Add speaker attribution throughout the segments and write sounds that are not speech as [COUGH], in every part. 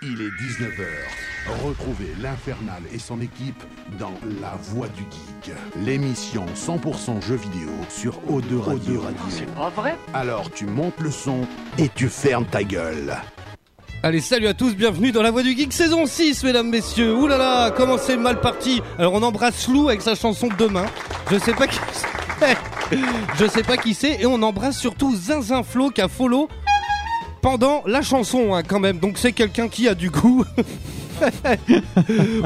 Speaker 1: Il est 19h. Retrouvez l'Infernal et son équipe dans La Voix du Geek. L'émission 100% jeux vidéo sur O2 Radio.
Speaker 2: C'est pas vrai
Speaker 1: Alors tu montes le son et tu fermes ta gueule.
Speaker 3: Allez, salut à tous, bienvenue dans la Voix du Geek saison 6, mesdames, messieurs. Ouh là là, comment c'est mal parti Alors on embrasse Lou avec sa chanson Demain. Je sais pas qui c'est. [LAUGHS] Je sais pas qui c'est. Et on embrasse surtout Zinzin Flo qui a follow pendant la chanson, hein, quand même. Donc c'est quelqu'un qui a du goût.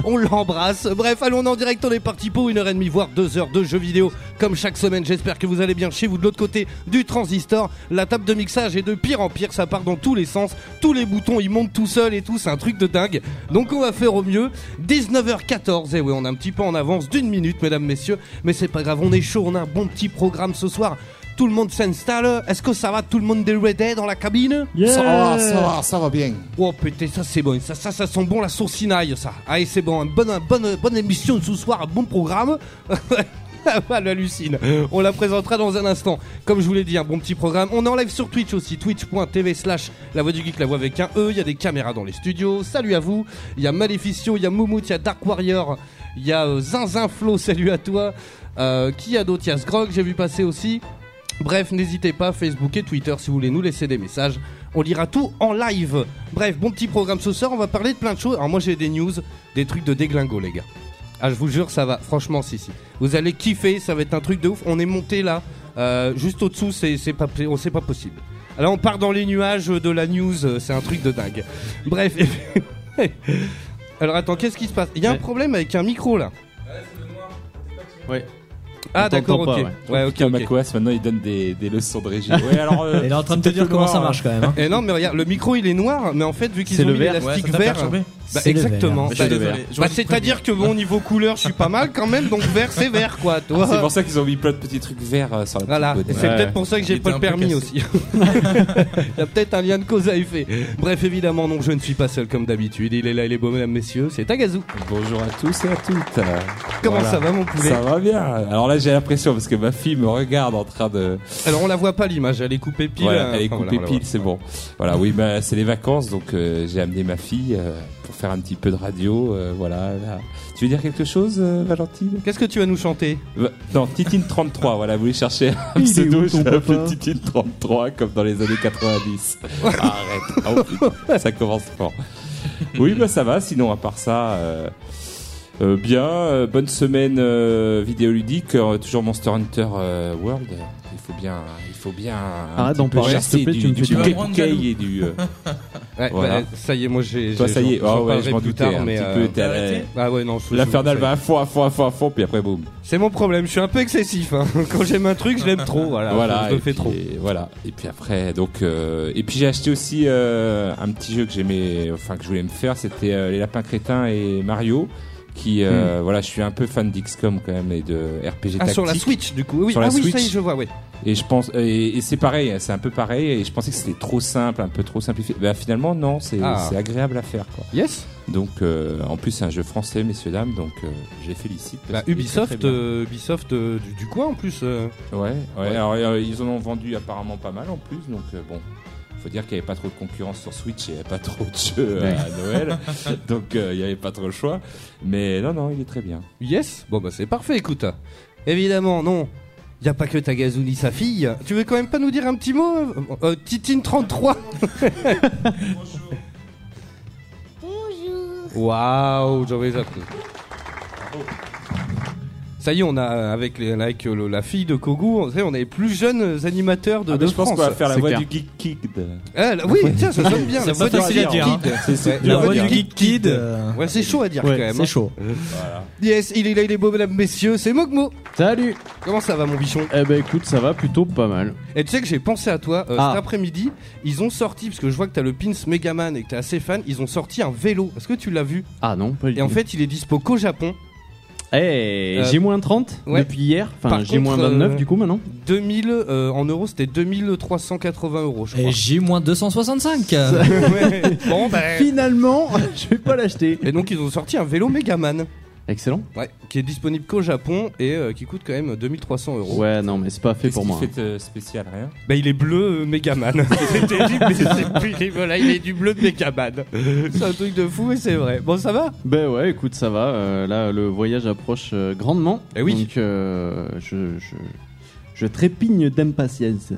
Speaker 3: on l'embrasse. Bref, allons en direct, on est parti pour une heure et demie, voire deux heures de jeux vidéo. Comme chaque semaine, j'espère que vous allez bien chez vous de l'autre côté du transistor. La table de mixage est de pire en pire, ça part dans tous les sens. Tous les boutons, ils montent tout seuls et tout, c'est un truc de dingue. Donc on va faire au mieux. 19h14, et eh oui, on est un petit peu en avance d'une minute, mesdames, messieurs. Mais c'est pas grave, on est chaud, on a un bon petit programme ce soir. Tout le monde s'installe. Est-ce que ça va Tout le monde est ready dans la cabine
Speaker 4: Ça va, ça va, ça va bien.
Speaker 3: Oh putain, ça c'est bon, ça, ça, ça sent bon la sourcinaille, ça. Allez, c'est bon, une bonne, une bonne, une bonne émission de ce soir, un bon programme. [LAUGHS] Elle hallucine. On la présentera dans un instant. Comme je vous l'ai dit, un bon petit programme. On est en live sur Twitch aussi, twitch.tv slash la voix du geek, la voix avec un E. Il y a des caméras dans les studios. Salut à vous. Il y a Maléficio, il y a Moumout, il y a Dark Warrior, il y a euh, Zinzin Flo, salut à toi. Euh, qui a d'autres Il y a Sgrog, j'ai vu passer aussi. Bref, n'hésitez pas, Facebook et Twitter, si vous voulez nous laisser des messages. On lira tout en live. Bref, bon petit programme ce soir, on va parler de plein de choses. Alors moi j'ai des news, des trucs de déglingo les gars. Ah je vous jure ça va, franchement si si. Vous allez kiffer, ça va être un truc de ouf. On est monté là, euh, juste au-dessous, c'est c'est pas, on- c'est pas possible. Là on part dans les nuages de la news, euh, c'est un truc de dingue. Bref. [LAUGHS] Alors attends, qu'est-ce qui se passe Il y a un
Speaker 5: Ouais.
Speaker 3: problème avec un micro là.
Speaker 5: Ouais.
Speaker 3: Ah d'accord, ok.
Speaker 5: T'entends pas,
Speaker 3: Ouais, ok,
Speaker 5: Putain,
Speaker 3: ok.
Speaker 5: macOS, maintenant il donne des, des leçons de régie. Ouais, alors. euh,
Speaker 6: Il est en train de te
Speaker 5: c'est
Speaker 6: dire
Speaker 5: plus
Speaker 6: comment
Speaker 5: noir,
Speaker 6: ça marche quand même. hein.
Speaker 3: Et Eh non, mais regarde, le micro il est noir, mais en fait, vu qu'ils
Speaker 5: C'est
Speaker 3: ont
Speaker 5: le
Speaker 3: mis
Speaker 5: vert,
Speaker 3: l'élastique
Speaker 7: ouais, ça t'a
Speaker 3: vert.
Speaker 7: perturbé
Speaker 3: Bah,
Speaker 6: C'est le vert.
Speaker 3: exactement.
Speaker 5: Je
Speaker 3: Bah,
Speaker 5: suis désolé,
Speaker 3: bah, c'est-à-dire que bon, niveau couleur, je suis pas mal quand même, donc vert c'est vert quoi, tu vois.
Speaker 5: Ah, C'est pour ça qu'ils ont mis plein de petits trucs verts euh, sur la
Speaker 3: Voilà,
Speaker 5: petite
Speaker 3: Et
Speaker 5: bonne.
Speaker 3: c'est
Speaker 5: Ouais.
Speaker 3: peut-être pour ça que j'ai
Speaker 7: Il
Speaker 3: pas le
Speaker 7: était un peu
Speaker 3: permis
Speaker 7: cassé.
Speaker 3: aussi. [LAUGHS] Il y a peut-être un lien de cause à effet. Bref, évidemment, non, je ne suis pas seul comme d'habitude. Il est là, il est beau, mesdames, messieurs, c'est Tagazu.
Speaker 5: Bonjour à tous et à toutes. euh,
Speaker 3: Comment
Speaker 5: voilà.
Speaker 3: ça va, mon poulet
Speaker 5: Ça va bien. Alors là, j'ai l'impression parce que ma fille me regarde en train de.
Speaker 3: Alors, on la voit pas l'image, elle est coupée pile.
Speaker 5: Voilà,
Speaker 3: euh,
Speaker 5: elle est
Speaker 3: enfin,
Speaker 5: coupée
Speaker 3: voilà, on la
Speaker 5: pile, c'est bon. Voilà, oui, bah, c'est les vacances, donc euh, j'ai amené ma fille euh, pour faire un petit peu de radio. euh, voilà. là. Tu veux dire quelque chose, euh, Valentine
Speaker 3: voit. Qu'est-ce que tu vas nous chanter
Speaker 5: Va- Non, Titine 33, voilà, vous voulez chercher un
Speaker 4: Il est
Speaker 5: pseudo,
Speaker 4: où,
Speaker 5: je
Speaker 4: ton
Speaker 5: l'ai appelé
Speaker 4: papa
Speaker 5: Titine 33, comme dans les années
Speaker 4: [LAUGHS]
Speaker 5: 90. Arrête, Oh, putain, ça commence fort. Oui, bah ça va, sinon à part ça, euh, euh, bien, euh, bonne semaine euh, vidéoludique, euh, toujours Monster Hunter euh, World, il faut bien, il faut bien un
Speaker 4: Arrête
Speaker 5: petit
Speaker 4: d'en
Speaker 5: peu
Speaker 4: parler,
Speaker 5: chasser
Speaker 4: s'il te plaît,
Speaker 5: du,
Speaker 4: tu me
Speaker 5: du
Speaker 4: fais
Speaker 5: Kay-
Speaker 7: peur. Tu vas me rendre
Speaker 5: Kay
Speaker 7: jaloux.
Speaker 5: et
Speaker 4: [LAUGHS]
Speaker 5: du... euh,
Speaker 3: Ouais,
Speaker 5: Voilà.
Speaker 3: bah, ça y est, moi j'ai.
Speaker 5: toi
Speaker 3: j'ai-
Speaker 5: ça y est,
Speaker 3: j'en-
Speaker 5: Ah
Speaker 3: j'en
Speaker 5: ouais, je
Speaker 3: parlerai
Speaker 5: m'en
Speaker 3: plus
Speaker 5: doutais
Speaker 3: tard,
Speaker 5: un
Speaker 3: mais,
Speaker 5: petit
Speaker 3: euh,
Speaker 5: peu, t'as-
Speaker 7: arrêté
Speaker 3: Ah ouais, non, je- je-
Speaker 5: l'Infernal
Speaker 3: je-
Speaker 5: va à fond, à fond, à fond, à fond, puis après boum.
Speaker 3: C'est mon problème, je suis un peu excessif. hein. [LAUGHS] Quand j'aime un truc, je l'aime trop. Voilà,
Speaker 5: voilà,
Speaker 3: je le
Speaker 5: et
Speaker 3: fais
Speaker 5: puis-
Speaker 3: trop.
Speaker 5: et voilà. Et puis après, donc, euh, et puis j'ai acheté aussi euh, un petit jeu que j'aimais, enfin que je voulais me faire, c'était euh, les lapins crétins et Mario. Qui, euh, voilà, je suis un peu fan d'XCOM quand même et de
Speaker 3: Hmm.
Speaker 5: RPG
Speaker 3: Ah,
Speaker 5: tactique.
Speaker 3: sur la Switch, du coup. Oui,
Speaker 5: Sur
Speaker 3: ah
Speaker 5: la
Speaker 3: oui, ça y est,
Speaker 5: Switch.
Speaker 3: je vois, oui.
Speaker 5: Et je pense, et, et c'est pareil, hein, c'est un peu pareil. Et je pensais que c'était trop simple, un peu trop simplifié. Bah finalement non, c'est
Speaker 3: Ah.
Speaker 5: c'est agréable à faire quoi.
Speaker 3: Yes
Speaker 5: Donc euh, en plus c'est un jeu français, messieurs dames, donc euh, je les félicite. parce
Speaker 3: bah,
Speaker 5: qu'il est très,
Speaker 3: Ubisoft,
Speaker 5: très bien.
Speaker 3: euh, Ubisoft euh, du, du coin en plus. euh.
Speaker 5: Ouais, ouais,
Speaker 3: Ouais.
Speaker 5: alors euh, ils en ont vendu apparemment pas mal en plus, donc euh, bon. Faut dire qu'il n'y avait pas trop de concurrence sur Switch, il n'y avait pas trop de jeux euh, à Noël, donc euh, il n'y avait pas trop le choix. Mais non, non, il est très bien.
Speaker 3: Yes Bon, bah c'est parfait, écoute. Évidemment, non. Y a pas que Tagazu ni sa fille. Tu veux quand même pas nous dire un petit mot euh, euh, Titine33 Bonjour. Waouh, j'aurais appris. Ça y est, on a euh, avec, les- avec euh, le- la fille de Kogu, on, sait, on est les plus jeunes animateurs de,
Speaker 5: Ah,
Speaker 3: de
Speaker 5: mais je pense
Speaker 3: France.
Speaker 5: qu'on va faire la
Speaker 4: c'est
Speaker 5: voix
Speaker 4: clair.
Speaker 5: du Geek Kid.
Speaker 3: Ah, là- oui, tiens, ça sonne bien.
Speaker 6: C'est
Speaker 3: la
Speaker 6: pas
Speaker 3: voix du
Speaker 6: facile à
Speaker 3: Geek
Speaker 6: dire, hein.
Speaker 3: Kid.
Speaker 5: C'est- c'est-
Speaker 3: Ouais,
Speaker 5: la
Speaker 6: La voix du
Speaker 5: voix
Speaker 6: Geek Kid. euh,
Speaker 3: Ouais, c'est chaud à dire
Speaker 6: ouais,
Speaker 3: quand même.
Speaker 6: c'est
Speaker 3: hein.
Speaker 6: chaud.
Speaker 3: Yes, il est là, il est beau, mesdames, messieurs, c'est Mogmo.
Speaker 4: Salut
Speaker 3: Comment ça va, mon bichon
Speaker 4: Eh ben écoute, ça va plutôt pas mal.
Speaker 3: Et tu sais que j'ai pensé à toi euh,
Speaker 4: Ah.
Speaker 3: cet après-midi. Ils ont sorti, parce que je vois que t'as le pins Megaman et que t'es assez fan, ils ont sorti un vélo. Est-ce que tu l'as vu
Speaker 4: Ah non, pas du
Speaker 3: Et en
Speaker 4: tout.
Speaker 3: fait, il est dispo qu'au Japon.
Speaker 4: Eh,
Speaker 3: Euh,
Speaker 4: j'ai moins 30
Speaker 3: ouais.
Speaker 4: depuis hier,
Speaker 3: Par
Speaker 4: enfin j'ai moins
Speaker 3: contre,
Speaker 4: 29
Speaker 3: euh,
Speaker 4: du coup maintenant.
Speaker 3: 2000, euh, en euros, c'était 2380 euros, je
Speaker 6: Et
Speaker 3: crois.
Speaker 6: j'ai eu moins 265. euh,
Speaker 3: [LAUGHS] Ouais. bon, ben.
Speaker 2: [LAUGHS]
Speaker 4: Finalement, je vais pas l'acheter.
Speaker 3: Et donc, ils ont sorti un vélo Megaman.
Speaker 2: Excellent.
Speaker 3: Ouais, qui est disponible qu'au Japon et euh, qui coûte quand même 2300 euros.
Speaker 2: Ouais, non, mais c'est pas fait
Speaker 5: Qu'est-ce
Speaker 2: pour moi. hein.
Speaker 5: qui fait euh, spécial rien
Speaker 3: Bah, il est bleu euh, Megaman. [LAUGHS] c'est terrible, mais c'est terrible. Voilà, il est du bleu de Megaman. C'est un truc de fou et c'est vrai. Bon, ça va
Speaker 2: Ben ouais, écoute, ça va. euh, là, le voyage approche euh, grandement.
Speaker 3: Eh oui.
Speaker 2: Donc, euh, je, je, je trépigne d'impatience.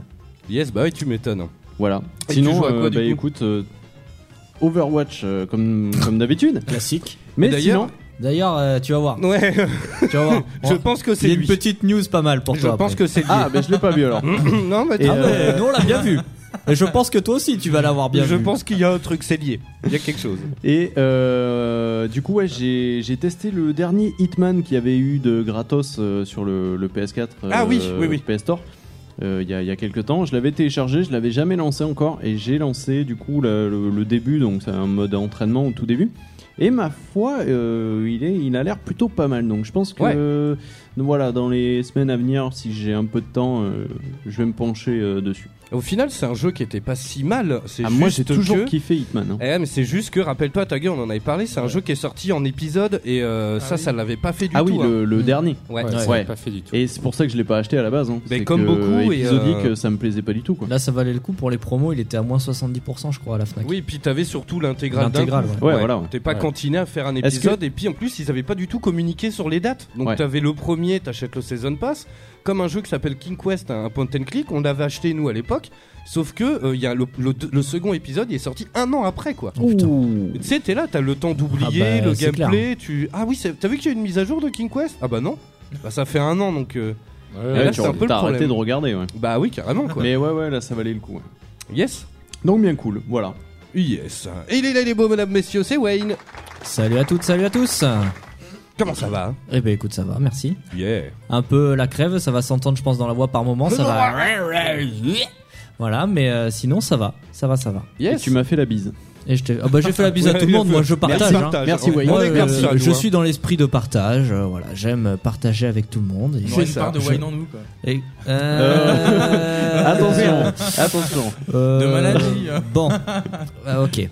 Speaker 3: Yes, bah oui, tu m'étonnes.
Speaker 2: Voilà.
Speaker 3: Et tu
Speaker 2: Sinon,
Speaker 3: joues à quoi,
Speaker 2: euh,
Speaker 3: du
Speaker 2: ben,
Speaker 3: coup
Speaker 2: écoute, euh, Overwatch euh, comme,
Speaker 3: [LAUGHS]
Speaker 2: comme d'habitude.
Speaker 6: Classique.
Speaker 2: Mais
Speaker 3: d'ailleurs-
Speaker 2: sinon,
Speaker 3: [LAUGHS]
Speaker 6: D'ailleurs, euh, tu vas voir.
Speaker 3: Ouais,
Speaker 6: Tu vas voir.
Speaker 3: [LAUGHS] je
Speaker 6: On-
Speaker 3: pense que
Speaker 6: Il y
Speaker 3: c'est
Speaker 6: a une
Speaker 3: lui.
Speaker 6: petite news pas mal pour
Speaker 3: Je
Speaker 6: toi.
Speaker 3: pense
Speaker 6: après.
Speaker 3: que c'est lui.
Speaker 2: ah ben je l'ai pas vu alors.
Speaker 3: [COUGHS] non, mais
Speaker 2: Et,
Speaker 6: Ah,
Speaker 3: t'as-
Speaker 6: mais
Speaker 2: euh,
Speaker 6: nous, on l'a bien vu. Et je pense que toi aussi, tu vas l'avoir bien
Speaker 3: je
Speaker 6: vu.
Speaker 3: pense qu'il y a un truc, c'est lié. Il y a quelque chose.
Speaker 2: Et euh, du coup, ouais, j'ai j'ai testé le dernier Hitman qui avait eu de gratos euh, sur le, le PS4, euh,
Speaker 3: Ah oui, oui, oui.
Speaker 2: PS Store. euh, Il y, a, il y a quelques temps, je l'avais téléchargé, je l'avais jamais lancé encore, et j'ai lancé du coup la- le, le début, donc c'est un mode entraînement au tout début. Et ma foi, euh, il, est, il a l'air plutôt pas mal, donc je pense que
Speaker 3: Ouais.
Speaker 2: euh, voilà, dans les semaines à venir, si j'ai un peu de temps, euh, je vais me pencher euh, dessus.
Speaker 3: Au final, c'est un jeu qui était pas si mal. C'est
Speaker 2: Ah, moi j'ai
Speaker 3: juste
Speaker 2: toujours
Speaker 3: que-
Speaker 2: kiffé Hitman. hein.
Speaker 3: Eh ouais, mais c'est juste que, rappelle-toi, Tagger, on en avait parlé, c'est un jeu qui est sorti en épisode et euh, ça, ça l'avait pas fait du
Speaker 2: Ah
Speaker 3: tout.
Speaker 2: oui,
Speaker 3: hein.
Speaker 2: le, le
Speaker 6: Mm.
Speaker 2: dernier.
Speaker 3: Ouais.
Speaker 6: Ouais.
Speaker 5: Ça,
Speaker 2: Ouais.
Speaker 5: j'ai pas fait du tout.
Speaker 2: Et c'est pour ça que je l'ai pas acheté à la base. Hein.
Speaker 3: Ben,
Speaker 2: C'est
Speaker 3: comme
Speaker 2: que,
Speaker 3: beaucoup, et,
Speaker 2: Épisodique,
Speaker 3: euh,
Speaker 2: ça me plaisait pas du tout quoi.
Speaker 6: Là, ça valait le coup pour les promos. Il était à moins 70%, je crois, à la Fnac.
Speaker 3: Oui, puis t'avais surtout l'intégrale. d'un
Speaker 6: L'intégrale,
Speaker 3: coup.
Speaker 6: ouais.
Speaker 2: Ouais, voilà, ouais.
Speaker 3: T'es pas
Speaker 5: Ouais.
Speaker 3: cantiné à faire un
Speaker 2: Est-ce
Speaker 3: épisode et puis en plus ils avaient pas du tout communiqué sur les dates. Donc
Speaker 2: Ouais.
Speaker 3: t'avais le premier, t'achètes le season pass, comme un jeu qui s'appelle King Quest, un point and click, on l'avait acheté nous à l'époque, sauf que euh, il y a le, le- le second épisode, il est sorti un an après quoi.
Speaker 6: Oh, putain.
Speaker 2: Ouh.
Speaker 3: Tu sais, t'es là, t'as le temps d'oublier
Speaker 6: Ah bah,
Speaker 3: le
Speaker 6: c'est clair.
Speaker 3: gameplay. Tu ah oui, c'est- t'as vu qu'il y a une mise à jour de King Quest Ah bah non, bah ça fait un an donc euh,
Speaker 5: Ouais,
Speaker 2: Ah Ouais,
Speaker 3: là,
Speaker 2: tu
Speaker 3: c'est un
Speaker 2: as
Speaker 3: peu le
Speaker 2: arrêté
Speaker 3: problème.
Speaker 2: de regarder, ouais.
Speaker 3: bah oui carrément quoi.
Speaker 2: Mais ouais, ouais, là ça valait le coup. ouais.
Speaker 3: Yes,
Speaker 2: Donc bien cool, voilà.
Speaker 3: yes. Et il est là les beaux mesdames messieurs, c'est Wayne.
Speaker 6: Salut à toutes, salut à tous.
Speaker 3: Comment ça va
Speaker 6: Eh ben, écoute, ça va, merci.
Speaker 3: Yeah.
Speaker 6: Un peu la crève, ça va s'entendre, je pense, dans la voix par moment. Oh, Ça va. Voilà, mais euh, sinon, ça va. Ça va, ça va.
Speaker 2: Et
Speaker 3: Yes.
Speaker 2: tu m'as fait la bise.
Speaker 6: Et je t'ai- ah bah, j'ai fait
Speaker 3: [LAUGHS]
Speaker 6: la bise à tout le monde. Moi, je partage. hein.
Speaker 2: Merci, Wayne.
Speaker 6: Moi,
Speaker 3: On est
Speaker 6: euh,
Speaker 3: comme ça, nous,
Speaker 6: je
Speaker 3: hein.
Speaker 6: suis dans l'esprit de partage. euh, voilà, j'aime partager avec tout le monde. Et-
Speaker 7: Il
Speaker 3: Ouais,
Speaker 7: aurait une
Speaker 3: ça.
Speaker 7: part de
Speaker 6: Je-
Speaker 7: wine en nous, quoi.
Speaker 6: Et- Euh,
Speaker 2: attention, attention.
Speaker 6: euh,
Speaker 7: De maladie, hein.
Speaker 6: Bon, Ah, ok.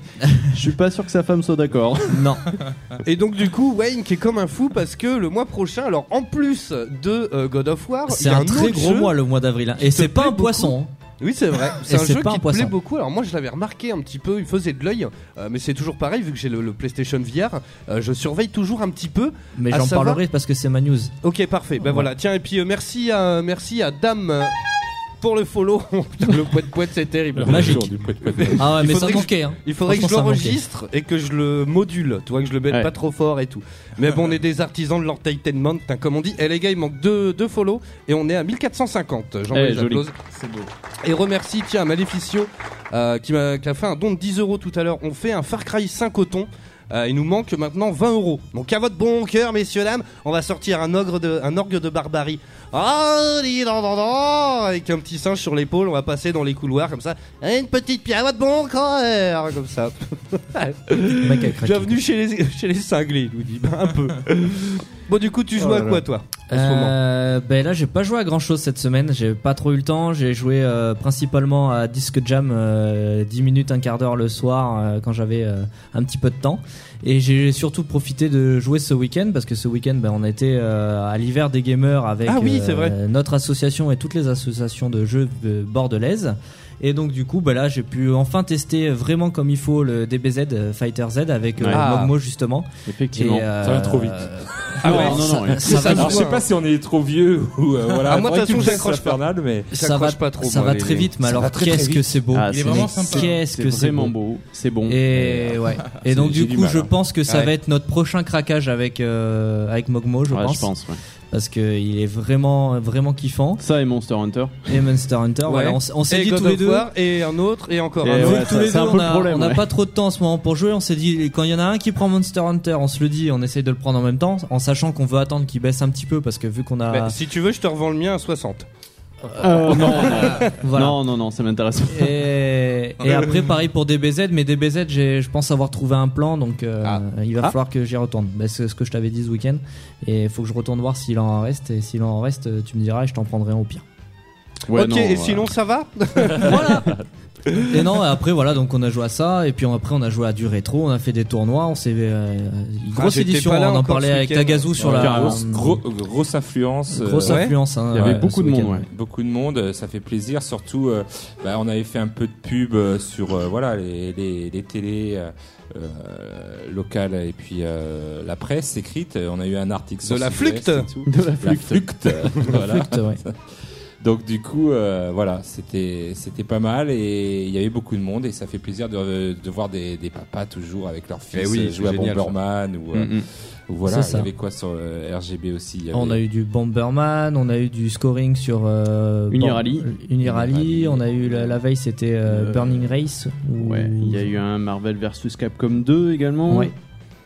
Speaker 2: Je suis pas sûr que sa femme soit d'accord.
Speaker 6: Non,
Speaker 3: Et donc du coup Wayne qui est comme un fou parce que le mois prochain, alors en plus de euh, God of War, il
Speaker 6: c'est
Speaker 3: y a
Speaker 6: un très
Speaker 3: autre
Speaker 6: gros
Speaker 3: jeu.
Speaker 6: mois le mois d'avril. hein. Et c'est pas
Speaker 3: plaît
Speaker 6: un poisson. hein.
Speaker 3: Oui c'est vrai. C'est un
Speaker 6: c'est
Speaker 3: jeu
Speaker 6: pas
Speaker 3: qui me
Speaker 6: un
Speaker 3: plaît
Speaker 6: poisson.
Speaker 3: beaucoup. Alors moi je l'avais remarqué un petit peu, il faisait de l'œil, euh, mais c'est toujours pareil vu que j'ai le, le PlayStation VR, euh, je surveille toujours un petit peu.
Speaker 6: hein. Mais
Speaker 3: Ah,
Speaker 6: j'en
Speaker 3: ça va
Speaker 6: parlerai parce que c'est ma news.
Speaker 3: Ok parfait. Ben
Speaker 6: Ouais.
Speaker 3: voilà. Tiens et puis euh, merci à merci à Dame euh, pour le follow. [LAUGHS] Putain, le poète poète c'est terrible.
Speaker 6: Magique.
Speaker 5: Toujours du poète poète.
Speaker 6: Ah ouais,
Speaker 3: Il
Speaker 6: mais ça
Speaker 3: faudrait que
Speaker 6: manquait. hein.
Speaker 3: Il faudrait que je
Speaker 6: Franchement, ça
Speaker 3: l'enregistre et que je le module, tu vois, que je le mette
Speaker 2: Ouais.
Speaker 3: pas trop fort et tout. Mais bon, on est des artisans de l'entertainment, hein, comme on dit. Eh les gars, il manque deux, deux follow et on est à 1450. J'en
Speaker 2: Eh,
Speaker 3: mets les
Speaker 2: joli.
Speaker 3: applause. Et remercie, tiens, Maleficio, euh, qui, m'a, qui a fait un don de 10 euros tout à l'heure. On fait un Far Cry 5 au thon. Euh, il nous manque maintenant 20 euros. Donc à votre bon cœur, messieurs, dames, on va sortir un, ogre de, un orgue de barbarie. Oh, dis donc, donc, donc, avec un petit singe sur l'épaule, on va passer dans les couloirs comme ça. Et une petite pierre à votre bon cœur, comme ça.
Speaker 6: manquait. Le mec a craqué.
Speaker 3: Bienvenue chez les, chez les cinglés, il nous dit. Ben, un peu. bon, du coup, tu joues à quoi, toi en ce moment
Speaker 6: Euh, ben là, j'ai pas joué à grand chose cette semaine. J'ai pas trop eu le temps. J'ai joué euh, principalement à Disque Jam euh, 10 minutes, un quart d'heure le soir euh, quand j'avais euh, un petit peu de temps. Et j'ai surtout profité de jouer ce week-end parce que ce week-end, ben, on était euh, à l'hiver des gamers avec euh,
Speaker 3: Ah oui, c'est vrai.
Speaker 6: notre association et toutes les associations de jeux euh, bordelaises. Et donc du coup, ben là, j'ai pu enfin tester vraiment comme il faut le DBZ euh, Fighter Z avec euh,
Speaker 2: Ouais.
Speaker 3: Ah.
Speaker 6: Mogmo justement.
Speaker 2: Effectivement.
Speaker 6: Et, euh,
Speaker 5: Ça va trop vite.
Speaker 3: Ah
Speaker 2: non,
Speaker 3: ouais,
Speaker 2: non, non,
Speaker 6: ça va
Speaker 5: Alors, je sais
Speaker 3: Ouais.
Speaker 5: pas si on est trop vieux ou euh, voilà.
Speaker 3: Ah, moi, de toute
Speaker 5: Faudrait
Speaker 3: façon,
Speaker 5: que tu me
Speaker 3: j'accroche
Speaker 5: dises Infernal, mais
Speaker 6: ça va
Speaker 3: J'accroche pas trop,
Speaker 6: Ça
Speaker 3: moi,
Speaker 6: va
Speaker 3: les-
Speaker 6: très vite, mais
Speaker 7: ça va
Speaker 6: alors
Speaker 7: très, très
Speaker 6: qu'est-ce que
Speaker 7: vite.
Speaker 6: c'est beau.
Speaker 2: Ah,
Speaker 7: Il
Speaker 2: c'est
Speaker 7: est vraiment
Speaker 6: Mais
Speaker 7: sympa.
Speaker 6: Qu'est-ce
Speaker 2: C'est
Speaker 6: que c'est
Speaker 2: vraiment
Speaker 6: beau.
Speaker 2: beau, c'est bon.
Speaker 6: Et ouais. Et donc
Speaker 5: j'ai
Speaker 6: du
Speaker 5: du
Speaker 6: coup,
Speaker 5: mal,
Speaker 6: je
Speaker 5: hein.
Speaker 6: pense que ça
Speaker 3: Ouais.
Speaker 6: va être notre prochain craquage avec euh, avec Mogmo, je
Speaker 2: Ouais,
Speaker 6: pense,
Speaker 2: je pense, ouais.
Speaker 6: parce que il est vraiment vraiment kiffant.
Speaker 2: Ça et Monster Hunter.
Speaker 6: Et Monster Hunter,
Speaker 3: Ouais.
Speaker 6: voilà, on, s- on s'est
Speaker 3: Et
Speaker 6: dit
Speaker 3: God
Speaker 6: tous les
Speaker 3: of
Speaker 6: deux.
Speaker 3: War, et un autre, et encore
Speaker 2: Et
Speaker 3: un
Speaker 2: ouais,
Speaker 3: autre.
Speaker 6: Vu que tous
Speaker 2: ça,
Speaker 6: les
Speaker 2: c'est
Speaker 6: deux,
Speaker 2: un peu
Speaker 6: on
Speaker 2: le
Speaker 6: a,
Speaker 2: problème,
Speaker 6: on n'a
Speaker 2: ouais.
Speaker 6: pas trop de temps en ce moment pour jouer. On s'est dit, quand il y en a un qui prend Monster Hunter, on se le dit, on essaye de le prendre en même temps, en sachant qu'on veut attendre qu'il baisse un petit peu, parce que vu qu'on a.
Speaker 3: Ben, si tu veux, je te revends le mien à 60.
Speaker 2: Oh, non, non.
Speaker 6: voilà.
Speaker 2: non, non, non, ça m'intéresse pas.
Speaker 6: Et, et après, pareil pour DBZ, mais DBZ, j'ai- je pense avoir trouvé un plan, donc euh,
Speaker 3: Ah.
Speaker 6: il va
Speaker 2: Ah.
Speaker 6: falloir que j'y retourne. Bah, c'est ce que je t'avais dit ce week-end, et il faut que je retourne voir s'il en reste, euh, et s'il en reste, tu me diras, et je t'en prendrai un au pire.
Speaker 2: Ouais,
Speaker 3: ok,
Speaker 2: non,
Speaker 3: et
Speaker 2: voilà.
Speaker 3: sinon, ça va
Speaker 6: Et non, et après voilà, donc on a joué à ça, et puis on- après on a joué à du rétro, on a fait des tournois, on s'est euh, une
Speaker 3: Ah,
Speaker 6: grosse
Speaker 3: j'étais
Speaker 6: édition,
Speaker 3: pas là
Speaker 6: on en
Speaker 3: encore
Speaker 6: parlait
Speaker 3: ce
Speaker 6: avec
Speaker 3: week-end.
Speaker 6: Tagazu sur la euh,
Speaker 5: Carrément. Gros- euh, grosse influence. euh,
Speaker 6: grosse
Speaker 3: ouais.
Speaker 6: influence. hein,
Speaker 2: Il y avait
Speaker 6: ouais, ce
Speaker 2: beaucoup de monde,
Speaker 6: week-end.
Speaker 2: ouais.
Speaker 5: beaucoup de monde, euh, ça fait plaisir. Surtout, euh, bah, on avait fait un peu de pub euh, sur euh, voilà les, les, les télés euh, euh, locales et puis euh, la presse écrite. Euh, On a eu un article sur
Speaker 3: De la
Speaker 5: CBS et
Speaker 3: flucte.
Speaker 5: tout.
Speaker 2: De la
Speaker 5: La
Speaker 2: flûte.
Speaker 5: flucte. euh, voilà.
Speaker 6: Flûte, ouais.
Speaker 5: Donc du coup, euh, voilà, c'était c'était pas mal et il y avait beaucoup de monde et ça fait plaisir de, de voir des, des papas toujours avec leurs fils
Speaker 3: Eh oui,
Speaker 5: euh, jouer à
Speaker 3: c'est génial,
Speaker 5: Bomberman ou, euh,
Speaker 2: Mm, mm.
Speaker 5: ou voilà.
Speaker 6: C'est
Speaker 5: Il y
Speaker 6: ça.
Speaker 5: avait quoi sur euh, RGB aussi il y
Speaker 6: On
Speaker 5: avait-
Speaker 6: a eu du Bomberman, on a eu du scoring sur euh,
Speaker 2: Unirally.
Speaker 6: Bom- Unirally, on a eu la, la veille c'était euh,
Speaker 2: Euh,
Speaker 6: Burning Race. où-
Speaker 2: Ouais, il y a eu un Marvel vs Capcom 2 également.
Speaker 6: Ouais.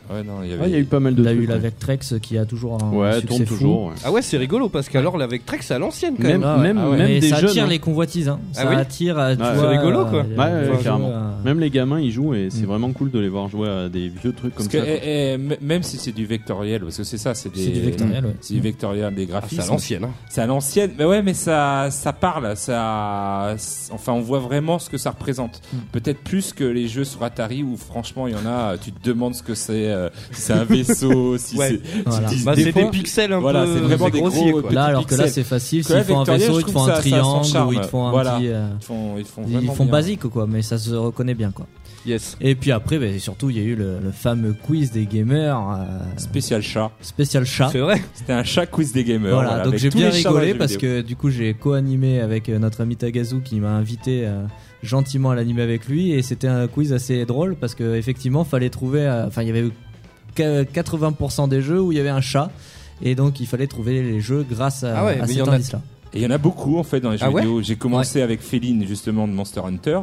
Speaker 5: Ouais, non, il y
Speaker 2: Ah,
Speaker 5: avait.
Speaker 2: Il y a eu pas mal de
Speaker 6: On Euh, a
Speaker 2: trucs,
Speaker 6: eu la
Speaker 2: ouais.
Speaker 6: Vectrex qui a toujours un
Speaker 2: Ouais,
Speaker 6: succès
Speaker 2: tourne
Speaker 6: fou.
Speaker 2: toujours. ouais.
Speaker 3: Ah ouais, c'est rigolo parce qu'alors la Vectrex à l'ancienne quand même.
Speaker 2: Même,
Speaker 6: Ah ouais,
Speaker 2: même,
Speaker 5: ah ouais.
Speaker 2: même
Speaker 6: Mais
Speaker 2: des
Speaker 6: ça
Speaker 2: jeunes.
Speaker 6: attire
Speaker 2: hein.
Speaker 6: les convoitises, hein. ça
Speaker 3: Ah oui
Speaker 6: attire. euh, tu
Speaker 2: Ouais.
Speaker 6: vois,
Speaker 3: C'est rigolo, quoi.
Speaker 6: euh,
Speaker 2: Ouais,
Speaker 6: enfin,
Speaker 2: ouais,
Speaker 6: je vois,
Speaker 2: carrément.
Speaker 6: euh,
Speaker 2: Même les gamins ils jouent et c'est
Speaker 6: Mm.
Speaker 2: vraiment cool de les voir jouer à des vieux trucs
Speaker 5: Parce
Speaker 2: comme
Speaker 5: que,
Speaker 2: ça. quoi.
Speaker 5: eh, eh, m- même si c'est du vectoriel, parce que c'est ça, c'est des,
Speaker 6: C'est du vectoriel, ouais.
Speaker 5: c'est du vectoriel, des
Speaker 3: Ah,
Speaker 5: graphismes.
Speaker 3: c'est à l'ancienne. hein.
Speaker 5: C'est à l'ancienne, mais ouais, mais ça, ça parle, ça, enfin, on voit vraiment ce que ça représente.
Speaker 6: Hmm.
Speaker 5: Peut-être plus que les jeux sur Atari où, franchement, il y en a, tu te demandes ce que c'est, euh, si c'est un
Speaker 6: [LAUGHS]
Speaker 5: vaisseau, si
Speaker 3: Ouais.
Speaker 5: c'est,
Speaker 6: Voilà.
Speaker 5: tu te dis,
Speaker 3: Bah,
Speaker 5: des
Speaker 3: c'est
Speaker 5: fois-
Speaker 3: des pixels un
Speaker 5: Voilà,
Speaker 3: peu.
Speaker 5: c'est vraiment des
Speaker 3: grossier,
Speaker 5: gros-
Speaker 3: quoi.
Speaker 5: petits
Speaker 6: Là, alors que là,
Speaker 5: pixels.
Speaker 6: c'est facile.
Speaker 5: Parce que là,
Speaker 6: S'ils font un
Speaker 5: Vectoriel,
Speaker 6: vaisseau,
Speaker 5: je
Speaker 6: ils
Speaker 5: trouve
Speaker 6: font un
Speaker 5: ça- ça a son
Speaker 6: triangle
Speaker 5: charme.
Speaker 6: ou ils font un
Speaker 5: Voilà.
Speaker 6: petit. euh,
Speaker 5: Ils font, ils font
Speaker 6: Ils
Speaker 5: vraiment
Speaker 6: font
Speaker 5: bien.
Speaker 6: basique, quoi, mais ça se reconnaît bien, quoi.
Speaker 3: Yes.
Speaker 6: Et puis après, ben, surtout, il y a eu le, le fameux quiz des gamers euh,
Speaker 5: Spécial chat.
Speaker 6: spécial chat.
Speaker 3: Ah, C'est vrai.
Speaker 5: C'était un chat quiz des gamers.
Speaker 6: Voilà,
Speaker 5: voilà,
Speaker 6: donc
Speaker 5: avec
Speaker 6: j'ai
Speaker 5: tous
Speaker 6: bien
Speaker 5: les chats dans
Speaker 6: rigolé
Speaker 5: les
Speaker 6: parce
Speaker 5: jeux
Speaker 6: que du coup j'ai co-animé avec euh, notre ami Tagazu qui m'a invité euh, gentiment à l'animer avec lui et c'était un quiz assez drôle parce que effectivement fallait trouver, euh, enfin il y avait eu que- 80% des jeux où il y avait un chat et donc il fallait trouver les jeux grâce à,
Speaker 3: Ah ouais,
Speaker 6: à
Speaker 3: mais il y
Speaker 6: cet
Speaker 3: en a-
Speaker 6: indice-là.
Speaker 5: Et il y en a beaucoup en fait dans les jeux
Speaker 3: Ah ouais
Speaker 5: vidéo. J'ai commencé avec Féline justement de Monster Hunter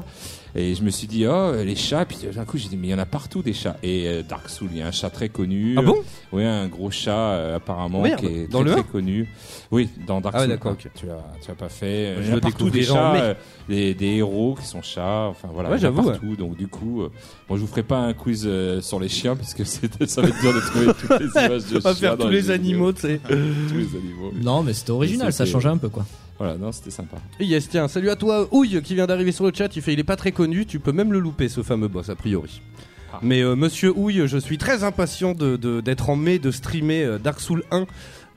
Speaker 5: et je me suis dit oh les chats puis d'un coup j'ai dit mais il y en a partout des chats et euh, Dark Souls il y a un chat très connu.
Speaker 3: Ah bon
Speaker 5: Oui un gros chat euh, apparemment
Speaker 3: Merde,
Speaker 5: qui est
Speaker 3: dans
Speaker 5: très,
Speaker 3: le
Speaker 5: très
Speaker 3: un
Speaker 5: connu. Oui dans Dark
Speaker 3: Ah ouais,
Speaker 5: Souls.
Speaker 3: d'accord,
Speaker 5: quoi. Tu l'as tu l'as pas fait. Euh,
Speaker 3: Je
Speaker 5: il y en a
Speaker 3: le
Speaker 5: partout des
Speaker 3: découvrirai en
Speaker 5: chats,
Speaker 3: mai.
Speaker 5: euh, des, des héros qui sont chats. Enfin voilà
Speaker 3: Ouais,
Speaker 5: il y en a
Speaker 3: j'avoue,
Speaker 5: partout donc du coup euh, bon je vous ferai pas un quiz euh, sur les chiens parce que [LAUGHS] c'est- ça va être dur de trouver toutes
Speaker 3: [LAUGHS]
Speaker 5: les images de
Speaker 3: On va
Speaker 5: chiens
Speaker 3: faire
Speaker 5: dans
Speaker 3: tous les
Speaker 5: jeux vidéo.
Speaker 3: animaux, tu sais.
Speaker 5: tous les animaux.
Speaker 6: Non mais c'était original, ça
Speaker 5: C'était-
Speaker 6: changeait un peu quoi.
Speaker 5: Voilà non c'était sympa.
Speaker 3: Yes, tiens, salut à toi, Houille, qui vient d'arriver sur le chat. Il fait, il est pas très connu, tu peux même le louper, ce fameux boss, a priori.
Speaker 5: Ah.
Speaker 3: Mais euh, monsieur Houille, je suis très impatient de- de- d'être en mai, de streamer euh, Dark Souls 1.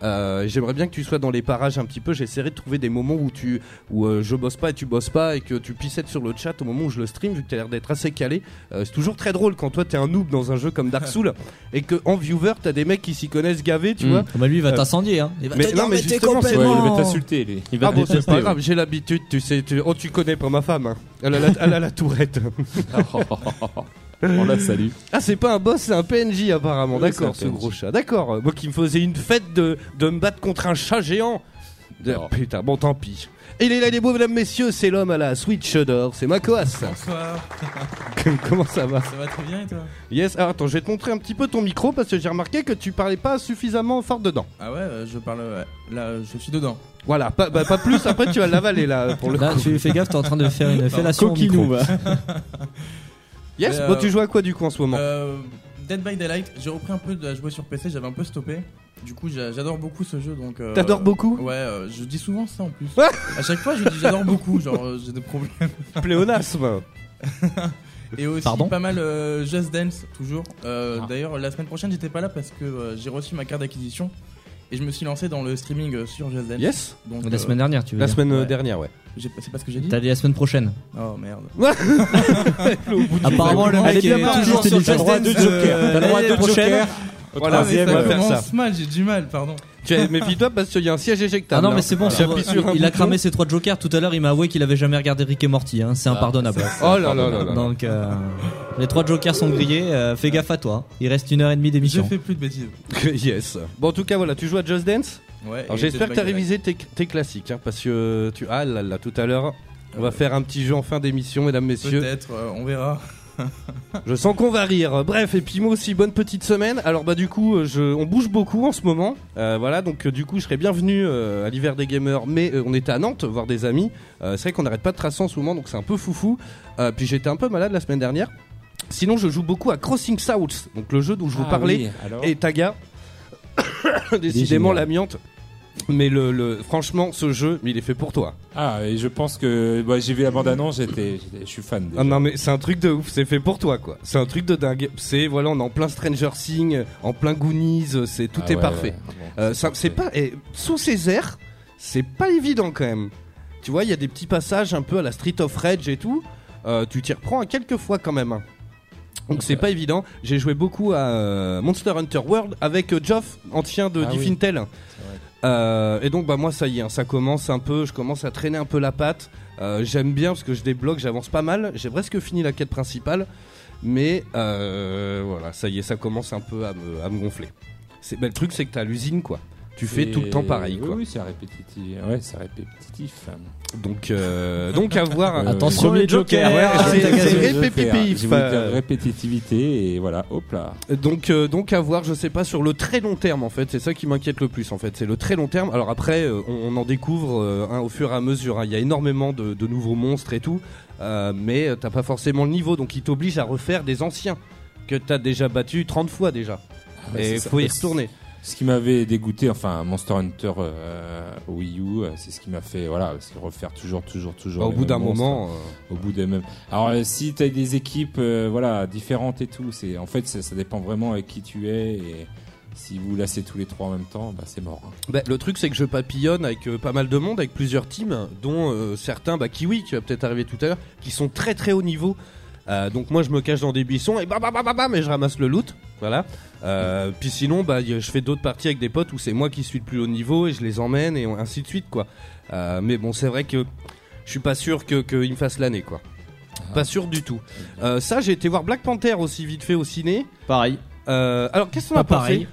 Speaker 3: Euh, J'aimerais bien que tu sois dans les parages un petit peu. J'essaierai de trouver des moments où tu, où euh, je bosse pas et tu bosses pas et que tu puisses être sur le chat au moment où je le stream, vu que t'as l'air d'être assez calé. Euh, c'est toujours très drôle quand toi t'es un noob dans un jeu comme Dark Souls et que en viewer t'as des mecs qui s'y connaissent gavés, tu
Speaker 2: Mm.
Speaker 3: vois.
Speaker 6: Ah Bah lui il va
Speaker 3: Euh,
Speaker 6: t'incendier hein. Il va
Speaker 3: mais
Speaker 6: te
Speaker 3: non,
Speaker 6: dire,
Speaker 3: mais
Speaker 6: t'es
Speaker 3: justement, c'est-
Speaker 5: Ouais,
Speaker 6: complètement-
Speaker 5: il va t'insulter lui. [LAUGHS]
Speaker 2: Il va
Speaker 3: ah
Speaker 2: te
Speaker 3: bon, c'est
Speaker 2: détester,
Speaker 3: pas
Speaker 2: ouais.
Speaker 3: grave, j'ai l'habitude, tu sais, tu... oh tu connais pas ma femme, hein. elle, a la, elle a la
Speaker 5: [LAUGHS]
Speaker 3: tourette.
Speaker 5: On la salue.
Speaker 3: Ah c'est pas un boss, c'est un PNJ apparemment,
Speaker 5: Oui,
Speaker 3: d'accord,
Speaker 5: c'est
Speaker 3: ce
Speaker 5: un
Speaker 3: gros
Speaker 5: PNJ.
Speaker 3: chat, d'accord. euh, Moi qui me faisais une fête de, de me battre contre un chat géant. De-
Speaker 5: Oh.
Speaker 3: Putain, bon tant pis. Et il est là les beaux mesdames, messieurs, c'est l'homme à la Switch d'or, c'est Makoas.
Speaker 7: Bonsoir,
Speaker 3: [LAUGHS] Comment ça va
Speaker 7: ça va très bien et toi
Speaker 3: Yes, alors attends, je vais te montrer un petit peu ton micro parce que j'ai remarqué que tu parlais pas suffisamment fort dedans.
Speaker 7: Ah ouais, euh, je parle. ouais. Là, euh, je suis dedans.
Speaker 3: Voilà, pas, bah, pas plus, après tu vas l'avaler là pour le
Speaker 6: Là
Speaker 3: coup.
Speaker 6: Bah, tu fais gaffe, t'es en train de
Speaker 3: [LAUGHS]
Speaker 6: faire une fellation au
Speaker 2: Coquinou
Speaker 6: micro.
Speaker 2: va.
Speaker 3: Yes,
Speaker 7: Mais,
Speaker 3: bon
Speaker 7: euh,
Speaker 3: Bah, tu joues à quoi du coup en ce moment
Speaker 7: Euh, Dead by Daylight, j'ai repris un peu de la jouer sur PC, j'avais un peu stoppé. Du coup, j'a- j'adore beaucoup ce jeu donc. euh,
Speaker 3: T'adores beaucoup
Speaker 7: Ouais, euh, je dis souvent ça en plus. à chaque fois, je dis j'adore beaucoup, genre euh, j'ai des problèmes. [LAUGHS]
Speaker 3: Pléonasme
Speaker 7: Et aussi
Speaker 6: Pardon
Speaker 7: pas mal euh, Just Dance, toujours. Euh, D'ailleurs, la semaine prochaine, j'étais pas là parce que euh, j'ai reçu ma carte d'acquisition et je me suis lancé dans le streaming euh, sur Just Dance.
Speaker 3: Yes
Speaker 7: Donc, euh,
Speaker 6: La semaine dernière tu veux
Speaker 3: La
Speaker 6: dire.
Speaker 3: semaine euh,
Speaker 7: Ouais.
Speaker 3: dernière, ouais.
Speaker 7: j'ai pas- C'est pas ce que j'ai dit
Speaker 6: T'as dit la semaine prochaine.
Speaker 7: Oh merde.
Speaker 6: Apparemment le
Speaker 7: Elle
Speaker 6: mec
Speaker 7: est bien
Speaker 6: est
Speaker 7: partie,
Speaker 6: toujours
Speaker 7: t'as
Speaker 6: sur
Speaker 7: le
Speaker 6: Just
Speaker 7: droit
Speaker 6: Dance,
Speaker 7: de
Speaker 6: euh,
Speaker 7: joker,
Speaker 5: T'as le droit de
Speaker 6: l'année prochaine.
Speaker 5: joker. Au
Speaker 3: Voilà,
Speaker 7: Ah, mais
Speaker 5: troisième,
Speaker 7: ça
Speaker 3: on va faire
Speaker 7: commence
Speaker 3: ça.
Speaker 7: mal, j'ai du mal, pardon.
Speaker 3: Tu as- Méfie-toi parce qu'il y a un siège éjectable.
Speaker 6: Ah non, mais
Speaker 3: hein.
Speaker 6: c'est bon,
Speaker 3: J'ai
Speaker 6: ça va.
Speaker 3: appuyé sur un
Speaker 6: il, il a
Speaker 3: bouton.
Speaker 6: cramé ses trois jokers tout à l'heure. Il m'a avoué qu'il avait jamais regardé Rick et Morty, hein, c'est impardonnable.
Speaker 3: Oh là là là là.
Speaker 6: Donc, euh, les trois jokers sont grillés. euh, fais gaffe à toi. Il reste une heure et demie
Speaker 7: Je
Speaker 6: d'émission.
Speaker 7: fais plus de bêtises.
Speaker 3: [LAUGHS] yes. Bon, en tout cas, voilà, tu joues à Just Dance.
Speaker 7: Ouais,
Speaker 3: Alors,
Speaker 7: et
Speaker 3: j'espère
Speaker 7: Dead
Speaker 3: que
Speaker 7: by
Speaker 3: t'as
Speaker 7: Daylight.
Speaker 3: révisé tes, tes classiques, hein, parce que euh, tu. Ah là là, tout à l'heure. On va faire un petit jeu en fin d'émission, mesdames, messieurs.
Speaker 7: Peut-être, euh, on verra.
Speaker 3: Je sens qu'on va rire. Bref, et puis moi aussi, bonne petite semaine. Alors, bah, du coup, euh, je, on bouge beaucoup en ce moment. Euh, voilà, donc, euh, du coup, je serais bienvenu euh, à l'hiver des gamers, mais euh, on était à Nantes, voir des amis. Euh, c'est vrai qu'on n'arrête pas de tracer en ce moment, donc c'est un peu foufou. Euh, puis j'étais un peu malade la semaine dernière. Sinon, je joue beaucoup à Crossing Ah [COUGHS]
Speaker 7: Ah
Speaker 3: South, donc le jeu dont je vous parlais.
Speaker 5: Alors
Speaker 3: Et Taga, décidément l'amiante. Mais le, le- franchement, ce jeu, mais il est fait pour toi.
Speaker 5: Ah, et je pense que bah, j'ai vu la bande-annonce, j'étais, j'étais- je suis fan. déjà.
Speaker 3: Ah non, mais c'est un truc de ouf, c'est fait pour toi, quoi. C'est un truc de dingue. C'est, voilà, on est en plein Stranger Things, en plein Goonies, c'est, tout
Speaker 5: Ah
Speaker 3: est
Speaker 5: ouais,
Speaker 3: parfait.
Speaker 5: ouais.
Speaker 3: Euh, ça- c'est pas et sous ces airs, c'est pas évident quand même. Tu vois, il y a des petits passages un peu à la Street of Rage et tout. Euh, tu t'y reprends à quelques fois quand même. hein. Donc c'est pas évident. J'ai joué beaucoup à euh, Monster Hunter World avec euh, Geoff, ancien de
Speaker 5: Ah oui.
Speaker 3: Diffintel. Euh, et donc bah moi ça y est, hein, ça commence un peu, je commence à traîner un peu la patte. Euh, J'aime bien parce que je débloque, j'avance pas mal. J'ai presque fini la quête principale, mais euh, voilà, ça y est, ça commence un peu à me, à me gonfler. C'est bah, le truc, c'est que t'as l'usine quoi. Tu fais
Speaker 5: C'est-
Speaker 3: tout le temps pareil
Speaker 5: oui,
Speaker 3: quoi.
Speaker 5: Oui, c'est répétitif. Ouais, c'est répétitif.
Speaker 3: Donc euh, donc à voir.
Speaker 5: [LAUGHS] Euh,
Speaker 6: Attention,
Speaker 2: Premier
Speaker 6: les jokers. Ah,
Speaker 2: joker.
Speaker 3: Ouais, Ah, c'est-
Speaker 5: Ah, Je
Speaker 3: c'est
Speaker 5: vais
Speaker 3: répétitif,
Speaker 5: faire- je voulais dire
Speaker 3: euh.
Speaker 5: répétitivité et voilà, hop là.
Speaker 3: Donc, euh, donc à voir, je sais pas, sur le très long terme en fait, c'est ça qui m'inquiète le plus en fait, c'est le très long terme. Alors après, euh, on, on en découvre euh, hein, au fur et à mesure, hein. il y a énormément de, de nouveaux monstres et tout, euh, mais euh, t'as pas forcément le niveau, donc il t'oblige à refaire des anciens que t'as déjà battu 30 fois déjà. et
Speaker 5: Ah, c'est ça.
Speaker 3: faut y retourner.
Speaker 5: Ce qui m'avait dégoûté, enfin Monster Hunter euh, Wii U, euh, c'est ce qui m'a fait, voilà, c'est refaire toujours, toujours, toujours.
Speaker 3: Bah, Au
Speaker 5: les
Speaker 3: bout
Speaker 5: mêmes
Speaker 3: d'un
Speaker 5: monstres.
Speaker 3: moment, euh,
Speaker 5: Au bout des mêmes. Alors euh, si t'as des équipes, euh, voilà, différentes et tout, c'est en fait ça, ça dépend vraiment avec qui tu es et si vous lassez tous les trois en même temps, bah c'est mort. hein.
Speaker 3: euh, bah, le truc c'est que je papillonne avec euh, pas mal de monde, avec plusieurs teams, dont euh, certains, bah Kiwi qui va peut-être arriver tout à l'heure, qui sont très très haut niveau. Euh, donc moi je me cache dans des buissons et bam bam bam bam bam et je ramasse le loot. Voilà. Euh, puis sinon bah y- je fais d'autres parties avec des potes où c'est moi qui suis le plus haut niveau et je les emmène et on- ainsi de suite quoi. Euh, mais bon c'est vrai que je suis pas sûr que qu'ils me fassent l'année quoi.
Speaker 6: Ah.
Speaker 3: Pas sûr du tout. Euh, ça j'ai été voir Black Panther aussi vite fait au ciné.
Speaker 2: Pareil.
Speaker 3: Euh, alors qu'est-ce qu'on
Speaker 6: Pas
Speaker 3: a pensé
Speaker 6: pareil.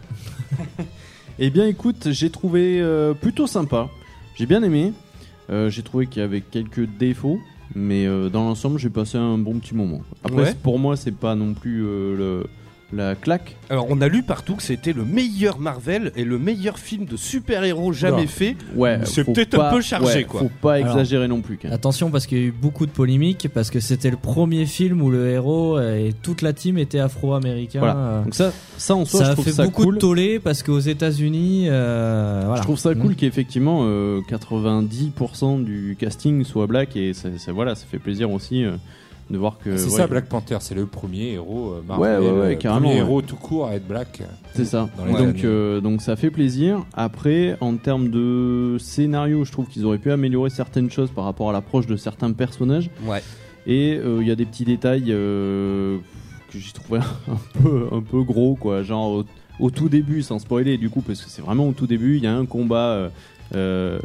Speaker 2: Eh bien, écoute, j'ai trouvé euh, plutôt sympa. J'ai bien aimé. Euh, j'ai trouvé qu'il y avait quelques défauts, mais euh, dans l'ensemble, j'ai passé un bon petit moment. Après,
Speaker 3: Ouais.
Speaker 2: c'est- pour moi, c'est pas non plus euh, le- la claque.
Speaker 3: Alors on a lu partout que c'était le meilleur Marvel et le meilleur film de super-héros jamais
Speaker 5: Non.
Speaker 3: fait.
Speaker 2: Ouais,
Speaker 3: C'est
Speaker 2: faut
Speaker 3: peut-être un
Speaker 2: pas-
Speaker 3: peu chargé,
Speaker 2: ouais,
Speaker 3: quoi.
Speaker 2: Faut pas
Speaker 6: Alors,
Speaker 2: exagérer non plus. quand même.
Speaker 6: Attention parce qu'il y a eu beaucoup de polémiques parce que c'était le premier film où le héros euh, et toute la team était afro-américain.
Speaker 2: Voilà.
Speaker 6: Euh,
Speaker 2: Donc ça, ça en soi,
Speaker 6: ça
Speaker 2: je
Speaker 6: a
Speaker 2: trouve
Speaker 6: fait
Speaker 2: ça
Speaker 6: beaucoup
Speaker 2: cool.
Speaker 6: de tollé parce qu'aux États-Unis, euh, voilà.
Speaker 2: Je trouve ça
Speaker 5: Mm.
Speaker 2: cool qu'effectivement euh, 90% du casting soit black et ça, ça- voilà, ça fait plaisir aussi euh, de voir que
Speaker 5: C'est
Speaker 2: ouais,
Speaker 5: ça Black Panther, c'est le premier héros euh,
Speaker 2: Ouais,
Speaker 5: Marvel,
Speaker 2: ouais, ouais,
Speaker 5: le
Speaker 2: carrément,
Speaker 5: premier
Speaker 2: ouais.
Speaker 5: héros tout court à être black.
Speaker 2: C'est ça.
Speaker 5: Dans les
Speaker 2: donc,
Speaker 5: années.
Speaker 2: euh, donc ça fait plaisir. Après, en termes de scénario, je trouve qu'ils auraient pu améliorer certaines choses par rapport à l'approche de certains personnages.
Speaker 3: Ouais.
Speaker 2: Et euh, il y a des petits détails euh, que j'ai trouvé [LAUGHS] un peu, un peu gros, quoi. Genre au, au tout début, sans spoiler, du coup, parce que c'est vraiment au tout début, il y a un combat euh, euh,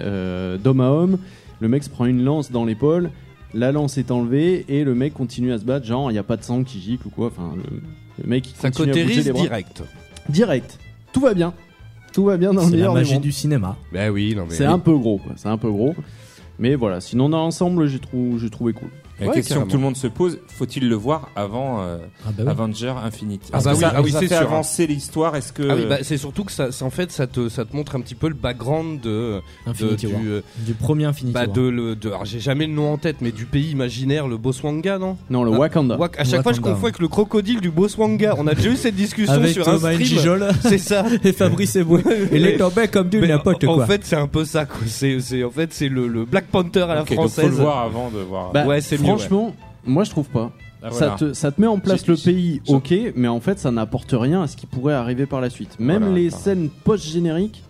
Speaker 2: euh, d'homme à homme. Le mec se prend une lance dans l'épaule. La lance est enlevée et le mec continue à se battre. Genre, il n'y a pas de sang qui gicle ou quoi. Enfin, le, le mec il
Speaker 3: Ça
Speaker 2: continue à bouger
Speaker 3: cautérise
Speaker 2: les bras
Speaker 3: direct.
Speaker 2: direct. Tout va bien. Tout va bien dans le
Speaker 6: C'est la
Speaker 2: meilleur des
Speaker 6: magie
Speaker 2: mondes.
Speaker 6: du cinéma.
Speaker 3: Bah oui, non
Speaker 2: C'est un peu gros, quoi. C'est un peu gros. Mais voilà, sinon dans l'ensemble, j'ai trou- j'ai trouvé cool.
Speaker 5: La
Speaker 3: Ouais,
Speaker 5: question
Speaker 3: carrément.
Speaker 5: que tout le monde se pose, faut-il le voir avant euh,
Speaker 6: Ah bah oui.
Speaker 5: Avenger Infinite
Speaker 3: Ah
Speaker 5: Est-ce
Speaker 3: bah
Speaker 5: que
Speaker 3: oui,
Speaker 5: ça,
Speaker 3: ah oui,
Speaker 5: ça
Speaker 3: c'est
Speaker 5: fait
Speaker 3: sûr, hein.
Speaker 5: avancer l'histoire. Est-ce que
Speaker 3: Ah oui, bah, c'est surtout que ça, c'est- en fait, ça te, ça te montre un petit peu le background de, de-
Speaker 6: Infinity War.
Speaker 3: du, euh,
Speaker 6: Du premier Infinity
Speaker 3: bah,
Speaker 6: War.
Speaker 3: de, le, de- alors j'ai jamais le nom en tête, mais du pays imaginaire, le Boswanga, non
Speaker 2: Non, le
Speaker 3: Ah,
Speaker 2: Wakanda.
Speaker 3: Wak- À chaque fois, je
Speaker 6: Wakanda.
Speaker 3: confonds avec le crocodile du Boswanga. On a déjà eu cette discussion
Speaker 6: Avec
Speaker 3: sur
Speaker 6: Thomas
Speaker 3: un stream.
Speaker 6: Gijol
Speaker 3: [LAUGHS] C'est ça.
Speaker 6: et Fabrice [LAUGHS] Eboué. Il est tombé comme du
Speaker 3: Mais
Speaker 6: n'importe
Speaker 3: en-
Speaker 6: quoi.
Speaker 3: En fait, c'est un peu ça. Quoi. C'est, c'est- en fait, c'est le, le Black Panther à la
Speaker 5: Ok, donc
Speaker 3: française.
Speaker 5: faut le voir avant de voir.
Speaker 2: Bah,
Speaker 3: ouais, c'est mieux,
Speaker 2: Franchement, moi je trouve pas.
Speaker 5: Ah,
Speaker 2: ça,
Speaker 5: voilà.
Speaker 2: te, ça te met en place
Speaker 5: J'ai-
Speaker 2: le pays,
Speaker 5: j'ai-
Speaker 2: ok, mais en fait ça n'apporte rien à ce qui pourrait arriver par la suite. Même
Speaker 5: Voilà,
Speaker 2: les
Speaker 5: voilà.
Speaker 2: scènes post-génériques,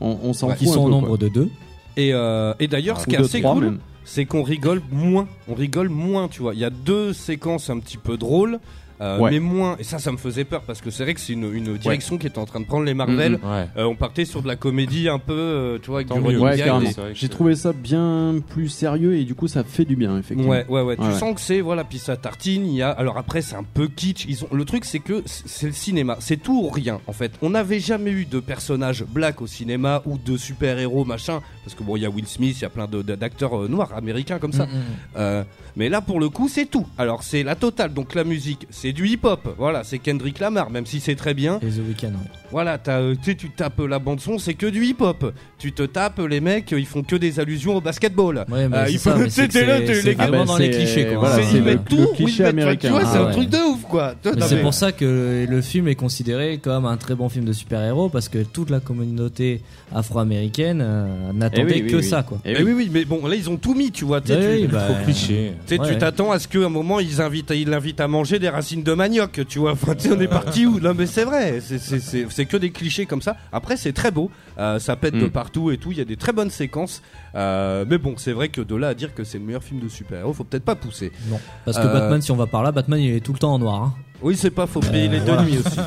Speaker 2: on, on s'en
Speaker 3: Ouais,
Speaker 2: fout.
Speaker 6: Qui
Speaker 2: un
Speaker 6: sont au
Speaker 2: peu,
Speaker 6: nombre
Speaker 2: quoi.
Speaker 6: de deux.
Speaker 3: Et, euh, et d'ailleurs, ce qui est
Speaker 2: Ou de
Speaker 3: assez
Speaker 2: trois,
Speaker 3: cool,
Speaker 2: même.
Speaker 3: c'est qu'on rigole moins. On rigole moins, tu vois. Il y a deux séquences un petit peu drôles, euh,
Speaker 2: Ouais.
Speaker 3: mais moins. Et ça, ça me faisait peur parce que c'est vrai que c'est une, une direction qui est en train de prendre les Marvel.
Speaker 2: Mhm.
Speaker 5: Ouais.
Speaker 3: Euh, on partait sur de la comédie un peu, euh, tu vois, avec
Speaker 5: Tant
Speaker 3: du
Speaker 5: mieux.
Speaker 3: running
Speaker 2: Ouais,
Speaker 3: gag.
Speaker 2: carrément.
Speaker 5: c'est vrai que
Speaker 2: J'ai
Speaker 5: c'est-
Speaker 2: trouvé ça bien plus sérieux et du coup ça fait du bien, effectivement.
Speaker 3: Ouais, ouais, ouais. Tu
Speaker 2: Ouais, ouais.
Speaker 3: sens que c'est voilà, puis ça tartine. Il y a alors après c'est un peu kitsch. Ils ont le truc c'est que c- c'est le cinéma, c'est tout ou rien en fait. On n'avait jamais eu de personnage black au cinéma ou de super héros machin parce que bon il y a Will Smith, il y a plein de- de- d'acteurs
Speaker 6: Mm,
Speaker 3: euh, noirs américains comme ça. Euh, mais là pour le coup c'est tout. Alors c'est la totale. Donc la musique c'est c'est du hip-hop. Voilà, c'est Kendrick Lamar, même si c'est très bien.
Speaker 6: Et The Weeknd, hein. ouais.
Speaker 3: Voilà, t'as, euh, tu sais, tu tapes la bande son, c'est que du hip-hop. Tu te tapes, les mecs, ils font que des allusions au basketball.
Speaker 6: Ouais, mais
Speaker 3: Ah,
Speaker 6: c'est
Speaker 3: il
Speaker 6: ça,
Speaker 3: faut-
Speaker 6: mais c'est que
Speaker 3: c'était là,
Speaker 6: c'est-
Speaker 3: tu-
Speaker 6: c'est
Speaker 3: les gars,
Speaker 6: vraiment dans les
Speaker 2: c'est-
Speaker 6: clichés, quoi.
Speaker 2: voilà,
Speaker 3: C'est-
Speaker 6: Ah,
Speaker 2: c'est
Speaker 3: ils
Speaker 6: ouais.
Speaker 2: le-
Speaker 3: mettent tout,
Speaker 2: cliché
Speaker 3: ils mettent- Tu
Speaker 2: américain.
Speaker 3: vois, c'est
Speaker 6: Ah
Speaker 3: un
Speaker 6: ouais.
Speaker 3: truc de ouf, quoi. Toi,
Speaker 6: Mais
Speaker 3: t'as-
Speaker 6: c'est pour ça que le film est considéré comme un très bon film de super-héros parce que toute la communauté afro-américaine euh,
Speaker 2: Eh
Speaker 6: n'attendait
Speaker 2: oui, oui,
Speaker 6: que
Speaker 2: oui.
Speaker 6: ça quoi.
Speaker 2: Eh
Speaker 3: Mais
Speaker 2: oui.
Speaker 3: oui, oui, mais bon, là, ils ont tout mis, tu vois. tu sais, tu-
Speaker 6: Oui, bah,
Speaker 5: cliché.
Speaker 3: Tu sais,
Speaker 6: Ouais.
Speaker 3: tu t'attends à ce qu'à un moment ils invitent, ils l'invitent à manger des racines de manioc, tu vois. Enfin, tu sais, on est parti où Non, mais c'est vrai. C'est- c'est- C'est c'est que des clichés comme ça. Après, c'est très beau. Euh, ça pète de
Speaker 2: Mm.
Speaker 3: partout et tout. Il y a des très bonnes séquences. Euh, mais bon, c'est vrai que de là à dire que c'est le meilleur film de super-héros, faut peut-être pas pousser.
Speaker 6: non. Parce que
Speaker 3: Euh,
Speaker 6: Batman, si on va par là, Batman il est tout le temps en noir. hein.
Speaker 3: Oui, c'est pas faux. Mais il est de nuit
Speaker 6: [LAUGHS]
Speaker 3: aussi.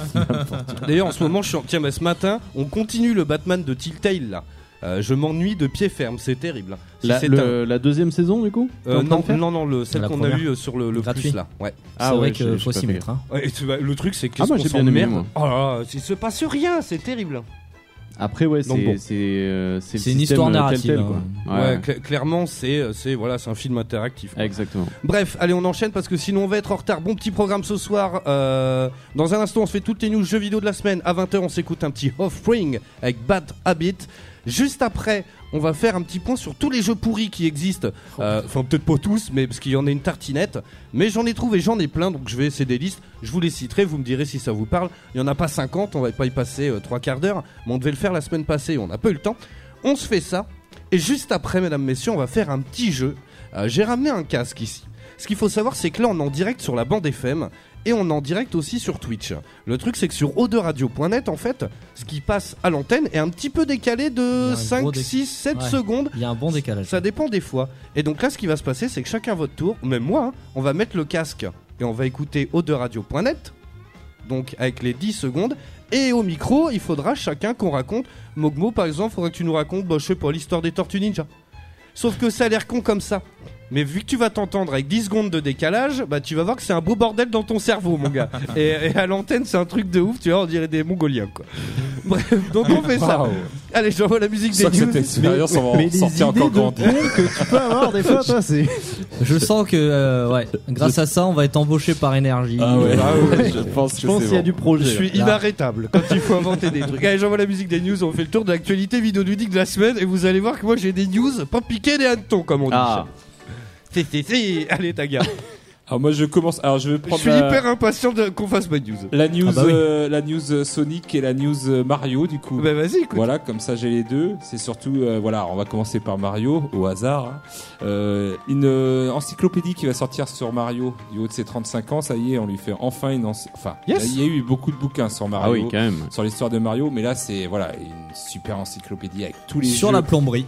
Speaker 3: D'ailleurs, en ce moment, je suis en... tiens, mais ce matin, on continue le Batman de Telltale là. Euh, je m'ennuie de pied ferme, c'est terrible. Si
Speaker 2: La,
Speaker 3: c'est
Speaker 2: le-
Speaker 3: un-
Speaker 2: la deuxième saison, du coup t'es
Speaker 3: euh,
Speaker 2: en train
Speaker 3: non,
Speaker 2: de faire
Speaker 3: non, non, le, celle
Speaker 6: La
Speaker 3: qu'on a
Speaker 6: première.
Speaker 3: eue euh, sur le, le
Speaker 6: Gratuit.
Speaker 3: plus là. Ouais.
Speaker 6: C'est
Speaker 2: Ah ouais,
Speaker 6: vrai
Speaker 2: j'ai-
Speaker 6: qu'il
Speaker 2: j'ai
Speaker 6: faut
Speaker 2: pas
Speaker 6: s'y
Speaker 2: fait
Speaker 6: mettre. hein.
Speaker 3: Ouais, et tu vois, le truc, c'est que
Speaker 2: Ah, moi,
Speaker 3: qu'on
Speaker 2: j'ai bien aimé,
Speaker 3: s'emmerde
Speaker 2: moi.
Speaker 3: Oh là là, il se passe rien, c'est terrible.
Speaker 2: Après, ouais,
Speaker 3: Donc
Speaker 2: c'est
Speaker 3: bon.
Speaker 2: c'est, euh, c'est le
Speaker 6: C'est une
Speaker 2: système,
Speaker 6: histoire
Speaker 2: euh,
Speaker 6: narrative,
Speaker 2: Telltale,
Speaker 6: hein.
Speaker 2: quoi.
Speaker 3: Ouais,
Speaker 2: Ouais,
Speaker 3: cla- clairement, c'est euh, c'est voilà, c'est un film interactif. quoi.
Speaker 2: Exactement.
Speaker 3: Bref, allez, on enchaîne parce que sinon on va être en retard. Bon petit programme ce soir. euh, dans un instant, on se fait toutes les news jeux vidéo de la semaine. À 20h, on s'écoute un petit Offspring avec Bad Habit. Juste après, on va faire un petit point sur tous les jeux pourris qui existent.
Speaker 6: Oh.
Speaker 3: Euh, Enfin, peut-être pas tous, mais parce qu'il y en a une tartinette. Mais j'en ai trouvé, j'en ai plein, donc je vais essayer des listes. Je vous les citerai, vous me direz si ça vous parle. Il n'y en a pas 50, on va pas y passer euh, trois quarts d'heure. Mais on devait le faire la semaine passée, on n'a pas eu le temps. On se fait ça. Et juste après, mesdames, messieurs, on va faire un petit jeu. Euh, J'ai ramené un casque ici. Ce qu'il faut savoir, c'est que là, on est en direct sur la bande FM et on est en direct aussi sur Twitch. Le truc, c'est que sur oderadio.net, en fait, ce qui passe à l'antenne est un petit peu décalé
Speaker 6: Il y a
Speaker 3: de
Speaker 6: un
Speaker 3: 5,
Speaker 6: gros déc-
Speaker 3: 6, 7
Speaker 6: Ouais.
Speaker 3: secondes.
Speaker 6: Il y a un bon décalage.
Speaker 3: Ça dépend des fois. Et donc là, ce qui va se passer, c'est que chacun à votre tour, même moi, hein, on va mettre le casque et on va écouter oderadio.net, donc avec les 10 secondes. Et au micro, il faudra chacun qu'on raconte. Mogmo, par exemple, faudra que tu nous racontes, bah, je sais pas, l'histoire des Tortues Ninja. Sauf que ça a l'air con comme ça. Mais vu que tu vas t'entendre avec 10 secondes de décalage, bah tu vas voir que c'est un beau bordel dans ton cerveau, mon
Speaker 5: [LAUGHS]
Speaker 3: gars. Et, et à l'antenne, c'est un truc de ouf, tu vois, on dirait des Mongoliens, quoi. Bref, donc on fait ça. Allez, j'envoie la musique des
Speaker 5: Sans que cette
Speaker 3: news.
Speaker 5: expérience, on va en sortir encore grandi.
Speaker 2: que tu peux avoir des fois, toi, c'est.
Speaker 6: Je sens que euh, ouais, grâce à ça, on va être embauché par énergie.
Speaker 5: Ah ouais,
Speaker 3: Ah ouais.
Speaker 5: je pense que
Speaker 2: Je pense
Speaker 5: c'est
Speaker 2: qu'il y a
Speaker 5: bon.
Speaker 2: du projet.
Speaker 3: Je suis
Speaker 6: Là.
Speaker 3: inarrêtable quand il faut inventer des trucs. Allez, j'envoie la musique des news, on fait le tour de l'actualité vidéoludique de la semaine et vous allez voir que moi j'ai des news pas piquées des hannetons comme on dit.
Speaker 2: Ah.
Speaker 3: Si, si, si. Allez, ta gueule.
Speaker 5: Alors moi je commence. Alors je vais
Speaker 3: Je
Speaker 5: prendre
Speaker 3: suis
Speaker 5: la,
Speaker 3: hyper impatient de- qu'on fasse ma news. Eh
Speaker 5: la news,
Speaker 6: Ah bah oui.
Speaker 5: euh, la news euh, Sonic et la news euh, Mario du coup.
Speaker 3: Bah vas-y, écoute.
Speaker 5: Voilà, comme ça j'ai les deux. C'est surtout, euh, voilà, on va commencer par Mario, au hasard. hein. Euh, une euh, encyclopédie qui va sortir sur Mario du haut de ses 35 ans. Ça y est, on lui fait enfin une. ency- Enfin,
Speaker 3: Yes.
Speaker 5: il y a eu beaucoup de bouquins sur
Speaker 2: Ah
Speaker 5: Mario.
Speaker 2: oui, quand même.
Speaker 5: Sur l'histoire de Mario, mais là c'est voilà une super encyclopédie avec tous les
Speaker 6: Sur
Speaker 5: jeux
Speaker 6: la plomberie.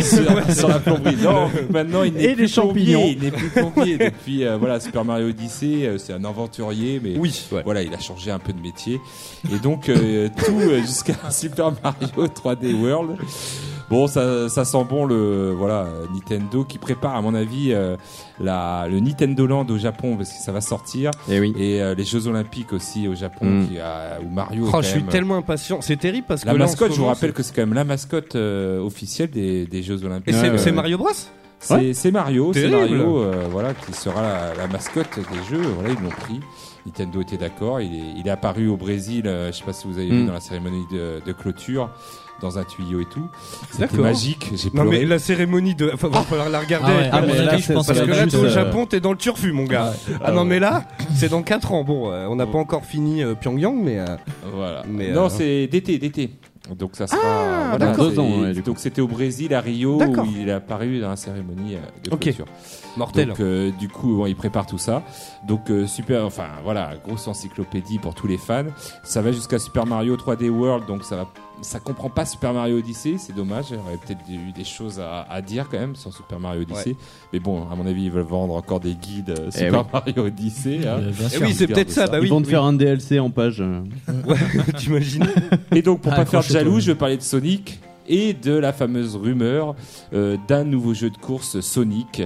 Speaker 5: sur, sur la plomberie. Non, maintenant il n'est
Speaker 2: Et
Speaker 5: plus
Speaker 2: les
Speaker 5: plombier,
Speaker 2: champignons.
Speaker 5: Il n'est plus plombier depuis euh, voilà Super Mario Odyssey. euh, c'est un aventurier, mais
Speaker 3: Oui, ouais.
Speaker 5: voilà, il a changé un peu de métier. Et donc, euh, tout euh, jusqu'à [LAUGHS] Super Mario 3D World. Bon, ça, ça sent bon le voilà euh, Nintendo qui prépare, à mon avis, euh, la, le Nintendo Land au Japon parce que ça va sortir
Speaker 2: Et Eh oui.
Speaker 5: et euh, les Jeux Olympiques aussi au Japon
Speaker 2: Mm.
Speaker 5: qui a, où Mario. est
Speaker 3: Oh,
Speaker 5: quand
Speaker 3: je suis
Speaker 5: même- euh,
Speaker 3: tellement impatient. C'est terrible parce que.
Speaker 5: La
Speaker 3: là, en
Speaker 5: mascotte,
Speaker 3: ce
Speaker 5: je vous
Speaker 3: moment,
Speaker 5: rappelle que c'est quand même la mascotte euh, officielle des, des Jeux
Speaker 3: c'est- Et
Speaker 5: Olympiques.
Speaker 3: c'est
Speaker 5: Ouais,
Speaker 3: c'est
Speaker 5: ouais.
Speaker 3: Mario Bros
Speaker 5: C'est c'est Mario, c'est
Speaker 3: Terrible.
Speaker 5: Mario, euh, voilà, qui sera la, la mascotte des jeux. Voilà, ils l'ont pris. Nintendo était d'accord. Il est, il est apparu au Brésil. euh, je sais pas si vous avez vu
Speaker 2: Mm.
Speaker 5: dans la cérémonie de, de clôture, dans un tuyau et tout. C'était
Speaker 3: D'accord.
Speaker 5: magique. J'ai
Speaker 3: Non, mais
Speaker 5: pleuré.
Speaker 3: la cérémonie de. Enfin, va falloir la regarder.
Speaker 6: Ah ouais, à
Speaker 2: mais
Speaker 6: mon
Speaker 2: là,
Speaker 6: avis, je
Speaker 2: c'est-
Speaker 6: pense
Speaker 2: ça
Speaker 3: Parce
Speaker 2: va
Speaker 3: que
Speaker 6: que
Speaker 3: là,
Speaker 2: juste,
Speaker 3: t'es au
Speaker 2: euh,
Speaker 3: Japon, t'es dans le turfu, mon gars. Ah non,
Speaker 5: ouais.
Speaker 3: mais là, c'est dans 4 ans. Bon, euh, on n'a pas encore fini euh, Pyongyang, mais. euh,
Speaker 5: Voilà.
Speaker 3: Mais,
Speaker 5: non,
Speaker 3: euh, Ah,
Speaker 5: c'est d'été, d'été. Donc ça sera. voilà,
Speaker 2: d'accord.
Speaker 5: c'est-
Speaker 2: Deux ans, ouais, du coup.
Speaker 5: donc c'était au Brésil, à Rio,
Speaker 3: D'accord.
Speaker 5: où il est apparu dans la cérémonie euh, de
Speaker 3: Ok.
Speaker 5: clôture.
Speaker 3: Mortel.
Speaker 5: Donc euh, du coup, bon, il prépare tout ça. Donc euh, super, enfin voilà, grosse encyclopédie pour tous les fans. Ça va jusqu'à Super Mario 3D World, donc ça va, ça comprend pas Super Mario Odyssey, c'est dommage. Il y aurait peut-être eu des choses à, à dire quand même sur Super Mario Odyssey. Mais bon, à mon avis, ils veulent vendre encore des guides euh,
Speaker 2: Eh
Speaker 5: Super Mario Odyssey. hein.
Speaker 6: Euh, [LAUGHS] bien
Speaker 3: Eh
Speaker 6: sûr.
Speaker 3: oui, c'est
Speaker 5: regarde
Speaker 3: peut-être ça.
Speaker 5: ça.
Speaker 3: Bah
Speaker 2: Ils
Speaker 3: oui.
Speaker 2: vont te
Speaker 3: oui.
Speaker 2: faire un DLC en page. euh.
Speaker 3: Ouais, T'imagines
Speaker 5: Et donc pour
Speaker 6: Ah,
Speaker 5: pas faire de
Speaker 6: accrochez-toi.
Speaker 5: jaloux, je vais parler de Sonic. et de la fameuse rumeur euh, d'un nouveau jeu de course Sonic.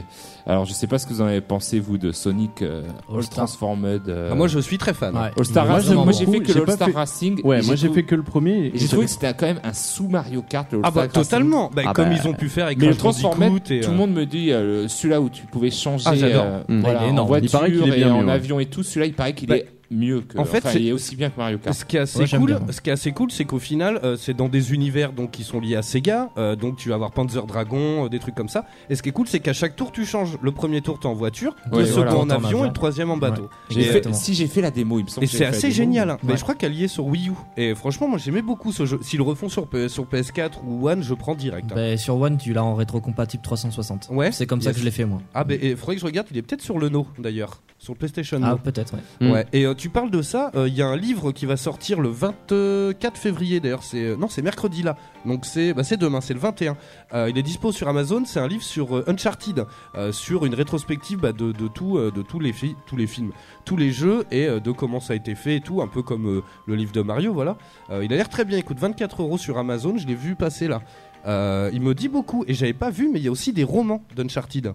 Speaker 5: Alors je sais pas ce que vous en avez pensé vous de Sonic euh, All
Speaker 6: All-Star.
Speaker 5: Transformed. euh,
Speaker 3: Ah, moi, je suis très fan.
Speaker 6: Ouais.
Speaker 5: All Star
Speaker 6: Moi,
Speaker 5: Racing.
Speaker 6: j'aime
Speaker 5: Moi j'ai
Speaker 2: beaucoup.
Speaker 5: fait que
Speaker 2: J'ai pas
Speaker 5: l'All Star
Speaker 2: fait-
Speaker 5: Racing.
Speaker 2: Ouais,
Speaker 5: et
Speaker 2: moi j'ai
Speaker 5: trou-
Speaker 2: fait que le premier.
Speaker 5: et J'ai trouvé que c'était quand même un sous Mario Kart. Le
Speaker 3: Ah,
Speaker 5: All-Star
Speaker 3: bah,
Speaker 5: Racing.
Speaker 3: totalement. Bah,
Speaker 5: Ah
Speaker 3: comme
Speaker 5: bah,
Speaker 3: ils ont pu faire avec
Speaker 5: Mais le
Speaker 3: Crash Bandicoot
Speaker 5: transformer,
Speaker 3: et,
Speaker 5: tout
Speaker 3: euh,
Speaker 5: le monde me dit euh, le- celui-là où tu pouvais changer
Speaker 3: Ah, j'adore.
Speaker 5: euh,
Speaker 2: Mm.
Speaker 5: voilà,
Speaker 6: Il est
Speaker 5: en
Speaker 6: énorme.
Speaker 2: Il paraît qu'il
Speaker 5: voiture
Speaker 2: est
Speaker 5: et
Speaker 2: bien
Speaker 5: en
Speaker 2: mieux, ouais.
Speaker 5: avion et tout, celui-là il paraît qu'il
Speaker 3: Bah,
Speaker 5: est mieux que
Speaker 3: en fait,
Speaker 5: enfin,
Speaker 3: c'est-
Speaker 5: il est aussi bien que Mario Kart.
Speaker 3: Ce qui est assez
Speaker 6: Ouais, j'aime
Speaker 3: cool,
Speaker 6: bien.
Speaker 3: ce qui est assez cool, c'est qu'au final, euh, c'est dans des univers donc qui sont liés à Sega. euh, donc tu vas avoir Panzer Dragon, euh, des trucs comme ça. Et ce qui est cool, c'est qu'à chaque tour, tu changes. Le premier tour, t'es en voiture, le
Speaker 5: Ouais,
Speaker 3: second
Speaker 6: voilà.
Speaker 3: en avion et le troisième en
Speaker 6: Ouais.
Speaker 3: bateau.
Speaker 5: J'ai
Speaker 3: Et, euh,
Speaker 5: fait-
Speaker 6: Exactement.
Speaker 5: si j'ai fait la démo, il me semble.
Speaker 3: et
Speaker 5: que
Speaker 3: c'est
Speaker 5: j'avais fait la
Speaker 3: assez
Speaker 5: démo.
Speaker 3: génial. hein. Mais
Speaker 6: Ouais.
Speaker 3: je crois qu'elle y est sur Wii U. Et franchement, moi j'aimais beaucoup ce jeu. S'ils le refont sur, P- sur PS4 ou One, je prends direct. hein.
Speaker 6: Bah, sur One, tu l'as en rétrocompatible 360.
Speaker 3: Ouais.
Speaker 6: C'est comme ça
Speaker 3: Oh. Yes.
Speaker 6: que je l'ai fait moi.
Speaker 3: Ah, bah, il faudrait que je regarde. Il est peut-être sur le No d'ailleurs, sur le PlayStation.
Speaker 6: Ah,
Speaker 3: No.
Speaker 6: peut-être, ouais.
Speaker 2: Mm.
Speaker 3: Ouais. Et euh, tu parles de ça, euh, il y a un livre qui va sortir le 24 février d'ailleurs, c'est euh, non, c'est mercredi là. Donc c'est bah, c'est demain, c'est le 21. Euh, il est dispo sur Amazon, c'est un livre sur euh, Uncharted, euh, sur une rétrospective bah, de, de tout euh, de tous les fi- tous les films, tous les jeux et euh, de comment ça a été fait et tout, un peu comme euh, le livre de Mario, voilà. Euh, il a l'air très bien, il coûte 24 euros sur Amazon, je l'ai vu passer là. Euh, il me dit beaucoup et j'avais pas vu, mais il y a aussi des romans d'Uncharted.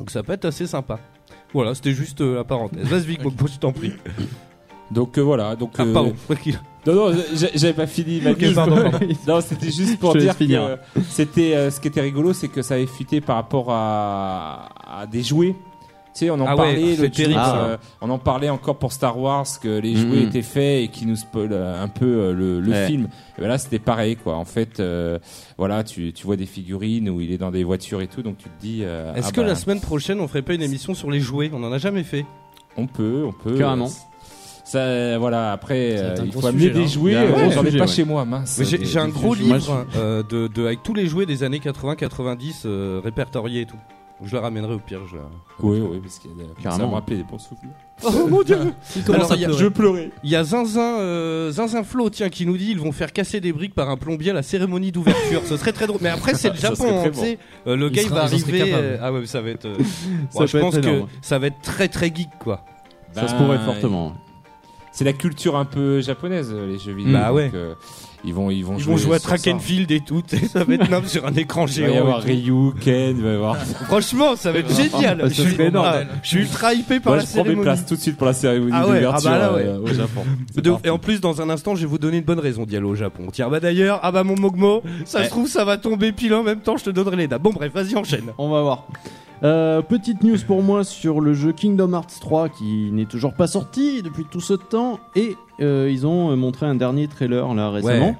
Speaker 3: Donc ça peut être assez sympa. Voilà, c'était juste euh, la parenthèse. Vas-y, Vic, Bobo, je t'en prie.
Speaker 5: Donc euh, voilà, donc
Speaker 3: Ah,
Speaker 5: euh,
Speaker 3: pardon.
Speaker 5: Non, non, j'ai- j'avais pas fini
Speaker 2: [LAUGHS]
Speaker 5: ma
Speaker 2: Ok,
Speaker 5: news.
Speaker 2: pardon, pardon.
Speaker 5: Non, c'était juste pour
Speaker 2: Je te laisse
Speaker 5: dire que
Speaker 2: finir.
Speaker 5: euh, c'était euh, ce qui était rigolo, c'est que ça avait fuité par rapport à, à des jouets. Tu sais, on en
Speaker 3: Ah ouais,
Speaker 5: parlait
Speaker 3: c'est
Speaker 5: l'autre jour,
Speaker 3: terrible, ça.
Speaker 5: euh, on en parlait encore pour Star Wars que les jouets
Speaker 2: Mhm.
Speaker 5: étaient faits et qui nous spoil euh, un peu euh, le, le
Speaker 2: Ouais.
Speaker 5: film. Et ben là, c'était pareil quoi. En fait, euh, voilà, tu, tu vois des figurines où il est dans des voitures et tout, donc tu te dis. euh,
Speaker 3: Est-ce
Speaker 5: ah
Speaker 3: que
Speaker 5: ben,
Speaker 3: la semaine prochaine, on ferait pas une émission sur les jouets On en a jamais fait.
Speaker 5: On peut, on peut.
Speaker 2: Carrément.
Speaker 5: Ça, euh, voilà. Après,
Speaker 6: Ça va être
Speaker 5: euh,
Speaker 6: un
Speaker 5: il
Speaker 6: gros
Speaker 5: faut amener
Speaker 6: sujet,
Speaker 5: des
Speaker 6: là.
Speaker 5: jouets.
Speaker 2: Il y a un
Speaker 5: euh,
Speaker 2: gros
Speaker 5: J'en ai
Speaker 2: sujet,
Speaker 5: pas
Speaker 2: ouais.
Speaker 5: chez moi, mince.
Speaker 3: Mais J'ai
Speaker 5: Des-
Speaker 3: j'ai un
Speaker 5: des
Speaker 3: gros
Speaker 5: vieux jouets.
Speaker 3: livre euh, de, de- avec tous les jouets des années 80-90 euh, répertoriés et tout. Je le ramènerai au pire. Je...
Speaker 5: Oui, oui, parce qu'il y a des...
Speaker 2: Carrément.
Speaker 5: ça me rappelait des bons souvenirs.
Speaker 3: Oh mon
Speaker 6: [LAUGHS]
Speaker 3: dieu
Speaker 6: commence à
Speaker 3: il y a,
Speaker 6: pleurer. Je
Speaker 3: pleurais. Il y a Zinzin, euh, Zinzin Flo, tiens, qui nous dit ils vont faire casser des briques par un plombier à la cérémonie d'ouverture. Ce serait très drôle. Mais après, c'est le
Speaker 5: Ça
Speaker 3: Japon,
Speaker 5: serait très
Speaker 3: hein, tu sais. Euh, le
Speaker 6: Ils
Speaker 3: gars, il
Speaker 6: seraient-
Speaker 3: va
Speaker 6: ils en seraient
Speaker 3: arriver.
Speaker 6: capables.
Speaker 3: euh, ah ouais, mais ça va être. euh,
Speaker 2: Ça
Speaker 3: bon, je
Speaker 2: peut être
Speaker 3: pense que
Speaker 2: énorme.
Speaker 3: ça va être très très geek, quoi.
Speaker 2: Ça se
Speaker 5: Ben,
Speaker 2: pourrait fortement.
Speaker 5: C'est la culture un peu japonaise, euh, les jeux vidéo.
Speaker 3: Bah
Speaker 5: donc,
Speaker 3: ouais.
Speaker 5: euh, ils vont, ils vont
Speaker 3: Ils
Speaker 5: jouer
Speaker 3: vont jouer à
Speaker 5: sur
Speaker 3: Track
Speaker 5: ça.
Speaker 3: and Field et tout. Ça [LAUGHS] va être nappe sur un écran
Speaker 5: Il va y
Speaker 3: géant.
Speaker 5: avoir
Speaker 3: et tout.
Speaker 5: Ryu, Ken, il va y
Speaker 3: [LAUGHS]
Speaker 5: avoir. [LAUGHS]
Speaker 3: Franchement, ça va être génial.
Speaker 2: ça
Speaker 3: Je suis,
Speaker 2: serait énorme.
Speaker 3: ah, je suis ultra hypé par la
Speaker 5: Moi, je prends mes
Speaker 3: cérémonie.
Speaker 5: places tout de suite pour la cérémonie
Speaker 3: Ah ouais,
Speaker 5: d'ouverture
Speaker 3: ah bah là, ouais.
Speaker 5: euh, au Japon. C'est
Speaker 3: [LAUGHS] De-
Speaker 5: parti.
Speaker 3: et en plus, dans un instant, je vais vous donner une bonne raison d'y aller au Japon. Tiens, bah d'ailleurs, ah bah mon Mogmo, ça se trouve, ça va tomber pile en même temps, je te donnerai les dates. Bon, bref, vas-y, enchaîne.
Speaker 2: On va voir. Euh, petite news pour moi sur le jeu Kingdom Hearts 3 qui n'est toujours pas sorti depuis tout ce temps et euh, ils ont euh, montré un dernier trailer là récemment
Speaker 3: Ouais.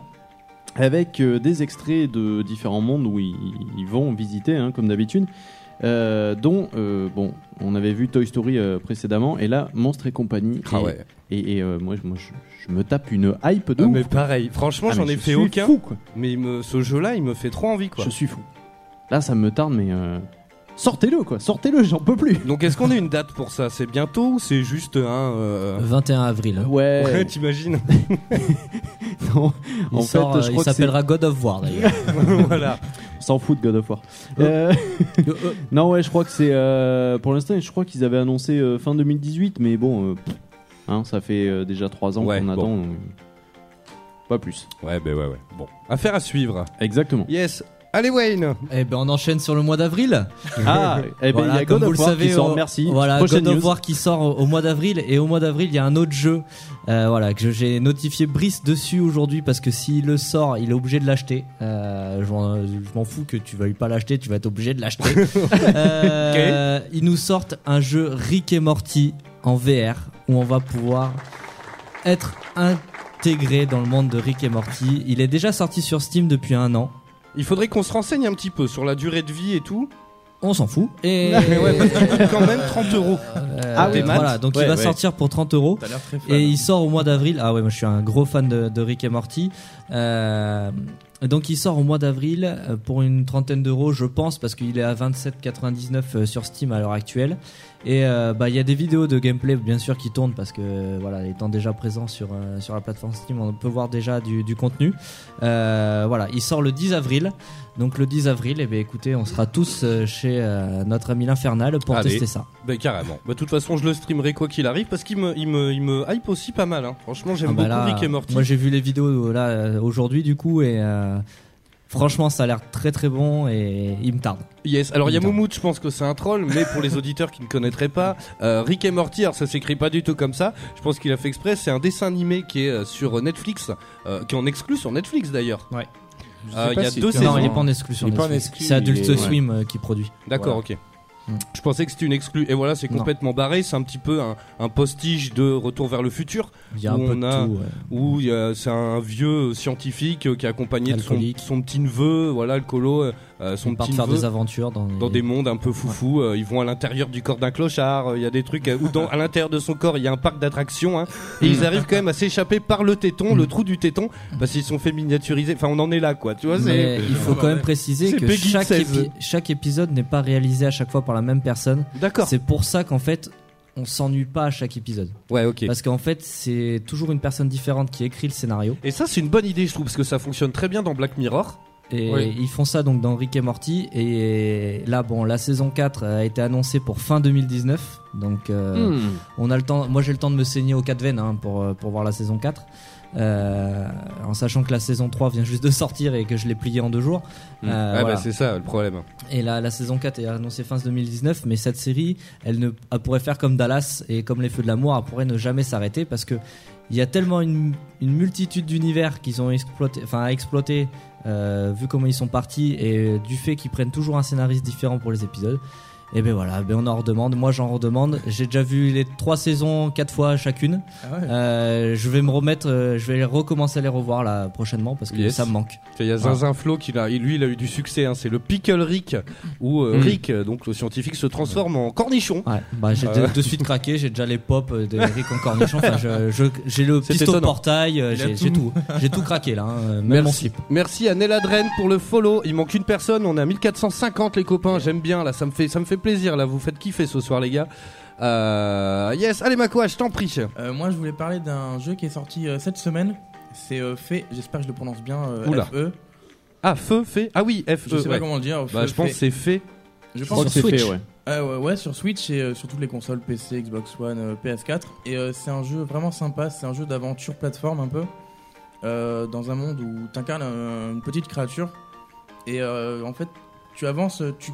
Speaker 2: avec euh, des extraits de différents mondes où ils, ils vont visiter hein, comme d'habitude euh, dont euh, bon on avait vu Toy Story euh, précédemment et là Monstres et compagnie
Speaker 3: Ah
Speaker 2: et, et, et, euh, moi, je- moi, je, je me tape une hype de
Speaker 3: Euh,
Speaker 2: ouf.
Speaker 3: mais pareil, franchement,
Speaker 2: Ah,
Speaker 3: j'en
Speaker 2: mais
Speaker 3: ai
Speaker 2: je
Speaker 3: fait
Speaker 2: suis
Speaker 3: aucun.
Speaker 2: fou, quoi.
Speaker 3: Mais il me- ce jeu-là, il me fait trop envie, quoi.
Speaker 2: Je suis fou. Là, ça me tarde, mais euh, sortez-le, quoi. Sortez-le, j'en peux plus.
Speaker 3: Donc, est-ce qu'on a une date pour ça C'est bientôt ou c'est juste un. euh,
Speaker 6: 21 avril.
Speaker 3: Ouais,
Speaker 2: Ouais.
Speaker 3: t'imagines [LAUGHS]
Speaker 2: non.
Speaker 6: Il
Speaker 2: En
Speaker 6: sort,
Speaker 2: fait,
Speaker 6: euh,
Speaker 2: je
Speaker 6: il
Speaker 2: crois que c'est-
Speaker 6: s'appellera God of War d'ailleurs.
Speaker 3: Voilà.
Speaker 2: on [LAUGHS] s'en fout de God of War. Euh, [LAUGHS] non, ouais, je crois que c'est euh, pour l'instant, je crois qu'ils avaient annoncé euh, fin 2018, mais bon, euh, pff, hein, ça fait euh, déjà 3 ans
Speaker 3: Ouais,
Speaker 2: qu'on
Speaker 3: bon.
Speaker 2: attend. donc, Pas plus.
Speaker 3: Ouais, bah ouais, ouais. Bon. Affaire à suivre.
Speaker 2: Exactement.
Speaker 3: Yes. Allez, Wayne
Speaker 6: Eh ben on enchaîne sur le mois d'avril.
Speaker 2: [LAUGHS] Ah, eh ben,
Speaker 6: Voilà,
Speaker 2: il y a
Speaker 6: comme
Speaker 2: God
Speaker 6: vous le
Speaker 2: of War
Speaker 6: savez,
Speaker 2: qui sort,
Speaker 6: au-
Speaker 2: merci.
Speaker 6: Voilà,
Speaker 2: Prochaine
Speaker 6: God
Speaker 2: news.
Speaker 6: of War qui sort au, au mois d'avril et au mois d'avril il y a un autre jeu, euh, voilà que je- j'ai notifié Brice dessus aujourd'hui parce que s'il le sort, il est obligé de l'acheter. Euh, je m'en- je m'en fous que tu veuilles pas l'acheter, tu vas être obligé de
Speaker 2: [LAUGHS]
Speaker 6: l'acheter. Euh, Ils nous sortent un jeu Rick et Morty en VR où on va pouvoir être intégré dans le monde de Rick et Morty. Il est déjà sorti sur Steam depuis un an.
Speaker 3: Il faudrait qu'on se renseigne un petit peu sur la durée de vie et tout.
Speaker 6: On s'en fout. Et
Speaker 3: Mais [LAUGHS] ouais, parce qu'il coûte quand même 30 euros.
Speaker 6: Euh,
Speaker 3: Ah oui. Des maths.
Speaker 6: voilà, donc
Speaker 2: Ouais,
Speaker 6: il va
Speaker 2: ouais.
Speaker 6: sortir pour 30 euros.
Speaker 7: T'as l'air très fan. hein.
Speaker 6: Et il sort au mois d'avril. Ah ouais, moi je suis un gros fan de, de Rick et Morty. Euh, donc il sort au mois d'avril euh, pour une trentaine d'euros, je pense, parce qu'il est à 27,99 euh, sur Steam à l'heure actuelle. Et euh, bah il y a des vidéos de gameplay bien sûr qui tournent parce que euh, voilà, étant déjà présent sur euh, sur la plateforme Steam, on peut voir déjà du, du contenu. Euh, voilà, il sort le 10 avril. Donc le 10 avril, et eh ben écoutez, on sera tous euh, chez euh, notre ami l'infernal pour
Speaker 3: Allez.
Speaker 6: tester ça.
Speaker 3: Bah carrément. Bah de toute façon, je le streamerai quoi qu'il arrive parce qu'il me, il me, il me hype aussi pas mal. Hein. Franchement, j'aime
Speaker 6: Ah bah
Speaker 3: beaucoup
Speaker 6: là,
Speaker 3: Rick et Morty.
Speaker 6: Moi j'ai vu les vidéos là euh, aujourd'hui du coup et euh, Franchement, ça a l'air très très bon et il me tarde.
Speaker 3: Yes, alors il y a
Speaker 6: Putain.
Speaker 3: Moumout, je pense que c'est un troll, mais pour les auditeurs qui ne connaîtraient pas, euh, Rick et Morty, alors ça s'écrit pas du tout comme ça, je pense qu'il a fait exprès, c'est un dessin animé qui est euh, sur Netflix, euh, qui est en exclu sur Netflix d'ailleurs.
Speaker 6: Ouais.
Speaker 5: Je sais
Speaker 3: Euh, Il
Speaker 5: pas
Speaker 3: y a
Speaker 5: si-
Speaker 3: deux
Speaker 5: Non,
Speaker 3: saisons.
Speaker 6: Non, il est pas en exclusion.
Speaker 5: Il est pas en exclu,
Speaker 6: C'est Adult
Speaker 5: il est-
Speaker 6: Swim euh, qui produit.
Speaker 3: D'accord, ok.
Speaker 6: Mm.
Speaker 3: Je pensais que c'était une exclue, et voilà, c'est
Speaker 6: Non.
Speaker 3: complètement barré, c'est un petit peu un, un postige de Retour vers le futur,
Speaker 6: Il y a un
Speaker 3: Où
Speaker 6: peu
Speaker 3: on
Speaker 6: de
Speaker 3: a-
Speaker 6: tout. euh, ouais.
Speaker 3: où il y a- c'est un vieux scientifique euh, qui est accompagné de son,
Speaker 6: Alcoolique.
Speaker 3: son petit neveu, voilà, le colo, euh, euh, son
Speaker 6: Ils partent
Speaker 3: petit
Speaker 6: faire
Speaker 3: neveu.
Speaker 6: des aventures dans,
Speaker 3: dans des mondes un peu foufou. euh, ils vont à l'intérieur du corps d'un clochard. euh, Il y a des trucs euh, où dans, à l'intérieur de son corps il y a un parc d'attractions. hein, et
Speaker 6: Mm.
Speaker 3: ils arrivent quand même à s'échapper par le téton, le trou du téton, parce qu'ils sont fait miniaturiser. Enfin, on en est là, quoi. Tu vois,
Speaker 6: Mais
Speaker 3: c'est
Speaker 6: il faut quand même préciser
Speaker 3: C'est
Speaker 6: que
Speaker 3: Peggy
Speaker 6: chaque,
Speaker 3: 16.
Speaker 6: épi- chaque épisode n'est pas réalisé à chaque fois par la même personne.
Speaker 3: d'accord.
Speaker 6: C'est pour ça qu'en fait, on s'ennuie pas à chaque épisode.
Speaker 3: Ouais, ok.
Speaker 6: Parce qu'en fait, c'est toujours une personne différente qui écrit le scénario.
Speaker 3: Et ça, c'est une bonne idée, je trouve, parce que ça fonctionne très bien dans Black Mirror.
Speaker 6: Et
Speaker 5: Oui.
Speaker 6: ils font ça donc dans Rick et Morty. Et là, bon, la saison 4 a été annoncée pour fin 2019. Donc, euh, on a le temps. Moi, j'ai le temps de me saigner aux 4 veines hein, pour, euh, pour voir la saison 4. Euh, en sachant que la saison 3 vient juste de sortir et que je l'ai pliée en deux jours.
Speaker 2: Mm.
Speaker 6: Euh,
Speaker 3: ah,
Speaker 6: voilà.
Speaker 3: bah, c'est ça le problème.
Speaker 6: Et la, la saison 4 est annoncée fin 2019, mais cette série, elle, ne, elle pourrait faire comme Dallas et comme Les Feux de l'amour, elle pourrait ne jamais s'arrêter parce que il y a tellement une, une multitude d'univers qu'ils ont exploité, enfin, à exploiter, euh, vu comment ils sont partis et du fait qu'ils prennent toujours un scénariste différent pour les épisodes. Et ben voilà, ben on en redemande. Moi, j'en redemande. J'ai déjà vu les trois saisons quatre fois chacune.
Speaker 7: Ah ouais.
Speaker 6: Euh, je vais me remettre, euh, je vais recommencer à les revoir là prochainement parce que
Speaker 3: Yes.
Speaker 6: ça me manque.
Speaker 3: Il y a Zinzin Flo qui l'a, lui, il a eu du succès. hein, c'est le Pickle Rick, où euh,
Speaker 2: Mm.
Speaker 3: Rick, euh, donc le scientifique, se transforme en
Speaker 7: Ah,
Speaker 3: cornichon.
Speaker 6: Ouais, bah
Speaker 7: Euh,
Speaker 6: j'ai de, de suite craqué, j'ai déjà les pop euh, des Rick en cornichon, enfin je- je- j'ai le
Speaker 3: C'est
Speaker 6: pistolet
Speaker 3: étonnant.
Speaker 6: portail, euh,
Speaker 7: Il a
Speaker 6: j'ai
Speaker 7: tout.
Speaker 6: j'ai tout, j'ai tout craqué là, hein, euh, même
Speaker 3: Merci.
Speaker 6: mon slip.
Speaker 3: Merci à Nella Dren pour le follow. Il manque une personne, on est à 1450 les copains, j'aime bien là, ça me fait ça me fait plaisir là, vous faites kiffer ce soir les gars. Euh, yes, allez Makoa, je t'en prie.
Speaker 7: Euh, moi, je voulais parler d'un jeu qui est sorti euh, cette semaine. C'est euh, fait, j'espère que je le prononce bien. euh,
Speaker 3: Oula.
Speaker 7: FE.
Speaker 3: Ah feu fait. Ah oui, F
Speaker 7: Je sais pas comment le dire.
Speaker 3: Bah
Speaker 7: Fe,
Speaker 3: je pense que
Speaker 7: Fe.
Speaker 3: c'est fait.
Speaker 7: Je
Speaker 2: Je
Speaker 7: pense
Speaker 2: crois que
Speaker 6: sur
Speaker 2: Oh, c'est fait,
Speaker 6: Switch.
Speaker 2: ouais.
Speaker 7: Ah ouais, ouais, sur Switch et euh, sur toutes les consoles PC, Xbox One, euh, PS4. Et euh, c'est un jeu vraiment sympa, c'est un jeu d'aventure plateforme un peu, euh, dans un monde où t'incarnes euh, une petite créature. Et euh, en fait, tu avances, tu...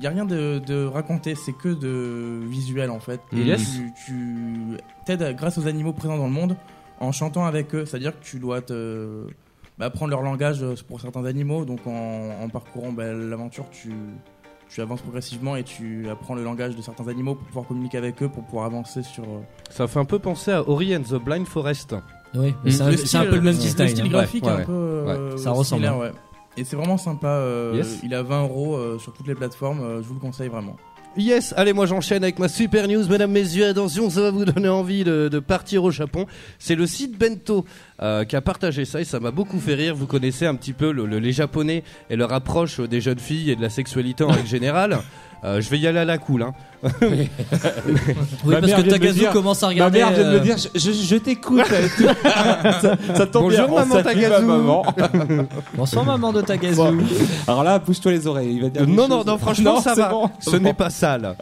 Speaker 7: y a rien de, de raconté, c'est que de visuel en fait. Et
Speaker 3: Yes.
Speaker 7: tu, tu t'aides à- grâce aux animaux présents dans le monde en chantant avec eux, c'est-à-dire que tu dois te... bah, apprendre leur langage euh, pour certains animaux, donc en, en parcourant bah, l'aventure, tu tu avances progressivement et tu apprends le langage de certains animaux pour pouvoir communiquer avec eux, pour pouvoir avancer sur. euh,
Speaker 3: Ça fait un peu penser à Ori and the Blind Forest.
Speaker 6: Oui, mais c'est un-
Speaker 7: le
Speaker 6: c'est
Speaker 7: style- euh,
Speaker 6: un, peu le même
Speaker 7: Le
Speaker 6: design.
Speaker 7: style
Speaker 6: hein.
Speaker 7: graphique
Speaker 3: Ouais,
Speaker 7: est
Speaker 3: ouais,
Speaker 7: un peu. euh,
Speaker 6: Ça ressemble,
Speaker 7: similaire, ouais. Et c'est vraiment sympa. euh,
Speaker 3: Yes.
Speaker 7: Il a 20 euros euh, sur toutes les plateformes. euh, je vous le conseille vraiment.
Speaker 3: Yes, allez moi j'enchaîne avec ma super news, mesdames, messieurs, attention, ça va vous donner envie de, de partir au Japon. C'est le site Bento euh, qui a partagé ça et ça m'a beaucoup fait rire. Vous connaissez un petit peu le- le- les Japonais et leur approche euh, des jeunes filles et de la sexualité en règle générale. Euh, je vais y aller à la cool. Hein.
Speaker 6: Oui,
Speaker 5: Ma
Speaker 6: parce
Speaker 5: mère
Speaker 6: que
Speaker 5: vient de le
Speaker 6: Takazu
Speaker 5: dire.
Speaker 6: commence à
Speaker 5: Ma
Speaker 6: regarder.
Speaker 5: mère vient de
Speaker 6: euh,
Speaker 5: me dire, Bah, je, je- je t'écoute. [LAUGHS] ça, ça tombe bien.
Speaker 3: Bonjour, Ah,
Speaker 5: on
Speaker 3: maman
Speaker 5: salue ma
Speaker 3: Tagazu.
Speaker 5: maman.
Speaker 6: Bonsoir maman de Takazu.
Speaker 5: [LAUGHS] Alors là, bouge-toi les oreilles. Il va dire
Speaker 3: Euh,
Speaker 5: des
Speaker 3: non, non,
Speaker 5: choses.
Speaker 3: non,
Speaker 5: [LAUGHS]
Speaker 3: franchement, ça
Speaker 5: c'est
Speaker 3: va.
Speaker 5: bon.
Speaker 3: Ce n'est pas sale.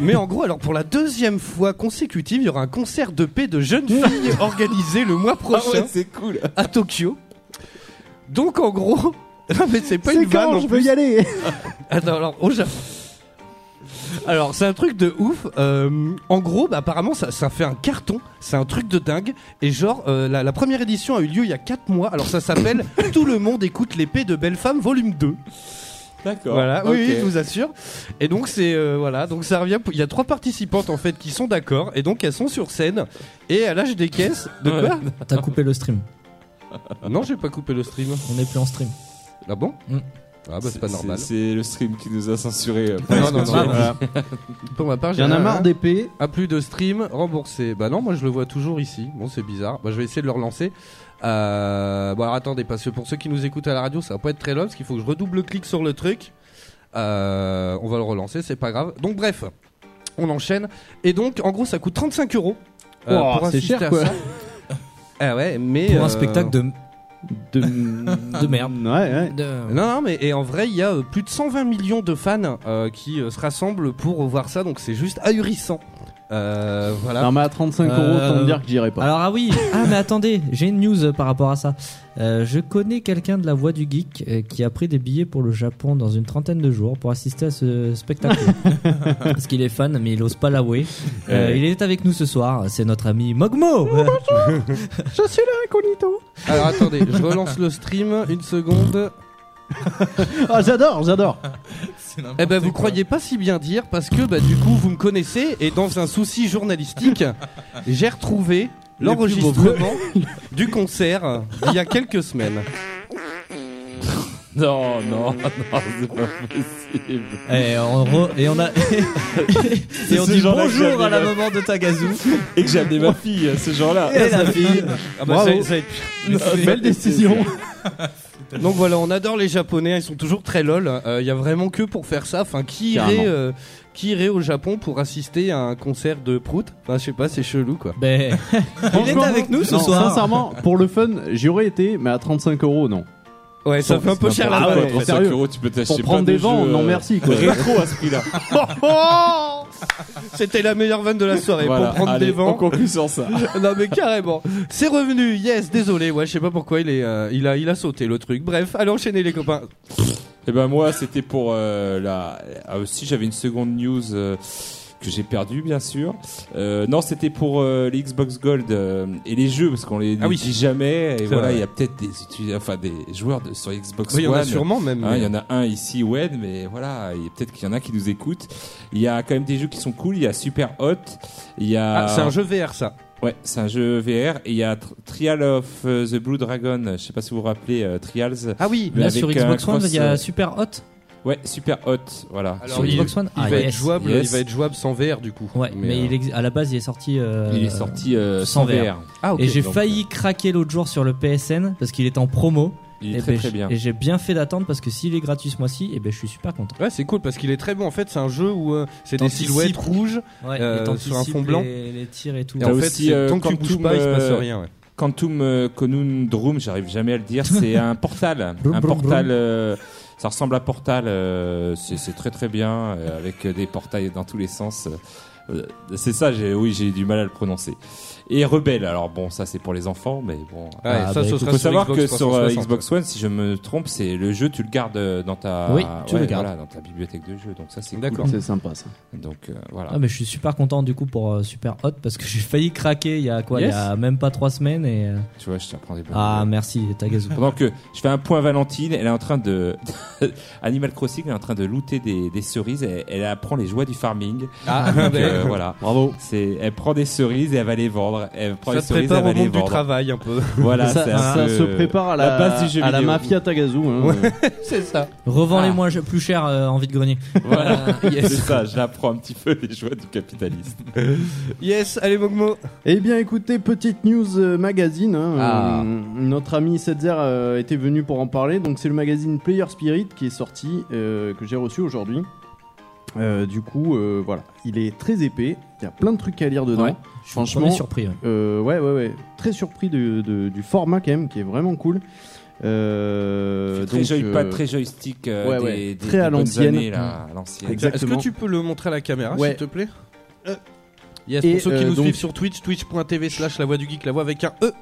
Speaker 3: Mais en gros, alors pour la deuxième fois consécutive, il y aura un concert de paix de
Speaker 5: [LAUGHS]
Speaker 3: jeunes filles organisé le mois
Speaker 5: Ah
Speaker 3: prochain.
Speaker 5: ouais, c'est cool.
Speaker 3: à Tokyo. Donc en gros, [LAUGHS] non mais c'est pas une vanne. en plus.
Speaker 4: y aller
Speaker 3: [LAUGHS] Attends, alors au Japon. Alors c'est un truc de ouf. Euh, en gros, bah, apparemment ça, ça fait un carton. C'est un truc de dingue. Et genre euh, la, la première édition a eu lieu il y a 4 mois. Alors ça [LAUGHS] s'appelle Tout le monde écoute l'épée de belle femme volume 2.
Speaker 5: D'accord.
Speaker 3: Voilà, oui,
Speaker 5: Ok.
Speaker 3: oui, je vous assure. Et donc c'est euh, voilà, donc ça revient. pour- Il y a trois participantes en fait qui sont d'accord. Et donc elles sont sur scène et elles lâchent des caisses. De quoi
Speaker 6: T'as coupé le stream.
Speaker 3: [LAUGHS] Non, j'ai pas coupé le stream.
Speaker 6: On n'est plus en stream.
Speaker 3: Ah bon
Speaker 6: Mm.
Speaker 3: Ah bah c'est pas normal.
Speaker 5: C'est le stream qui nous a censuré. euh,
Speaker 3: Non, non, non.
Speaker 2: Voilà.
Speaker 3: Pour ma part, j'ai
Speaker 2: J'en ai marre d'épée.
Speaker 3: Ah, plus de stream remboursé. Bah non, moi je le vois toujours ici. Bon, c'est bizarre. Bah, je vais essayer de le relancer. Euh... Bon, alors attendez, parce que pour ceux qui nous écoutent à la radio, ça va pas être très long parce qu'il faut que je redouble clic sur le truc. Euh, On va le relancer, c'est pas grave. Donc, bref, on enchaîne. Et donc, en gros, ça coûte 35 euros. euh,
Speaker 2: Oh,
Speaker 3: pour
Speaker 2: c'est
Speaker 3: assister
Speaker 2: cher,
Speaker 3: à
Speaker 2: [LAUGHS] quoi.
Speaker 3: ça. Ah ouais, mais.
Speaker 6: Pour
Speaker 3: euh,
Speaker 6: un spectacle de.
Speaker 2: De...
Speaker 6: [LAUGHS] De merde.
Speaker 2: Ouais, ouais.
Speaker 6: de-
Speaker 3: Non, non, mais et en vrai, il y a euh, plus de 120 millions de fans euh, qui euh, se rassemblent pour voir ça, donc c'est juste ahurissant. Euh, voilà.
Speaker 2: Non, mais à 35 euros,
Speaker 6: Euh,
Speaker 2: autant me dire que j'irai pas.
Speaker 6: Alors ah oui, ah mais attendez, j'ai une news euh, par rapport à ça. Euh, je connais quelqu'un de la voix du geek euh, qui a pris des billets pour le Japon dans une trentaine de jours pour assister à
Speaker 5: [LAUGHS]
Speaker 6: ce spectacle. Parce qu'il est fan mais il ose pas l'avouer. Euh,
Speaker 5: Ouais.
Speaker 6: il est avec nous ce soir, c'est notre
Speaker 5: [LAUGHS]
Speaker 6: ami Mogmo.
Speaker 3: Alors attendez, je relance le stream, une seconde.
Speaker 2: [LAUGHS] Ah, j'adore, j'adore.
Speaker 7: C'est n'importe
Speaker 3: Eh ben vous
Speaker 7: quoi.
Speaker 3: croyez pas si bien dire parce que bah du coup vous me connaissez et dans un souci journalistique, j'ai retrouvé l'enregistrement du concert euh, il y a quelques semaines.
Speaker 5: [LAUGHS] Non, non, non, c'est pas possible.
Speaker 6: et, on re- et on
Speaker 5: [LAUGHS]
Speaker 6: a et on
Speaker 5: ce
Speaker 6: dit
Speaker 5: genre-là que
Speaker 6: bonjour à la
Speaker 5: j'adore.
Speaker 6: maman de Tagazu
Speaker 5: Et que j'ai amené ma fille, ce genre-là.
Speaker 6: et la fille.
Speaker 3: Ah
Speaker 2: Bravo.
Speaker 3: ça- ça-
Speaker 2: Euh, Belle décision.
Speaker 3: Donc voilà, on adore les Japonais, hein, ils sont toujours très lol. Euh, Il y a vraiment que pour faire ça. Enfin, qui irait,
Speaker 2: Carrément.
Speaker 3: euh, qui irait au Japon pour assister à un concert de Prout Enfin, je sais pas, c'est chelou quoi.
Speaker 6: Ben, il est
Speaker 2: Franchement,
Speaker 6: avec nous ce
Speaker 2: non,
Speaker 6: soir.
Speaker 2: Sincèrement, pour le fun, j'y aurais été, mais à 35 euros, non.
Speaker 3: Ouais, ça fait un peu cher la
Speaker 2: n'importe
Speaker 3: balle.
Speaker 2: quoi.
Speaker 5: Pour 5
Speaker 2: sérieux.
Speaker 5: euros, tu peux t'acheter
Speaker 2: Pour
Speaker 5: plein
Speaker 2: prendre
Speaker 5: de
Speaker 2: des vents,
Speaker 5: jeux,
Speaker 2: non
Speaker 5: euh,
Speaker 2: merci quoi.
Speaker 5: Rétro à ce prix-là.
Speaker 3: Oh C'était la meilleure vanne de la soirée
Speaker 5: Voilà,
Speaker 3: pour prendre
Speaker 5: allez,
Speaker 3: des
Speaker 5: On
Speaker 3: vents.
Speaker 5: conclut sur ça.
Speaker 3: [LAUGHS] non mais carrément. C'est revenu. Yes, désolé. Ouais, je sais pas pourquoi il est, euh, il a, il a sauté le truc. Bref, allez enchaîner les copains.
Speaker 5: Et ben moi, c'était pour euh, la. Ah, aussi, j'avais une seconde news euh, que j'ai perdue, bien sûr. Euh, non, c'était pour euh, les Xbox Gold euh, et les jeux, parce qu'on les
Speaker 3: Ah oui.
Speaker 5: dit jamais. Et voilà,
Speaker 3: vrai.
Speaker 5: il y a peut-être des, utilis- enfin, des joueurs de, sur Xbox
Speaker 3: Oui, il y en
Speaker 5: One.
Speaker 3: a sûrement même.
Speaker 5: Hein, Il y en a un ici, Wed, mais voilà, il y a peut-être qu'il y en a qui nous écoutent. Il y a quand même des jeux qui sont cool. Il y a Super Hot. Il y a.
Speaker 3: Ah, c'est un jeu VR ça.
Speaker 5: Ouais, c'est un jeu VR. Et il y a Tr- Trial of euh, the Blue Dragon. Je sais pas si vous vous rappelez euh, Trials.
Speaker 3: Ah oui.
Speaker 5: Mais
Speaker 6: Là
Speaker 5: avec
Speaker 6: sur
Speaker 5: un
Speaker 6: Xbox One,
Speaker 5: cross- euh,
Speaker 6: il y a Super Hot
Speaker 5: Ouais, Super Hot. Voilà.
Speaker 3: Alors,
Speaker 6: sur
Speaker 3: il-
Speaker 6: Xbox One.
Speaker 3: Il
Speaker 6: Ah,
Speaker 3: va
Speaker 6: yes.
Speaker 3: être jouable.
Speaker 5: yes.
Speaker 3: Il va être jouable sans VR du coup.
Speaker 6: Ouais, mais,
Speaker 5: euh,
Speaker 6: il ex- à la base, il est sorti. euh,
Speaker 5: Il est sorti euh, sans
Speaker 6: sans VR.
Speaker 5: VR.
Speaker 3: Ah ok.
Speaker 6: et j'ai
Speaker 5: donc,
Speaker 6: failli craquer l'autre jour sur le PSN parce qu'il est en promo.
Speaker 5: Il
Speaker 6: et
Speaker 5: est très
Speaker 6: ben,
Speaker 5: très
Speaker 6: j-
Speaker 5: bien.
Speaker 6: Et j'ai bien fait d'attendre parce que s'il est gratuit ce mois-ci, et ben je suis super content.
Speaker 3: Ouais, c'est cool parce qu'il est très bon. En fait, c'est un jeu où euh, c'est des
Speaker 6: T'anticipes.
Speaker 3: silhouettes rouges.
Speaker 6: Ouais,
Speaker 3: Euh,
Speaker 6: et t'anticipes
Speaker 3: sur un fond blanc.
Speaker 6: Les, les tirs et tout.
Speaker 3: Et
Speaker 5: T'as
Speaker 3: en fait,
Speaker 5: aussi,
Speaker 3: c'est-
Speaker 5: euh,
Speaker 3: tant que tu
Speaker 5: Quantum,
Speaker 3: touches pas, il se passe
Speaker 5: euh,
Speaker 3: rien. ouais.
Speaker 5: Quantum euh, Conundrum, j'arrive jamais à le dire, c'est
Speaker 6: [LAUGHS]
Speaker 5: un portal.
Speaker 6: Brum,
Speaker 5: un
Speaker 6: brum,
Speaker 5: portal. euh, ça ressemble à portal. euh, c'est c'est très très bien, euh, avec euh, des portails dans tous les sens. euh, euh, c'est ça, j'ai- oui, j'ai du mal à le prononcer. Et Rebelle, alors bon, ça c'est pour les enfants, mais bon.
Speaker 3: Ouais,
Speaker 6: Ah,
Speaker 3: ça,
Speaker 6: bah,
Speaker 3: ce
Speaker 6: écoute,
Speaker 3: sera
Speaker 5: faut
Speaker 3: sur
Speaker 5: savoir que
Speaker 3: Xbox
Speaker 5: sur euh,
Speaker 3: 360.
Speaker 5: Xbox One, si je me trompe, c'est le jeu, tu le gardes euh, dans ta,
Speaker 6: Oui, tu
Speaker 5: ouais,
Speaker 6: le gardes.
Speaker 5: voilà, dans ta bibliothèque de jeux. Donc ça, [LAUGHS] c'est
Speaker 3: D'accord.
Speaker 5: cool.
Speaker 2: C'est sympa ça.
Speaker 5: Donc euh, voilà.
Speaker 6: Ah, mais je suis super content du coup pour euh, Super Hot parce que [LAUGHS] j'ai failli craquer il y a quoi Il y a même pas trois semaines et. euh,
Speaker 5: Tu vois, je t'apprends des bonnes
Speaker 6: Ah
Speaker 5: nouvelles.
Speaker 6: merci, Tagazu.
Speaker 5: Pendant que je fais un point Valentine, elle est en train de [LAUGHS] Animal Crossing elle est en train de looter des, des cerises. Elle, elle apprend les joies du farming.
Speaker 3: Ah,
Speaker 5: Donc,
Speaker 3: ben,
Speaker 5: euh, voilà,
Speaker 2: Bravo.
Speaker 5: c'est elle prend des cerises et elle va les vendre. Elle prend
Speaker 3: ça
Speaker 5: les
Speaker 3: te
Speaker 5: cerises, elle
Speaker 3: prépare
Speaker 5: va
Speaker 3: au
Speaker 5: les
Speaker 3: monde du
Speaker 5: vendre.
Speaker 3: travail un peu.
Speaker 5: Voilà,
Speaker 6: Ça-
Speaker 5: c'est un
Speaker 2: ça
Speaker 5: peu
Speaker 2: se
Speaker 5: [LAUGHS]
Speaker 2: prépare à la,
Speaker 5: base du jeu
Speaker 2: à la
Speaker 5: vidéo.
Speaker 2: mafia Tagazu. hein.
Speaker 3: c'est ça.
Speaker 6: Revends-les
Speaker 5: Ah.
Speaker 6: moi je- plus cher euh, en vide grenier.
Speaker 5: Voilà, c'est ça. Je l'apprends un petit peu les joies du capitalisme.
Speaker 3: Yes, allez Mogmo.
Speaker 2: [LAUGHS] Eh bien, écoutez, petite news euh, magazine. hein.
Speaker 5: Ah.
Speaker 2: Euh, notre ami Setzer euh, était venu pour en parler. Donc, c'est le magazine Player Spirit qui est sorti, euh, que j'ai reçu aujourd'hui. Euh, du coup, euh, voilà, il est très épais. Il y a plein de trucs à lire dedans.
Speaker 6: Ouais. Je suis
Speaker 2: Franchement,
Speaker 6: premier surpris. ouais.
Speaker 2: Euh, ouais, ouais, ouais. Très surpris de- de- du format quand même, qui est vraiment cool. Euh,
Speaker 5: très
Speaker 2: donc,
Speaker 5: joy, pas
Speaker 2: euh,
Speaker 5: très joystick. euh,
Speaker 2: ouais,
Speaker 5: des,
Speaker 2: ouais.
Speaker 5: des-
Speaker 2: Très
Speaker 5: des
Speaker 2: à
Speaker 5: bonnes
Speaker 2: l'ancienne.
Speaker 5: années, là, à l'ancienne.
Speaker 2: Exactement.
Speaker 3: Est-ce que tu peux le montrer à la caméra,
Speaker 2: Ouais.
Speaker 3: s'il te plaît Yes,
Speaker 2: Et,
Speaker 3: pour ceux qui
Speaker 2: euh,
Speaker 3: nous
Speaker 2: donc-
Speaker 3: suivent sur Twitch, twitch.tv slash la voix du geek, la voix avec un E.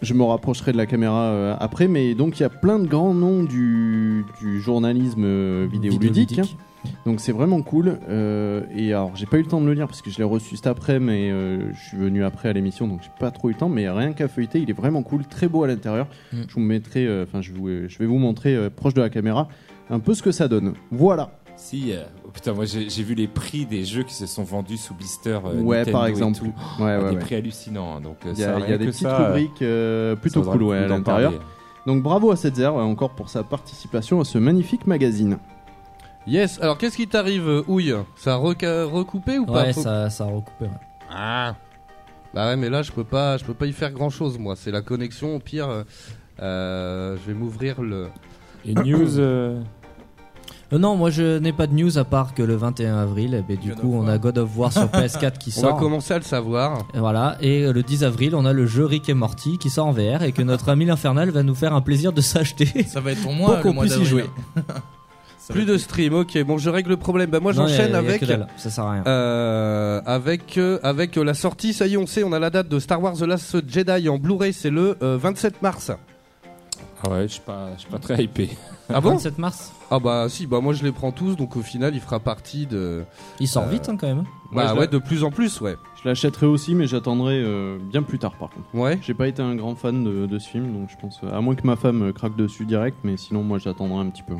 Speaker 2: Je me rapprocherai de la caméra euh, après, mais donc il y a plein de grands noms du, du journalisme euh, vidéoludique.
Speaker 6: Vidéoludique.
Speaker 2: Donc c'est vraiment cool. euh, et alors j'ai pas eu le temps de le lire parce que je l'ai reçu cet après, mais euh, je suis venu après à l'émission, donc j'ai pas trop eu le temps. Mais rien qu'à feuilleter, il est vraiment cool, très beau à l'intérieur.
Speaker 6: Mm.
Speaker 2: Je vous mettrai, euh, enfin je, vous, euh, je vais vous montrer euh, proche de la caméra un peu ce que ça donne. Voilà.
Speaker 5: Si, euh, oh, putain, moi j'ai j'ai vu les prix des jeux qui se sont vendus sous blister. euh,
Speaker 2: ouais,
Speaker 5: Nintendo
Speaker 2: par
Speaker 5: et
Speaker 2: exemple.
Speaker 5: tout.
Speaker 2: Ouais, ouais,
Speaker 5: des
Speaker 2: ouais.
Speaker 5: prix hallucinants. hein, Donc, euh,
Speaker 2: Il y
Speaker 5: ça,
Speaker 2: a, il y a
Speaker 5: rien
Speaker 2: des
Speaker 5: que
Speaker 2: petites
Speaker 5: ça, euh,
Speaker 2: rubriques euh,
Speaker 5: ça
Speaker 2: plutôt
Speaker 5: vaudra le
Speaker 2: cool ouais,
Speaker 5: coup
Speaker 2: à
Speaker 5: d'en
Speaker 2: l'intérieur.
Speaker 5: parler.
Speaker 2: Donc bravo à Setzer ouais, encore pour sa participation à ce magnifique magazine.
Speaker 3: Yes, alors qu'est-ce qui t'arrive, euh, Ouille Ça a reca- recoupé ou pas
Speaker 6: Ouais,
Speaker 3: Faut-
Speaker 6: ça, ça a recoupé. ouais.
Speaker 3: Ah. Bah ouais, mais là je peux pas, je peux pas y faire grand chose moi. C'est la connexion. Au pire, euh, euh, je vais m'ouvrir le.
Speaker 5: Une news. euh,
Speaker 6: Euh, non, moi je n'ai pas de news à part que le 21 avril, eh ben, du
Speaker 7: God
Speaker 6: coup
Speaker 7: of
Speaker 6: on
Speaker 7: War.
Speaker 6: a God of War sur PS4 qui
Speaker 3: On
Speaker 6: sort.
Speaker 3: va commencer à le savoir.
Speaker 6: Et Voilà, et euh, le 10 avril, on a le jeu Rick et Morty qui sort en VR et que notre ami l'Infernal va nous faire un plaisir de [LAUGHS] s'acheter.
Speaker 7: Ça va être pour moi
Speaker 6: Pour
Speaker 7: le
Speaker 6: qu'on [LAUGHS]
Speaker 7: mois
Speaker 6: puisse y
Speaker 7: d'avril.
Speaker 6: jouer.
Speaker 3: [LAUGHS]
Speaker 7: ça va
Speaker 3: Plus
Speaker 7: être-
Speaker 3: de stream, ok. Bon, je règle le problème. Bah, moi,
Speaker 6: Non, y a-
Speaker 3: j'enchaîne
Speaker 6: y a
Speaker 3: avec.
Speaker 6: que dalle, ça sert à rien.
Speaker 3: euh, avec euh, avec euh, la sortie, ça y est, on sait, on a la date de Star Wars The Last Jedi en Blu-ray, c'est le euh, 27 mars.
Speaker 5: [COUGHS] Ah ouais, je suis pas, je suis pas très hypé.
Speaker 3: Ah bon
Speaker 6: 27 mars
Speaker 3: Ah bah si, bah moi je les prends tous, donc au final il fera partie de...
Speaker 6: Il sort
Speaker 3: Euh,
Speaker 6: vite hein, quand même.
Speaker 2: Moi,
Speaker 3: Bah
Speaker 2: je
Speaker 3: ouais,
Speaker 2: l'ai-
Speaker 3: de plus en plus, ouais.
Speaker 2: Je l'achèterai aussi, mais j'attendrai euh, bien plus tard par contre.
Speaker 3: Ouais.
Speaker 2: J'ai pas été un grand fan de, de ce film, donc je pense. euh, À moins que ma femme euh, craque dessus direct, mais sinon, moi j'attendrai un petit peu.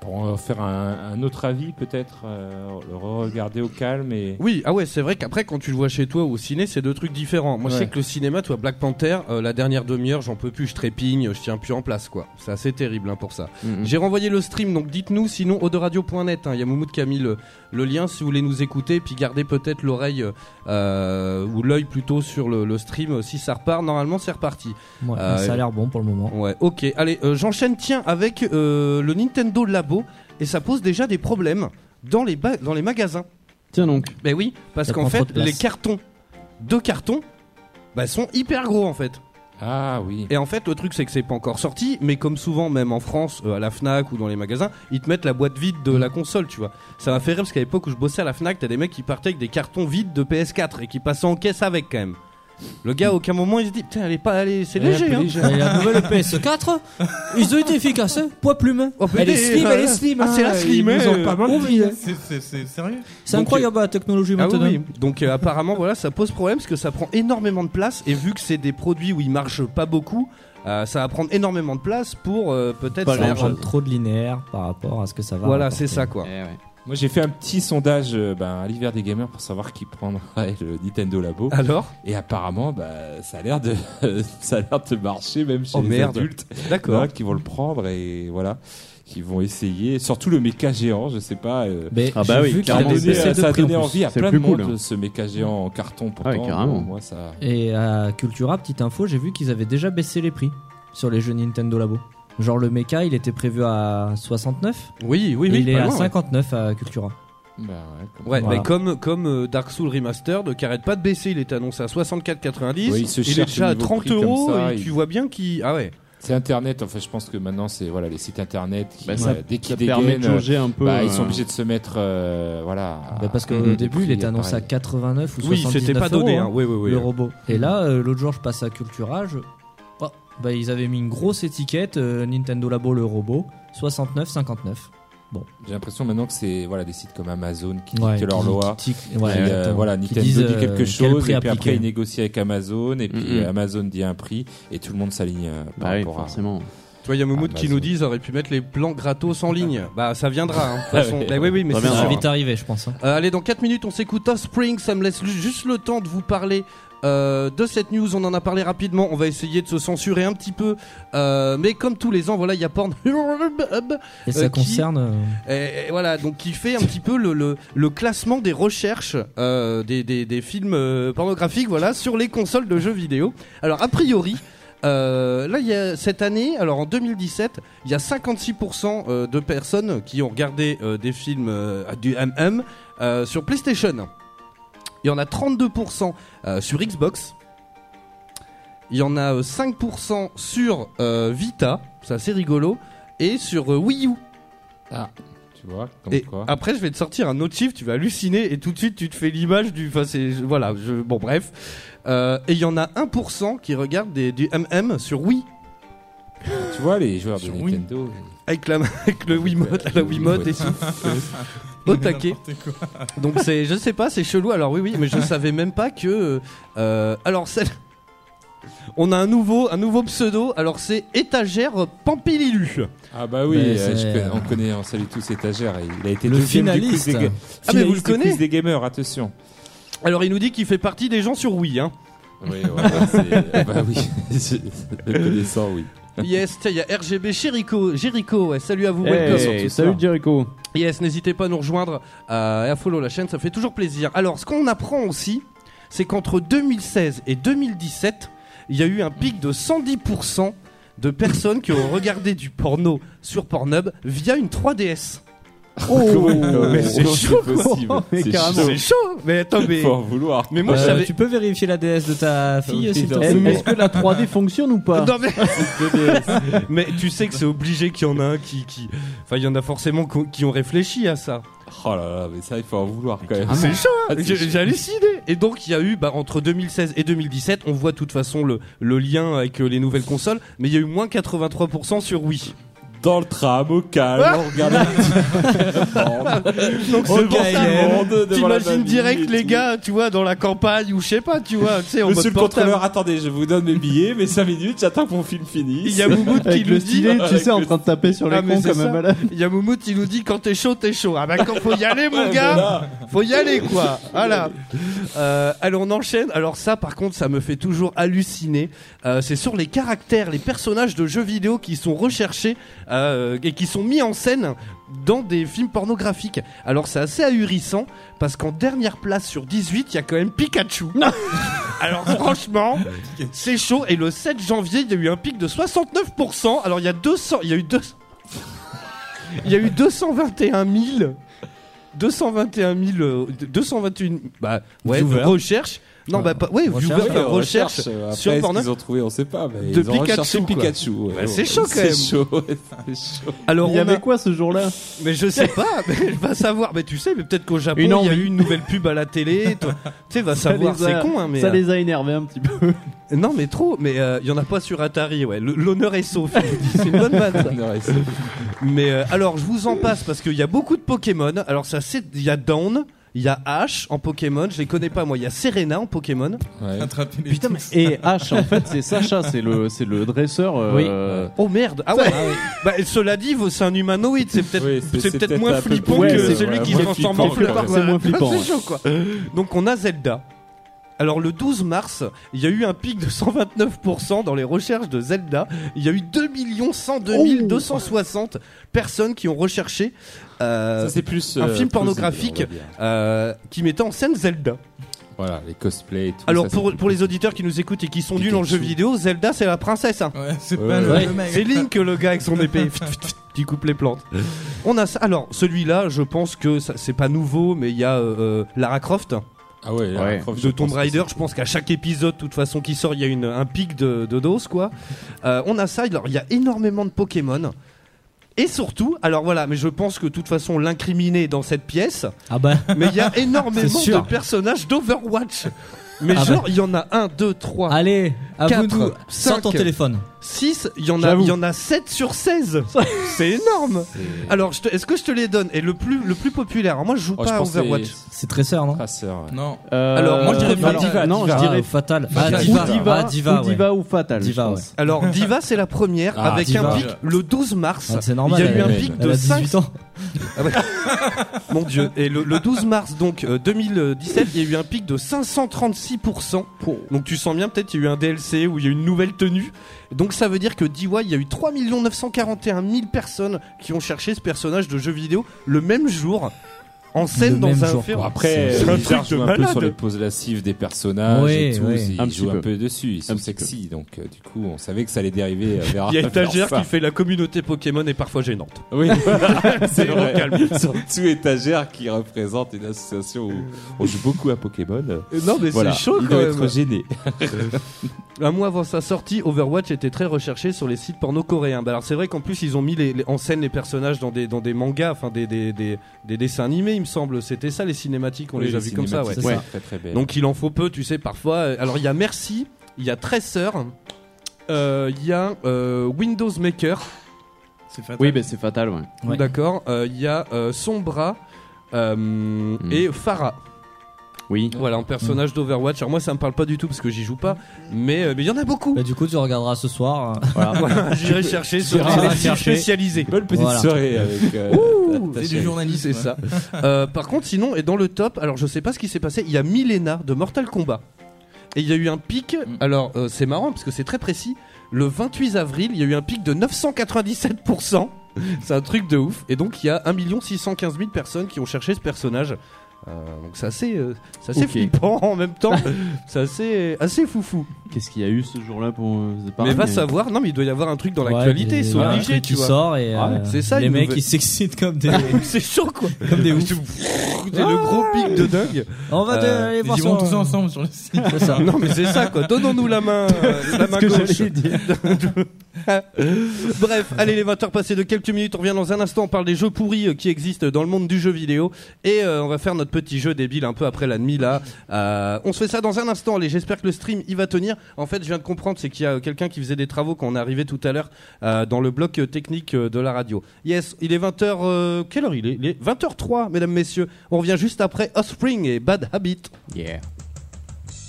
Speaker 5: Pour euh, faire un, un autre avis, peut-être, euh, le regarder au calme et.
Speaker 3: Oui, ah ouais, c'est vrai qu'après quand tu le vois chez toi ou au ciné, c'est deux trucs différents. Moi je sais
Speaker 5: Ouais.
Speaker 3: que le cinéma, toi Black Panther, euh, la dernière demi-heure, j'en peux plus, je trépigne, je tiens plus en place quoi. C'est assez terrible hein, pour ça.
Speaker 2: Mhm.
Speaker 3: J'ai renvoyé le stream, donc dites-nous, sinon odoradio.net, hein, il y a Moumoud qui a mis le, le lien si vous voulez nous écouter, puis gardez peut-être l'oreille euh, ou l'œil plutôt sur le, le stream, euh, si ça repart, normalement c'est reparti.
Speaker 6: Ouais,
Speaker 3: Euh,
Speaker 6: ça a l'air bon pour le moment.
Speaker 3: Ouais, ok. Allez, euh, j'enchaîne, tiens, avec euh, le Nintendo Labo, et ça pose déjà des problèmes dans les, ba- dans les magasins.
Speaker 2: Tiens donc,
Speaker 3: Ben oui, parce
Speaker 6: Ça
Speaker 3: qu'en
Speaker 6: prend trop
Speaker 3: fait,
Speaker 6: de place.
Speaker 3: les cartons, deux cartons, bah, sont hyper gros en fait.
Speaker 5: Ah oui.
Speaker 3: Et en fait, le truc, c'est que c'est pas encore sorti, mais comme souvent, même en France, euh, à la Fnac ou dans les magasins, ils te mettent la boîte vide de la console, tu vois. Ça m'a fait rire parce qu'à l'époque où je bossais à la Fnac, t'as des mecs qui partaient avec des cartons vides de PS4 et qui passaient en caisse avec quand même. Le gars, à aucun moment, il se dit, putain, elle est pas, elle est- c'est
Speaker 5: Elle est un
Speaker 3: léger,
Speaker 5: peu
Speaker 3: hein.
Speaker 5: légère.
Speaker 6: Et la nouvelle E
Speaker 3: [LAUGHS]
Speaker 6: PS4, ils ont été efficaces, hein, poids plume. hein.
Speaker 3: Oh, putain,
Speaker 6: elle est slim,
Speaker 3: euh,
Speaker 6: elle est slim.
Speaker 3: ah,
Speaker 6: hein,
Speaker 3: c'est la
Speaker 6: ils
Speaker 3: slim,
Speaker 6: nous ont
Speaker 3: hein.
Speaker 6: pas mal pris, hein.
Speaker 7: C'est- C'est c'est sérieux
Speaker 6: C'est
Speaker 3: Donc,
Speaker 6: incroyable la technologie
Speaker 3: Ah oui,
Speaker 6: maintenant.
Speaker 3: oui. Donc euh, apparemment [LAUGHS] voilà ça pose problème parce que ça prend énormément de place et vu que c'est des produits où ils marchent pas beaucoup, euh, ça va prendre énormément de place pour euh, peut-être
Speaker 2: Pas
Speaker 6: Ça
Speaker 3: faire-
Speaker 2: grand-chose.
Speaker 6: prend trop de linéaire par rapport à ce que ça va.
Speaker 3: Voilà
Speaker 6: rapporter.
Speaker 3: c'est ça quoi.
Speaker 5: Moi, j'ai fait un petit sondage euh, ben, à l'hiver des gamers pour savoir qui prendrait le Nintendo Labo.
Speaker 3: [LAUGHS]
Speaker 2: Ah.
Speaker 3: Alors
Speaker 5: Et apparemment, bah, ça a l'air de, [LAUGHS] ça a l'air de marcher, même chez
Speaker 3: Oh,
Speaker 5: les
Speaker 3: merde.
Speaker 5: adultes,
Speaker 3: d'accord.
Speaker 5: là, qui vont le prendre et voilà, qui vont essayer. Surtout le méca géant, je sais pas. euh,
Speaker 6: Mais
Speaker 2: Ah bah
Speaker 6: j'ai
Speaker 2: oui,
Speaker 6: vu qu'il y
Speaker 5: ça a
Speaker 6: a
Speaker 2: clairement,
Speaker 6: des
Speaker 5: donné,
Speaker 6: PC
Speaker 5: ça a
Speaker 6: de prix
Speaker 5: donné
Speaker 6: en plus.
Speaker 5: envie à
Speaker 2: C'est
Speaker 5: plein de
Speaker 2: plus
Speaker 5: monde
Speaker 2: cool, hein.
Speaker 5: ce méca géant en carton pourtant.
Speaker 2: Ah ouais, carrément.
Speaker 5: Bon, moi, ça.
Speaker 6: Et à Cultura, petite info, j'ai vu qu'ils avaient déjà baissé les prix sur les jeux Nintendo Labo. Genre le mecha, il était prévu à 69,
Speaker 3: Oui oui
Speaker 6: et
Speaker 3: oui. Bah
Speaker 6: il est
Speaker 3: pas
Speaker 6: à
Speaker 3: loin,
Speaker 6: 59 à Cultura.
Speaker 5: Bah ouais, comme-
Speaker 3: Ouais,
Speaker 6: Voilà.
Speaker 3: mais comme, comme euh, Dark Soul Remastered, euh, qui arrête pas de baisser, il est annoncé à 64,90.
Speaker 5: Ouais, il se
Speaker 3: il est
Speaker 5: cherche
Speaker 3: déjà
Speaker 5: au
Speaker 3: à
Speaker 5: niveau
Speaker 3: 30
Speaker 5: prix comme
Speaker 3: euros.
Speaker 5: ça,
Speaker 3: et
Speaker 5: il-
Speaker 3: Tu vois bien qui. Ah ouais.
Speaker 5: C'est Internet. Enfin, je pense que maintenant, c'est voilà, les sites Internet qui,
Speaker 2: Bah, ça-
Speaker 5: euh, dès
Speaker 2: ça
Speaker 5: qu'ils
Speaker 2: permet
Speaker 5: dégainent,
Speaker 2: de
Speaker 5: euh,
Speaker 2: jauger un peu.
Speaker 5: bah, ils
Speaker 2: euh,
Speaker 5: sont obligés de se mettre, euh, voilà.
Speaker 6: Bah, parce qu'au
Speaker 2: Mhm.
Speaker 6: début, il
Speaker 5: Des
Speaker 6: était
Speaker 5: prix,
Speaker 6: annoncé à
Speaker 5: pareil.
Speaker 6: 89 ou
Speaker 3: Oui,
Speaker 6: 79
Speaker 3: c'était pas
Speaker 6: euros,
Speaker 3: donné.
Speaker 6: hein,
Speaker 3: hein. Oui, oui, oui.
Speaker 6: le robot. Et là, euh, l'autre jour, je passe à Cultura, je... oh, bah, ils avaient mis une grosse étiquette euh, Nintendo Labo le robot, 69,59.
Speaker 5: J'ai l'impression maintenant que c'est voilà des sites comme Amazon qui
Speaker 6: Ouais,
Speaker 5: dictent leur
Speaker 6: qui-
Speaker 5: loi.
Speaker 6: qui- ouais,
Speaker 5: Et, euh,
Speaker 6: exactement.
Speaker 5: voilà,
Speaker 6: Qui
Speaker 5: Nintendo
Speaker 6: disent,
Speaker 5: dit
Speaker 6: euh,
Speaker 5: quelque
Speaker 6: quel
Speaker 5: chose, et
Speaker 6: prix
Speaker 5: puis après
Speaker 6: appliquer.
Speaker 5: ils négocient avec Amazon, et puis
Speaker 2: Mhm.
Speaker 5: euh, Amazon dit un prix, et tout le monde s'aligne euh, par
Speaker 2: Bah oui,
Speaker 5: rapport à.
Speaker 2: forcément.
Speaker 3: Tu vois, il y a Moumoud
Speaker 5: Ah,
Speaker 3: qui
Speaker 5: bah,
Speaker 3: nous
Speaker 5: c'est-
Speaker 3: dit ils auraient pu mettre les plans gratos en ligne. Bah, ça viendra. Hein, de toute
Speaker 5: Ah
Speaker 3: façon.
Speaker 5: ouais.
Speaker 3: Bah oui, oui, mais
Speaker 2: Ça
Speaker 3: c'est
Speaker 6: Ça
Speaker 2: viendra.
Speaker 3: sûr.
Speaker 6: va vite arriver, je pense. hein.
Speaker 3: Euh, allez, dans 4 minutes, on s'écoute Offspring. Ça me laisse lu- juste le temps de vous parler euh, de cette news. On en a parlé rapidement. On va essayer de se censurer un petit peu. Euh, mais comme tous les ans, voilà, il y a Pornhub.
Speaker 6: Et ça
Speaker 3: qui-
Speaker 6: concerne. euh,
Speaker 3: Et, et voilà, donc qui fait un petit peu le, le, le classement des recherches euh, des, des, des films euh, pornographiques voilà, sur les consoles de jeux vidéo. Alors, a priori, euh, là, il y a, cette année, alors en 2017, il y a 56% euh, de personnes qui ont regardé euh, des films euh, du MM euh, sur PlayStation. Il y en a 32% euh, sur Xbox. Il y en a euh, 5% sur euh, Vita, c'est assez rigolo, et sur euh, Wii U.
Speaker 5: Tu vois, comme
Speaker 3: Et
Speaker 5: quoi. Ah,
Speaker 3: après, je vais te sortir un autre chiffre, tu vas halluciner et tout de suite tu te fais l'image du. Enfin, c'est. Voilà, je, bon, bref. Euh, et il y en a 1% qui regarde des, du MM sur Wii,
Speaker 5: Tu vois, les joueurs de
Speaker 7: Sur Wii.
Speaker 5: Nintendo.
Speaker 3: avec, la, [LAUGHS] avec le Wiimote, la
Speaker 5: le
Speaker 3: Wiimote
Speaker 7: [LAUGHS]
Speaker 3: et tout. Au taquet.
Speaker 7: N'importe quoi.
Speaker 3: Donc, c'est, je sais pas, c'est chelou. Alors, oui, oui,
Speaker 7: [LAUGHS]
Speaker 3: mais je savais même pas que. euh, alors, celle. On a un nouveau, un nouveau pseudo, alors c'est étagère Pampililu.
Speaker 5: Ah bah oui,
Speaker 6: Mais
Speaker 5: euh,
Speaker 6: c'est-
Speaker 5: je connais- on connaît, on salue tous étagères. et Il a été
Speaker 6: Le
Speaker 5: deuxième du quiz
Speaker 6: finaliste.
Speaker 5: des ga-
Speaker 3: Ah, mais vous le
Speaker 5: finaliste du quiz
Speaker 3: connaissez
Speaker 5: des gamers, attention.
Speaker 3: Alors il nous dit qu'il fait partie des gens sur
Speaker 5: [LAUGHS]
Speaker 3: Wii. Hein.
Speaker 5: Oui, voilà, c'est- ah bah oui, [LAUGHS] je- le connaissant, oui.
Speaker 3: Yes, tiens, il y a RGB Jericho. Jericho, ouais, salut à vous, welcome.
Speaker 2: Hey, Eh, salut Jericho.
Speaker 3: Yes, n'hésitez pas à nous rejoindre euh, et à follow la chaîne, ça fait toujours plaisir. Alors, ce qu'on apprend aussi, c'est qu'entre 2016 et 2017, il y a eu un pic de 110% de personnes qui ont regardé du porno sur Pornhub via une 3DS. [LAUGHS]
Speaker 5: Comment-
Speaker 3: Oh, mais c'est
Speaker 5: comment
Speaker 3: chaud,
Speaker 5: c'est possible.
Speaker 3: Mais
Speaker 5: C'est
Speaker 3: carrément.
Speaker 5: chaud.
Speaker 3: C'est chaud. Mais attends, mais.
Speaker 5: Faut en vouloir.
Speaker 3: Mais moi, je
Speaker 6: Euh,
Speaker 3: savais.
Speaker 6: tu peux vérifier la DS de ta fille,
Speaker 4: Oui,
Speaker 6: s'il te
Speaker 4: dans-
Speaker 6: plaît
Speaker 2: Eh, mais Est-ce que la 3D fonctionne ou pas
Speaker 3: [LAUGHS] Non, mais... mais tu sais que c'est obligé qu'il y en a un qui, qui... Enfin, il y en a forcément qu'on- qui ont réfléchi à ça.
Speaker 5: Oh là là, mais ça, il faut en vouloir quand même.
Speaker 3: c'est chaud, hein.
Speaker 5: Ah, c'est
Speaker 3: J'ai-
Speaker 5: chaud.
Speaker 3: j'ai halluciné. Et donc, il y a eu, bah, entre 2016 et 2017, on voit de toute façon le, le lien avec euh, les nouvelles consoles, mais il y a eu moins 83% sur Wii.
Speaker 5: Dans le tram, au calme,
Speaker 3: Ah,
Speaker 5: on regarde un petit
Speaker 3: Donc,
Speaker 5: Au
Speaker 3: c'est pour
Speaker 5: Gaël,
Speaker 3: ça,
Speaker 5: devant la
Speaker 3: T'imagines
Speaker 5: famille et
Speaker 3: direct les
Speaker 5: tout.
Speaker 3: gars, tu vois, dans la campagne ou je sais pas, tu vois, tu sais, en
Speaker 5: Monsieur
Speaker 3: mode
Speaker 5: le
Speaker 3: portable.
Speaker 5: contrôleur, attendez, je vous donne mes billets, mes 5 minutes, j'attends que mon film
Speaker 3: Il
Speaker 5: finisse.
Speaker 3: y a Moumout qui
Speaker 2: Avec le
Speaker 3: nous dit,
Speaker 2: stylet, tu
Speaker 5: avec
Speaker 2: sais, en
Speaker 5: le-
Speaker 2: train de taper sur les
Speaker 3: Ah, mais
Speaker 2: cons
Speaker 3: c'est
Speaker 2: comme un
Speaker 3: ça.
Speaker 2: malade.
Speaker 3: il y a Moumout qui nous dit quand t'es chaud, t'es chaud. Ah bah quand faut y aller, mon gars, faut y aller quoi. Voilà. Euh, allez, on enchaîne. Alors ça, par contre, ça me fait toujours halluciner. Euh, c'est sur les caractères, les personnages de jeux vidéo qui sont recherchés euh, et qui sont mis en scène dans des films pornographiques. Alors c'est assez ahurissant parce qu'en dernière place sur 18, il y a quand même Pikachu. [LAUGHS] Alors
Speaker 5: [LAUGHS]
Speaker 3: franchement, c'est chaud. Et le 7 janvier, il y a eu un pic de 69%. Alors il y a 200, il y a eu 200. [LAUGHS] Il y a eu 221 000 221 000 euh, 221 bah ouais
Speaker 6: Viewers.
Speaker 3: recherches non bah pas, ouais
Speaker 6: Recherche,
Speaker 3: viewers,
Speaker 5: Ouais,
Speaker 3: enfin, recherche,
Speaker 5: euh, après,
Speaker 3: sur
Speaker 5: ce
Speaker 3: Pornhub.
Speaker 5: qu'ils ont trouvé, on sait pas, mais
Speaker 3: De
Speaker 5: ils ont recherché
Speaker 3: Pikachu, quoi.
Speaker 5: Pikachu. ouais,
Speaker 3: Bah,
Speaker 5: ouais.
Speaker 3: c'est chaud, quand même.
Speaker 5: C'est chaud, ouais, c'est chaud.
Speaker 3: Alors
Speaker 2: Il y
Speaker 3: on
Speaker 2: avait
Speaker 3: a-
Speaker 2: quoi ce jour-là
Speaker 3: mais je sais pas, [LAUGHS] mais va savoir. Mais tu sais, mais peut-être qu'au Japon,
Speaker 2: Une
Speaker 3: il y a
Speaker 2: envie.
Speaker 3: eu une nouvelle pub à la
Speaker 2: [LAUGHS]
Speaker 3: télé. toi. Tu sais, va
Speaker 2: Ça
Speaker 3: savoir,
Speaker 2: les a-
Speaker 3: c'est con, hein, mais
Speaker 2: Ça
Speaker 3: euh,
Speaker 2: les a énervés un petit peu.
Speaker 3: non, mais trop. Mais euh, il y en a pas sur Atari. Ouais, Le- l'honneur est sauf. je vous dis, C'est une bonne vanne. ça.
Speaker 5: Non, ouais, c'est-
Speaker 3: Mais euh, alors, je vous en passe parce qu'il y a beaucoup de Pokémon. Alors ça, c'est il y a Dawn, il y a Ash en Pokémon. Je les connais pas moi. Il y a Serena en Pokémon.
Speaker 5: ouais.
Speaker 7: Attraper les
Speaker 2: Putain, mais. Et H, en fait, c'est Sacha, c'est le, c'est le dresseur. euh,
Speaker 3: Oh merde. Ah ouais. bah, cela dit, c'est un humanoïde. C'est peut-être
Speaker 5: Oui,
Speaker 3: c'est peut-être
Speaker 5: peut-être
Speaker 3: moins
Speaker 5: un peu
Speaker 3: flippant
Speaker 5: plus-
Speaker 3: que
Speaker 2: ouais, c'est-
Speaker 3: celui
Speaker 5: ouais,
Speaker 3: qui se
Speaker 5: moins
Speaker 3: transforme
Speaker 5: flippant,
Speaker 3: en fleur.
Speaker 5: quand même.
Speaker 2: C'est moins flippant,
Speaker 3: C'est
Speaker 2: ouais.
Speaker 3: chaud, quoi. Donc on a Zelda. Alors le 12 mars, il y a eu un pic de 129% dans les recherches de Zelda. Il y a eu 2 102 260 personnes qui ont recherché euh,
Speaker 5: Ça, c'est plus.
Speaker 3: un
Speaker 5: euh,
Speaker 3: film
Speaker 5: plus,
Speaker 3: pornographique.
Speaker 5: on va dire.
Speaker 3: euh, qui mettait en scène Zelda.
Speaker 5: Voilà, les cosplays et tout.
Speaker 3: Alors
Speaker 5: ça, c'est
Speaker 3: pour,
Speaker 5: plus-
Speaker 3: pour les auditeurs qui nous écoutent et qui sont nuls en
Speaker 5: Pikachu.
Speaker 3: jeux vidéo, Zelda c'est la princesse. hein.
Speaker 7: Ouais, c'est
Speaker 5: Ouais,
Speaker 7: pas le-
Speaker 6: ouais.
Speaker 7: le mec.
Speaker 3: C'est Link le gars avec son
Speaker 6: [LAUGHS]
Speaker 3: épée qui coupe les plantes. On a ça. Alors celui-là, je pense que ça- c'est pas nouveau, mais il y a euh, Lara Croft
Speaker 5: Ah ouais,
Speaker 2: Ouais.
Speaker 5: Croft, je
Speaker 3: de Tomb
Speaker 5: pense que
Speaker 3: Raider. Je pense qu'à chaque épisode, de toute façon, qui sort, il y a une, un pic de, de dose, quoi. Euh, on a ça. Alors, il y a énormément de Pokémon. Et surtout, alors voilà, mais je pense que de toute façon, l'incriminé est dans cette pièce.
Speaker 6: Ah bah,
Speaker 3: Mais il y
Speaker 6: [LAUGHS]
Speaker 3: a énormément
Speaker 6: sûr.
Speaker 3: de personnages d'Overwatch. Mais
Speaker 6: Ah
Speaker 3: genre, il y en a 1, 2, 3,
Speaker 6: allez, à vous
Speaker 3: Quatre,
Speaker 6: de nous. Sans
Speaker 3: cinq.
Speaker 6: ton téléphone.
Speaker 3: 6, il y en a,
Speaker 2: J'avoue.
Speaker 3: il y en a 7 sur 16. C'est énorme. Alors, je te- est-ce que je te les donne Et le plus, le plus populaire, alors moi je joue
Speaker 5: Oh, je
Speaker 3: pas à
Speaker 5: pense que c'est-
Speaker 6: [LAUGHS]
Speaker 3: Overwatch.
Speaker 6: C'est très sœur, non
Speaker 5: Traceur, Ah, ouais.
Speaker 7: Non,
Speaker 2: euh,
Speaker 3: Alors, moi, je dirais
Speaker 2: non,
Speaker 7: Diva,
Speaker 2: Non, je
Speaker 6: Ah,
Speaker 2: dirais
Speaker 6: Fatal.
Speaker 2: ou
Speaker 6: Ah, Diva.
Speaker 2: Diva,
Speaker 6: Ah, Diva,
Speaker 2: ou
Speaker 6: ouais. Ah,
Speaker 2: Diva ou Fatal. je
Speaker 6: Diva,
Speaker 2: pense.
Speaker 6: ouais.
Speaker 3: Alors, Diva, c'est la première,
Speaker 5: Ah,
Speaker 3: avec
Speaker 6: Diva.
Speaker 3: un pic le 12 mars.
Speaker 6: Ah, C'est normal.
Speaker 3: il y a eu
Speaker 6: elle-
Speaker 3: un
Speaker 5: ouais.
Speaker 3: pic
Speaker 6: elle
Speaker 3: de
Speaker 6: a
Speaker 3: 5
Speaker 6: 18 ans.
Speaker 3: Mon dieu. Et le, le 12 mars donc euh, 2017, il y a eu un pic de 536%. Donc tu sens bien peut-être qu'il y a eu un DLC où il y a eu une nouvelle tenue. Donc ça veut dire que DIY, il y a eu 3 941 000 personnes qui ont cherché ce personnage de jeu vidéo le même jour en scène
Speaker 6: Le
Speaker 3: dans
Speaker 6: même
Speaker 3: un
Speaker 6: jour, Ah,
Speaker 3: film.
Speaker 5: Bon, après,
Speaker 3: C'est
Speaker 5: euh,
Speaker 3: un
Speaker 5: Blizzard
Speaker 3: truc de
Speaker 5: joue un peu
Speaker 3: malade.
Speaker 5: sur les poses lascives des personnages
Speaker 6: Oui,
Speaker 5: et tout,
Speaker 6: oui.
Speaker 5: ils
Speaker 2: Un petit
Speaker 5: jouent un
Speaker 2: peu.
Speaker 5: peu dessus, ils sont
Speaker 2: Un petit peu.
Speaker 5: sexy, donc euh, du coup, on savait que ça allait dériver euh, vers
Speaker 3: [LAUGHS] Il y a
Speaker 5: vers
Speaker 3: étagère
Speaker 5: ça.
Speaker 3: qui fait la communauté Pokémon est parfois gênante. [LAUGHS]
Speaker 5: Oui, [LAUGHS] c'est vrai. Surtout étagère qui représente une association où on joue beaucoup à Pokémon.
Speaker 3: Non mais
Speaker 5: voilà,
Speaker 3: c'est chaud
Speaker 5: il
Speaker 3: quand
Speaker 5: doit
Speaker 3: même.
Speaker 5: être gêné.
Speaker 3: Un mois avant sa sortie, Overwatch était très recherché sur les sites porno coréens. Bah alors c'est vrai qu'en plus ils ont mis les, les- en scène les personnages dans des, dans des mangas, enfin des, des, des, des dessins animés il me semble. C'était ça les cinématiques, on les a vus comme ça. Ouais.
Speaker 5: C'est
Speaker 6: Ouais.
Speaker 5: Très, très belle.
Speaker 3: Donc il en faut peu, tu sais parfois. Euh, Alors il y a Merci, il y a Tresseur, euh, il y a euh, Windows Maker,
Speaker 7: c'est fatal.
Speaker 2: Oui, mais c'est Fatal, ouais.
Speaker 6: Ouais.
Speaker 3: d'accord. euh, Il y a euh, Sombra euh, et Farah.
Speaker 6: [LAUGHS]
Speaker 2: Oui.
Speaker 3: Voilà un personnage d'Overwatch. Alors moi ça me parle pas du tout parce que j'y joue pas, mais euh, mais il y en a beaucoup.
Speaker 6: Bah, du coup, tu regarderas ce soir. euh,
Speaker 3: Voilà, [LAUGHS] J'irai chercher sur
Speaker 6: J'irai
Speaker 3: les sites
Speaker 6: chercher.
Speaker 3: spécialisés.
Speaker 5: bonne petite
Speaker 6: Voilà.
Speaker 5: soirée avec. euh, ta- ta
Speaker 7: C'est du
Speaker 5: chérie.
Speaker 7: journalisme.
Speaker 3: C'est ça. Euh, par contre, sinon, et dans le top, alors je sais pas ce qui s'est passé, il y a Milena de Mortal Kombat. Et il y a eu un pic, alors euh, c'est marrant parce que c'est très précis. Le 28 avril, il y a eu un pic de [LAUGHS] 997%. C'est un truc de ouf. Et donc, il y a 1 615 000 personnes qui ont cherché ce personnage. Euh, donc c'est assez, euh, c'est assez
Speaker 2: Ok.
Speaker 3: flippant en même temps. c'est assez, assez foufou.
Speaker 2: Qu'est-ce qu'il y a eu ce jour-là pour. euh, c'est pareil,
Speaker 3: mais va savoir, non mais il doit y avoir un truc dans l'actualité, ils sont
Speaker 6: Ah, Ouais,
Speaker 3: obligés,
Speaker 6: un truc
Speaker 3: tu
Speaker 6: qui
Speaker 3: vois.
Speaker 6: sort et
Speaker 3: Ouais,
Speaker 6: euh,
Speaker 3: c'est ça,
Speaker 6: les
Speaker 3: une
Speaker 6: mecs
Speaker 3: nouvelle-
Speaker 6: ils s'excitent comme des.
Speaker 3: [LAUGHS] c'est chaud quoi. Ah,
Speaker 6: Comme des oufs.
Speaker 3: C'est le gros pic de dingue.
Speaker 6: On va
Speaker 3: Euh,
Speaker 6: de- aller
Speaker 7: Ils
Speaker 6: voir
Speaker 7: vont
Speaker 6: sur-
Speaker 7: tous ensemble sur le site.
Speaker 6: C'est ça.
Speaker 3: Non mais c'est ça quoi. Donnons-nous la
Speaker 2: [LAUGHS]
Speaker 3: main, euh, la main
Speaker 2: que
Speaker 3: gauche.
Speaker 2: j'allais dire.
Speaker 3: [LAUGHS] Bref, allez les 20h passées de quelques minutes, on revient dans un instant, on parle des jeux pourris euh, qui existent dans le monde du jeu vidéo et euh, on va faire notre petit jeu débile un peu après la demi là. Euh, on se fait ça dans un instant, allez, j'espère que le stream il va tenir. En fait, je viens de comprendre, c'est qu'il y a euh, quelqu'un qui faisait des travaux quand on est arrivé tout à l'heure euh, dans le bloc euh, technique euh, de la radio. Yes, il est 20h... euh, quelle heure il est Il est 20h03, mesdames, messieurs. On revient juste après Offspring et Bad Habit.
Speaker 6: Yeah.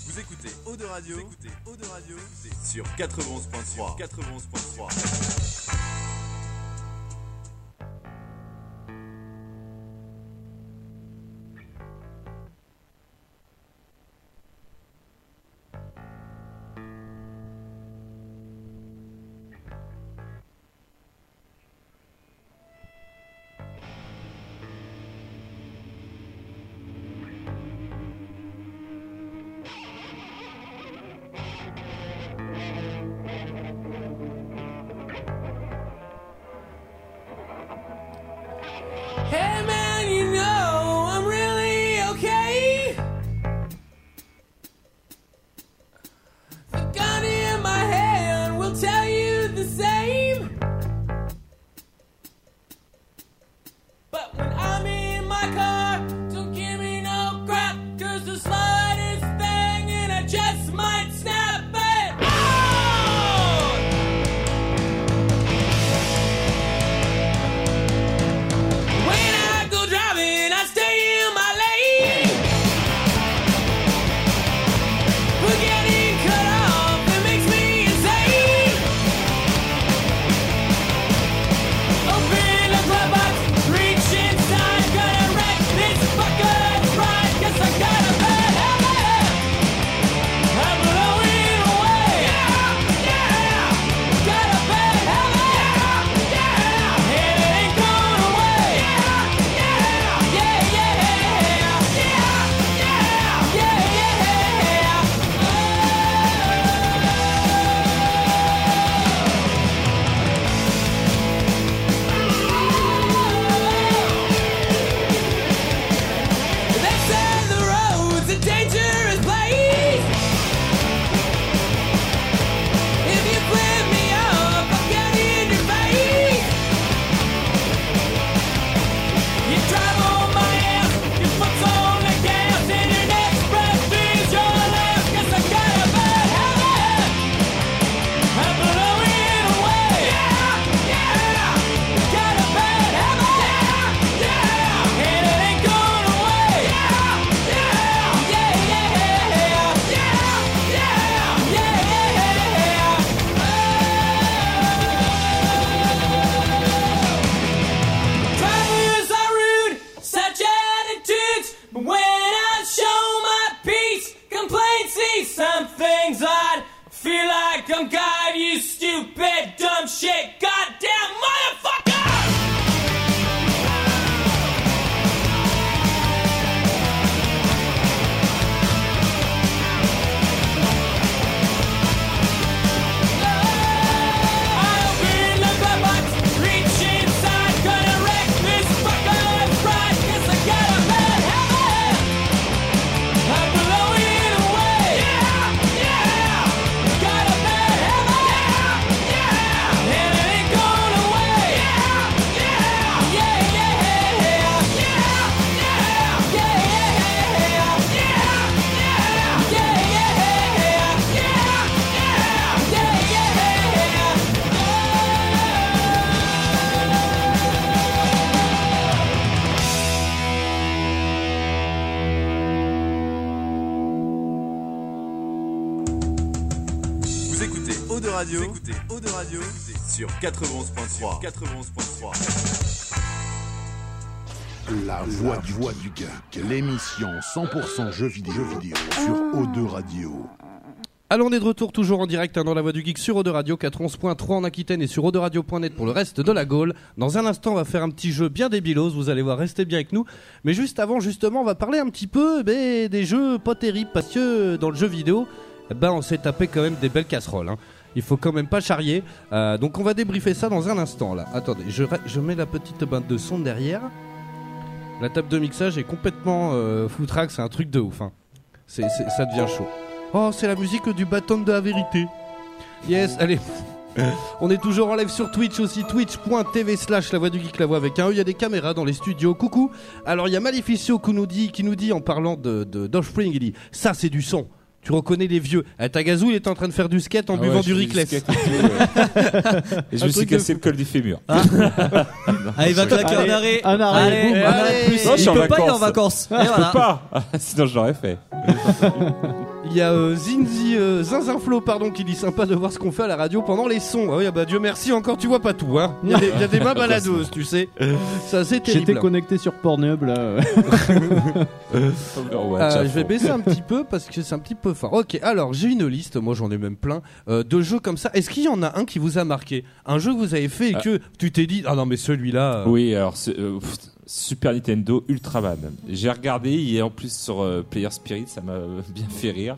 Speaker 8: Vous écoutez Eau de Radio, Eau de Radio sur 91.3. 91.3.
Speaker 9: Hey man, you know I'm really okay. The gun in my hand will tell you the same. But when I'm in my car, don't give me no crap, cause the slightest thing and I just might snap it Oh! out. When I go driving, I stay in my lane. But getting cut off, it makes me insane. Open up my box, reach inside, gotta wreck this fucker's ride. Guess I got a bad habit. I'm blowing away. Yeah, yeah. Got a bad habit. Yeah, and it ain't going away. Yeah, yeah, yeah, yeah, yeah, yeah, yeah. They say the road's a dangerous place. If you flip me off, I'll get in your face. You drive on my ass, your foot's on the gas, and your next breath is your last. Guess I got a bad habit. I'm blowing away. Yeah, yeah. Got a bad habit. Yeah, and it ain't going away. Yeah, yeah, yeah, yeah, yeah, yeah, yeah. Drivers are rude, such attitudes. But when I show my peace, complain, see some things odd. Feel like I'm God, you stupid, dumb shit, goddamn motherfucker!
Speaker 8: Vous écoutez Eau de Radio, vous écoutez Eau de Radio sur 91.3. 91.3.
Speaker 1: La voix du, voix du geek. L'émission 100% jeux vidéo, jeux vidéo sur O2 Radio.
Speaker 3: Allons, on est de retour toujours en direct hein, dans la voie du geek sur Eau de Radio 411.3 en Aquitaine et sur Radio.net pour le reste de la Gaule. Dans un instant, on va faire un petit jeu bien débilose, vous allez voir, restez bien avec nous. Mais juste avant, justement, on va parler un petit peu ben, des jeux pas terribles parce que euh, dans le jeu vidéo, eh ben, on s'est tapé quand même des belles casseroles. hein. Il faut quand même pas charrier. Euh, donc on va débriefer ça dans un instant là. Attendez, je, ra- je mets la petite bain de son derrière. La table de mixage est complètement euh, foutraque, c'est un truc de ouf. hein. C'est- c'est- ça devient chaud. Oh, c'est la musique du bâton de la vérité. Yes, allez. On est toujours en live sur Twitch aussi, twitch.tv slash la voix du geek, la voix avec un E, il y a des caméras dans les studios, coucou Alors il y a Maleficio qui nous dit, qui nous dit en parlant de, de, d'Offspring, il dit « Ça c'est du son, tu reconnais les vieux Eh, Tagazu il était en train de faire du skate
Speaker 5: ah
Speaker 3: en buvant du Rickless [LAUGHS]
Speaker 5: Et je me suis cassé le col du fémur.
Speaker 6: Allez, va claquer
Speaker 2: Allez,
Speaker 6: un arrêt.
Speaker 2: un arrêt,
Speaker 6: Allez,
Speaker 2: boum.
Speaker 6: un arrêt de
Speaker 3: Allez.
Speaker 6: plus.
Speaker 5: Non, je suis
Speaker 6: Il
Speaker 5: en
Speaker 6: peut pas il est en
Speaker 5: vacances.
Speaker 6: vacances. Et
Speaker 5: Je
Speaker 6: voilà.
Speaker 5: peux pas Ah, [LAUGHS] Sinon je l'aurais fait.
Speaker 3: Il y a euh, Zinzi, euh, Zinzinflo, pardon, qui dit sympa de voir ce qu'on fait à la radio pendant les sons. Ah oui, ah bah Dieu merci, encore tu vois pas tout, hein. Il y a des, il y a des mains baladeuses, tu sais. Ça, c'est
Speaker 2: J'étais
Speaker 3: terrible. Euh,
Speaker 2: connecté sur Pornhub là.
Speaker 5: Overwatch,
Speaker 3: Euh,
Speaker 5: à
Speaker 3: je vais
Speaker 5: fond.
Speaker 3: baisser
Speaker 5: [LAUGHS]
Speaker 3: un petit peu parce que c'est un petit peu fort. Ok, alors j'ai une liste, moi j'en ai même plein, euh, de jeux comme ça. Est-ce qu'il y en a un qui vous a marqué Un jeu que vous avez fait et que tu t'es dit, ah non mais celui-là... euh,
Speaker 5: Oui, alors c'est, euh, pff, Super Nintendo Ultraman. J'ai regardé, il est en plus sur euh, Player Spirit, ça m'a [LAUGHS] euh, bien fait rire.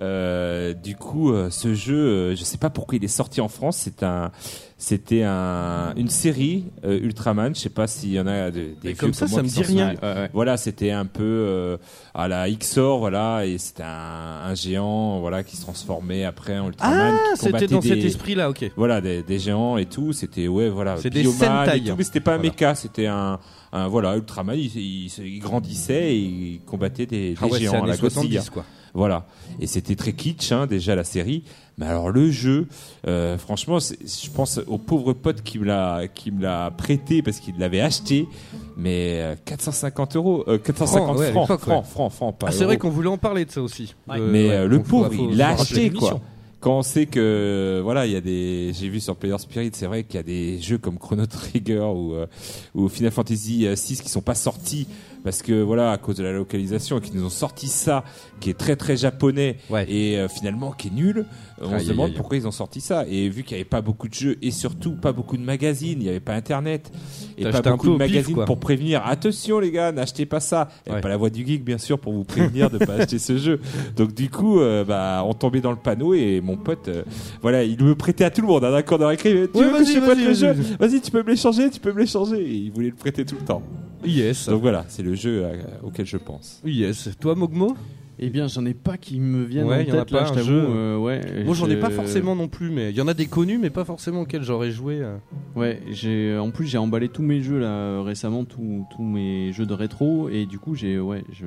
Speaker 5: Euh, du coup, euh, ce jeu, euh, je sais pas pourquoi il est sorti en France. C'est un, c'était un, une série euh, Ultraman. Je sais pas s'il y en a de- des
Speaker 3: mais
Speaker 5: vieux
Speaker 3: comme ça,
Speaker 5: moi
Speaker 3: ça
Speaker 5: qui
Speaker 3: me
Speaker 5: s'en
Speaker 3: dit rien.
Speaker 5: souviennent. Voilà, c'était un peu euh, à la XOR, voilà, et c'était un, un géant, voilà, qui se transformait après en Ultraman.
Speaker 3: Ah,
Speaker 5: qui
Speaker 3: c'était
Speaker 5: combattait
Speaker 3: dans cet
Speaker 5: des-
Speaker 3: esprit-là, ok.
Speaker 5: voilà des, des géants et tout c'était ouais voilà
Speaker 3: C'est des
Speaker 5: Bioman
Speaker 3: Sentai. hein.
Speaker 5: et tout mais c'était pas un
Speaker 3: Voilà.
Speaker 5: méca c'était un, un voilà Ultraman il, il- il grandissait et il combattait des, des
Speaker 3: Ah ouais, c'est
Speaker 5: géants à
Speaker 3: années
Speaker 5: la hein. Godzilla
Speaker 3: 70 quoi.
Speaker 5: voilà et c'était très kitsch hein, déjà la série mais alors le jeu euh, franchement c'est- je pense au pauvre pote qui me l'a qui me l'a prêté parce qu'il l'avait acheté mais euh, 450 euros euh, 450
Speaker 3: Francs, ouais, à
Speaker 5: francs
Speaker 3: l'époque,
Speaker 5: francs, francs francs pas
Speaker 3: Ah, c'est vrai
Speaker 5: euros.
Speaker 3: qu'on voulait en parler de ça aussi. Euh,
Speaker 5: Mais
Speaker 3: ouais,
Speaker 5: euh, le
Speaker 3: faut-
Speaker 5: pauvre,
Speaker 3: faut-
Speaker 5: il l'a
Speaker 3: faut rappeler
Speaker 5: acheté quoi.
Speaker 3: l'émission.
Speaker 5: Quand on sait que euh, voilà, il y a des, j'ai vu sur Player Spirit, c'est vrai qu'il y a des jeux comme Chrono Trigger ou euh, ou Final Fantasy euh, 6 qui sont pas sortis parce que voilà à cause de la localisation et qui nous ont sorti ça qui est très très japonais
Speaker 3: Ouais.
Speaker 5: et euh, finalement qui est nul. Euh, on
Speaker 3: Aïe,
Speaker 5: se
Speaker 3: aïe,
Speaker 5: demande
Speaker 3: aïe.
Speaker 5: pourquoi ils ont sorti ça et vu qu'il y avait pas beaucoup de jeux et surtout pas beaucoup de magazines, il y avait pas internet et
Speaker 3: T'as
Speaker 5: pas
Speaker 3: acheté un peu
Speaker 5: beaucoup de
Speaker 3: au pif,
Speaker 5: magazines
Speaker 3: quoi.
Speaker 5: pour prévenir. Attention les gars, n'achetez pas ça. Il y avait
Speaker 3: Ouais.
Speaker 5: pas la voix du geek bien sûr pour vous prévenir de pas acheter ce jeu. Donc du coup, euh, bah, on tombait dans le panneau et mon pote, euh, voilà, il me prêtait à tout le monde. hein, Un accord de récré, tu
Speaker 3: Ouais,
Speaker 5: veux que
Speaker 3: vas-y,
Speaker 5: je te
Speaker 3: vas-y,
Speaker 5: prête le
Speaker 3: vas-y,
Speaker 5: jeu
Speaker 3: vas-y.
Speaker 5: Vas-y, tu peux me l'échanger, tu peux me l'échanger. Et il voulait le prêter tout le temps.
Speaker 3: Yes,
Speaker 5: Donc voilà, c'est le jeu euh, auquel je pense.
Speaker 3: yes. Toi Mogmo
Speaker 2: [LAUGHS] eh bien, j'en ai pas qui me viennent
Speaker 3: Ouais, y
Speaker 2: en
Speaker 3: en a
Speaker 2: tête là,
Speaker 3: pas,
Speaker 2: je
Speaker 3: un
Speaker 2: t'avoue.
Speaker 3: jeu.
Speaker 2: euh, ouais,
Speaker 3: Moi j'en ai
Speaker 2: je-
Speaker 3: pas forcément non plus, mais il y en a des connus, mais pas forcément auxquels j'aurais joué. euh.
Speaker 2: Ouais, j'ai en plus j'ai emballé tous mes jeux là euh, récemment, tous tous mes jeux de rétro et du coup j'ai ouais je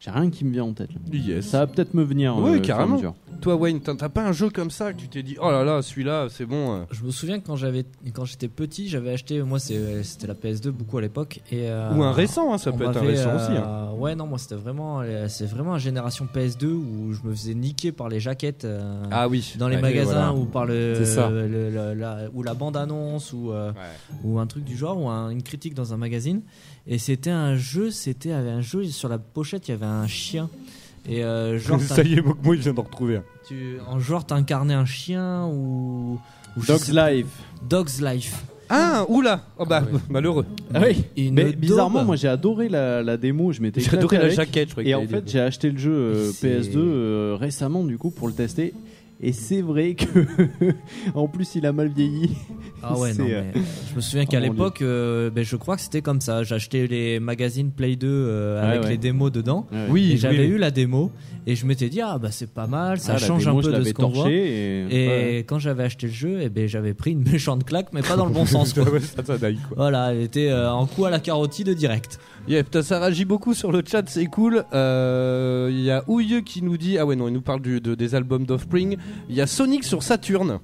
Speaker 2: j'ai rien qui me vient en tête. là.
Speaker 3: Yes.
Speaker 2: Ça va peut-être me venir.
Speaker 3: Ouais,
Speaker 2: euh, au fur et à
Speaker 3: carrément.
Speaker 2: mesure.
Speaker 3: Toi Wayne, t'as t'as pas un jeu comme ça que tu t'es dit, oh là là, celui-là, c'est bon. euh.
Speaker 6: Je me souviens que quand j'avais quand j'étais petit, j'avais acheté moi c'est- c'était la PS2 beaucoup à l'époque et euh,
Speaker 3: Ou un récent, hein, ça
Speaker 6: on
Speaker 3: peut être un
Speaker 6: m'avait,
Speaker 3: récent
Speaker 6: euh,
Speaker 3: aussi. hein.
Speaker 6: Ouais non moi c'était vraiment euh, c'est vraiment la génération PS2 où je me faisais niquer par les jaquettes euh,
Speaker 3: Ah oui.
Speaker 6: dans les
Speaker 3: Ouais,
Speaker 6: magasins
Speaker 3: voilà.
Speaker 6: ou par le,
Speaker 5: C'est ça.
Speaker 6: le- le- la, ou la bande annonce ou euh, ou un truc du genre ou un- une critique dans un magazine et c'était un jeu c'était un jeu sur la pochette il y avait un chien et euh, genre t'in-
Speaker 3: [LAUGHS] Ça y est, Mogmo il vient d'en retrouver. un.
Speaker 6: tu, en genre t'incarnais un chien ou, ou je
Speaker 2: Dog's
Speaker 6: sais pas.
Speaker 2: Life.
Speaker 6: Dog's Life
Speaker 3: Ah, oula Oh bah,
Speaker 6: Ah ouais.
Speaker 3: malheureux.
Speaker 2: oui.
Speaker 6: Une
Speaker 2: Mais
Speaker 6: daube.
Speaker 2: bizarrement, moi j'ai adoré la, la démo, je m'étais
Speaker 3: J'ai adoré
Speaker 2: éclaté
Speaker 3: la
Speaker 2: avec.
Speaker 3: jaquette, je crois.
Speaker 2: Et en fait, j'ai acheté le jeu euh,
Speaker 6: C'est-
Speaker 2: PS2 euh, récemment du coup pour le tester. Et c'est vrai que [LAUGHS] en plus il a mal vieilli.
Speaker 6: Ah ouais,
Speaker 2: C'est,
Speaker 6: non,
Speaker 2: euh,
Speaker 6: mais je me souviens
Speaker 2: [LAUGHS]
Speaker 6: qu'à
Speaker 2: Oh mon Dieu.
Speaker 6: l'époque, euh, ben, je crois que c'était comme ça. J'achetais les magazines Play 2 euh,
Speaker 2: Ouais,
Speaker 6: avec
Speaker 2: ouais.
Speaker 6: les démos dedans.
Speaker 3: Oui,
Speaker 6: et j'avais
Speaker 3: oui.
Speaker 6: eu la démo et je m'étais dit, ah bah c'est pas mal, ça
Speaker 2: Ah, la
Speaker 6: change
Speaker 2: démo,
Speaker 6: un peu de
Speaker 2: je l'avais
Speaker 6: ce qu'on voit.
Speaker 2: torché
Speaker 6: Et
Speaker 2: Et... ouais.
Speaker 6: quand j'avais acheté le jeu, eh ben, j'avais pris une [LAUGHS] méchante claque, mais pas dans le
Speaker 3: [LAUGHS]
Speaker 6: bon sens.
Speaker 2: [LAUGHS]
Speaker 6: quoi. Voilà, elle était euh, en coup à la carotide direct.
Speaker 3: Yeah, putain, ça réagit beaucoup sur le chat, c'est cool. Euh, Il y a Ouye qui nous dit. Ah ouais, non, il nous parle du- de- des albums d'Offspring. Il y a Sonic sur Saturne.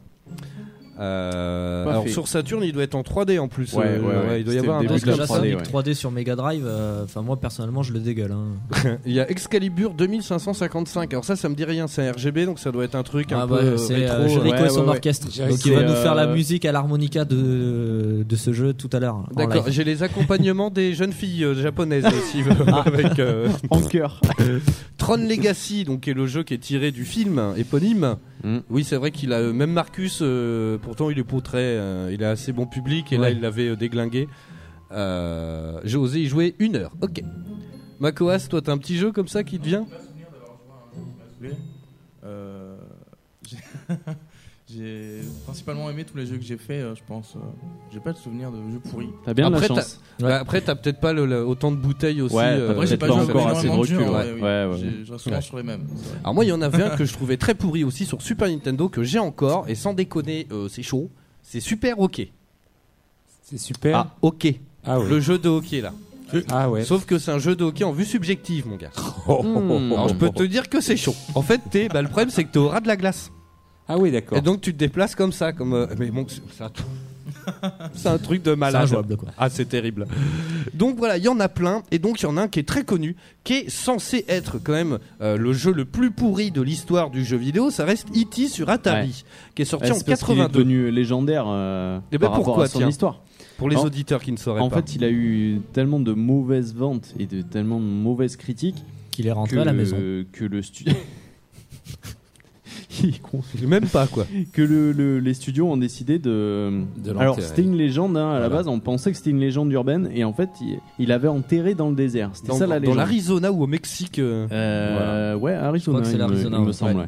Speaker 3: Euh,
Speaker 2: Pas
Speaker 3: alors
Speaker 2: fait.
Speaker 3: sur Saturn, il doit être en 3D en plus.
Speaker 2: Ouais,
Speaker 3: Euh,
Speaker 2: ouais, ouais.
Speaker 3: Il doit y
Speaker 2: C'était
Speaker 3: avoir un
Speaker 2: le
Speaker 6: Après,
Speaker 2: début
Speaker 3: truc
Speaker 2: de la
Speaker 3: comme
Speaker 6: déjà,
Speaker 3: ça.
Speaker 6: ça,
Speaker 2: 3D,
Speaker 6: Sonic
Speaker 2: ouais.
Speaker 6: 3D sur Mega Drive, euh, enfin moi personnellement je le dégueule. hein.
Speaker 3: Il y a Excalibur 2555. Alors ça, ça me dit rien. C'est un RGB, donc ça doit être un truc un
Speaker 6: Ah
Speaker 3: peu
Speaker 6: bah,
Speaker 3: euh,
Speaker 6: c'est
Speaker 3: rétro.
Speaker 6: euh, Jericho
Speaker 2: ouais,
Speaker 6: et son
Speaker 2: ouais, ouais.
Speaker 6: orchestre.
Speaker 4: Jericho,
Speaker 6: Donc il va
Speaker 2: c'est,
Speaker 6: nous faire la
Speaker 2: euh,
Speaker 6: musique à l'harmonica de, de ce jeu tout à l'heure. en
Speaker 3: D'accord,
Speaker 6: live.
Speaker 3: j'ai les accompagnements des jeunes filles euh,
Speaker 6: [LAUGHS]
Speaker 3: japonaises aussi euh,
Speaker 6: Ah.
Speaker 3: avec euh,
Speaker 2: En cœur.
Speaker 3: Tron Legacy, donc qui est le jeu qui est tiré du film éponyme.
Speaker 2: Mm.
Speaker 3: Oui, c'est vrai qu'il a euh, même Marcus. euh, pourtant, il est pour très, euh, il a assez bon public et là,
Speaker 6: Ouais.
Speaker 3: il l'avait euh, déglingué. Euh, j'ai osé y jouer une heure. Ok. Makoas, toi, t'as un petit jeu comme ça qui te vient
Speaker 7: Euh, j'ai- [LAUGHS] j'ai principalement aimé tous les jeux que j'ai fait, euh, je pense. euh, j'ai pas de souvenir de jeux pourris.
Speaker 2: T'as bien de la
Speaker 3: Après,
Speaker 2: chance.
Speaker 6: Ouais.
Speaker 3: Bah, après, t'as peut-être pas le- le- autant de bouteilles aussi.
Speaker 2: Ouais,
Speaker 3: euh,
Speaker 7: Après, j'ai
Speaker 2: peut-être
Speaker 7: pas
Speaker 2: pas
Speaker 7: joué à
Speaker 2: encore assez de
Speaker 7: énormément
Speaker 2: recul.
Speaker 7: jeux, hein.
Speaker 2: ouais.
Speaker 7: ouais, oui.
Speaker 2: Ouais, ouais.
Speaker 7: J'ai- Je reste souvent
Speaker 3: Ouais.
Speaker 7: sur les mêmes. c'est vrai.
Speaker 3: Alors moi, il y en avait un que je trouvais très pourri aussi sur Super Nintendo que j'ai encore et sans déconner, euh, c'est chaud. C'est super hockey.
Speaker 5: C'est super.
Speaker 3: Ah hockey.
Speaker 5: Ah ouais.
Speaker 3: Le jeu de hockey là.
Speaker 5: Ah ouais.
Speaker 3: Sauf que c'est un jeu de hockey en vue subjective, mon gars.
Speaker 5: Oh, oh, oh, oh,
Speaker 3: Hmm. Alors je peux
Speaker 5: oh.
Speaker 3: te dire que c'est chaud. En fait, t'es, bah, le problème c'est que t'es au ras de la glace.
Speaker 5: Ah oui, d'accord.
Speaker 3: Et donc tu te déplaces comme ça, comme. euh, mais bon, c'est c'est un,
Speaker 5: [LAUGHS]
Speaker 3: c'est un truc de
Speaker 6: C'est
Speaker 3: malade.
Speaker 6: injouable quoi.
Speaker 3: Ah, c'est terrible. Donc voilà, il y en a plein. Et donc, il y en a un qui est très connu, qui est censé être quand même euh, le jeu le plus pourri de l'histoire du jeu vidéo. Ça reste E.T. sur Atari, qui est sorti
Speaker 2: Ouais,
Speaker 3: en
Speaker 2: c'est parce qu'il est
Speaker 3: 82.
Speaker 2: devenu légendaire euh,
Speaker 3: Eh ben
Speaker 2: par rapport
Speaker 3: pourquoi,
Speaker 2: à son
Speaker 3: tiens
Speaker 2: histoire.
Speaker 3: Pour les
Speaker 2: En-
Speaker 3: auditeurs qui ne sauraient
Speaker 2: En
Speaker 3: pas.
Speaker 2: fait, il a eu tellement de mauvaises ventes et de tellement de mauvaises critiques
Speaker 6: Qu'il est rentré
Speaker 2: que,
Speaker 6: à la maison.
Speaker 2: que le [LAUGHS] studio. Il est con.
Speaker 3: même pas quoi.
Speaker 2: que le- le- les studios ont décidé de.
Speaker 5: De l'enterrer.
Speaker 2: Alors, c'était une légende hein, à la
Speaker 5: Voilà.
Speaker 2: base, on pensait que c'était une légende urbaine, et en fait, il, il avait enterré dans le désert. C'était
Speaker 3: Dans,
Speaker 2: ça la
Speaker 3: dans
Speaker 2: légende.
Speaker 3: l'Arizona ou au Mexique. euh,
Speaker 2: Euh, Ouais, Arizona,
Speaker 6: Je crois que c'est
Speaker 2: il me-
Speaker 6: l'Arizona,
Speaker 2: il me
Speaker 6: ouais.
Speaker 2: semble. ouais.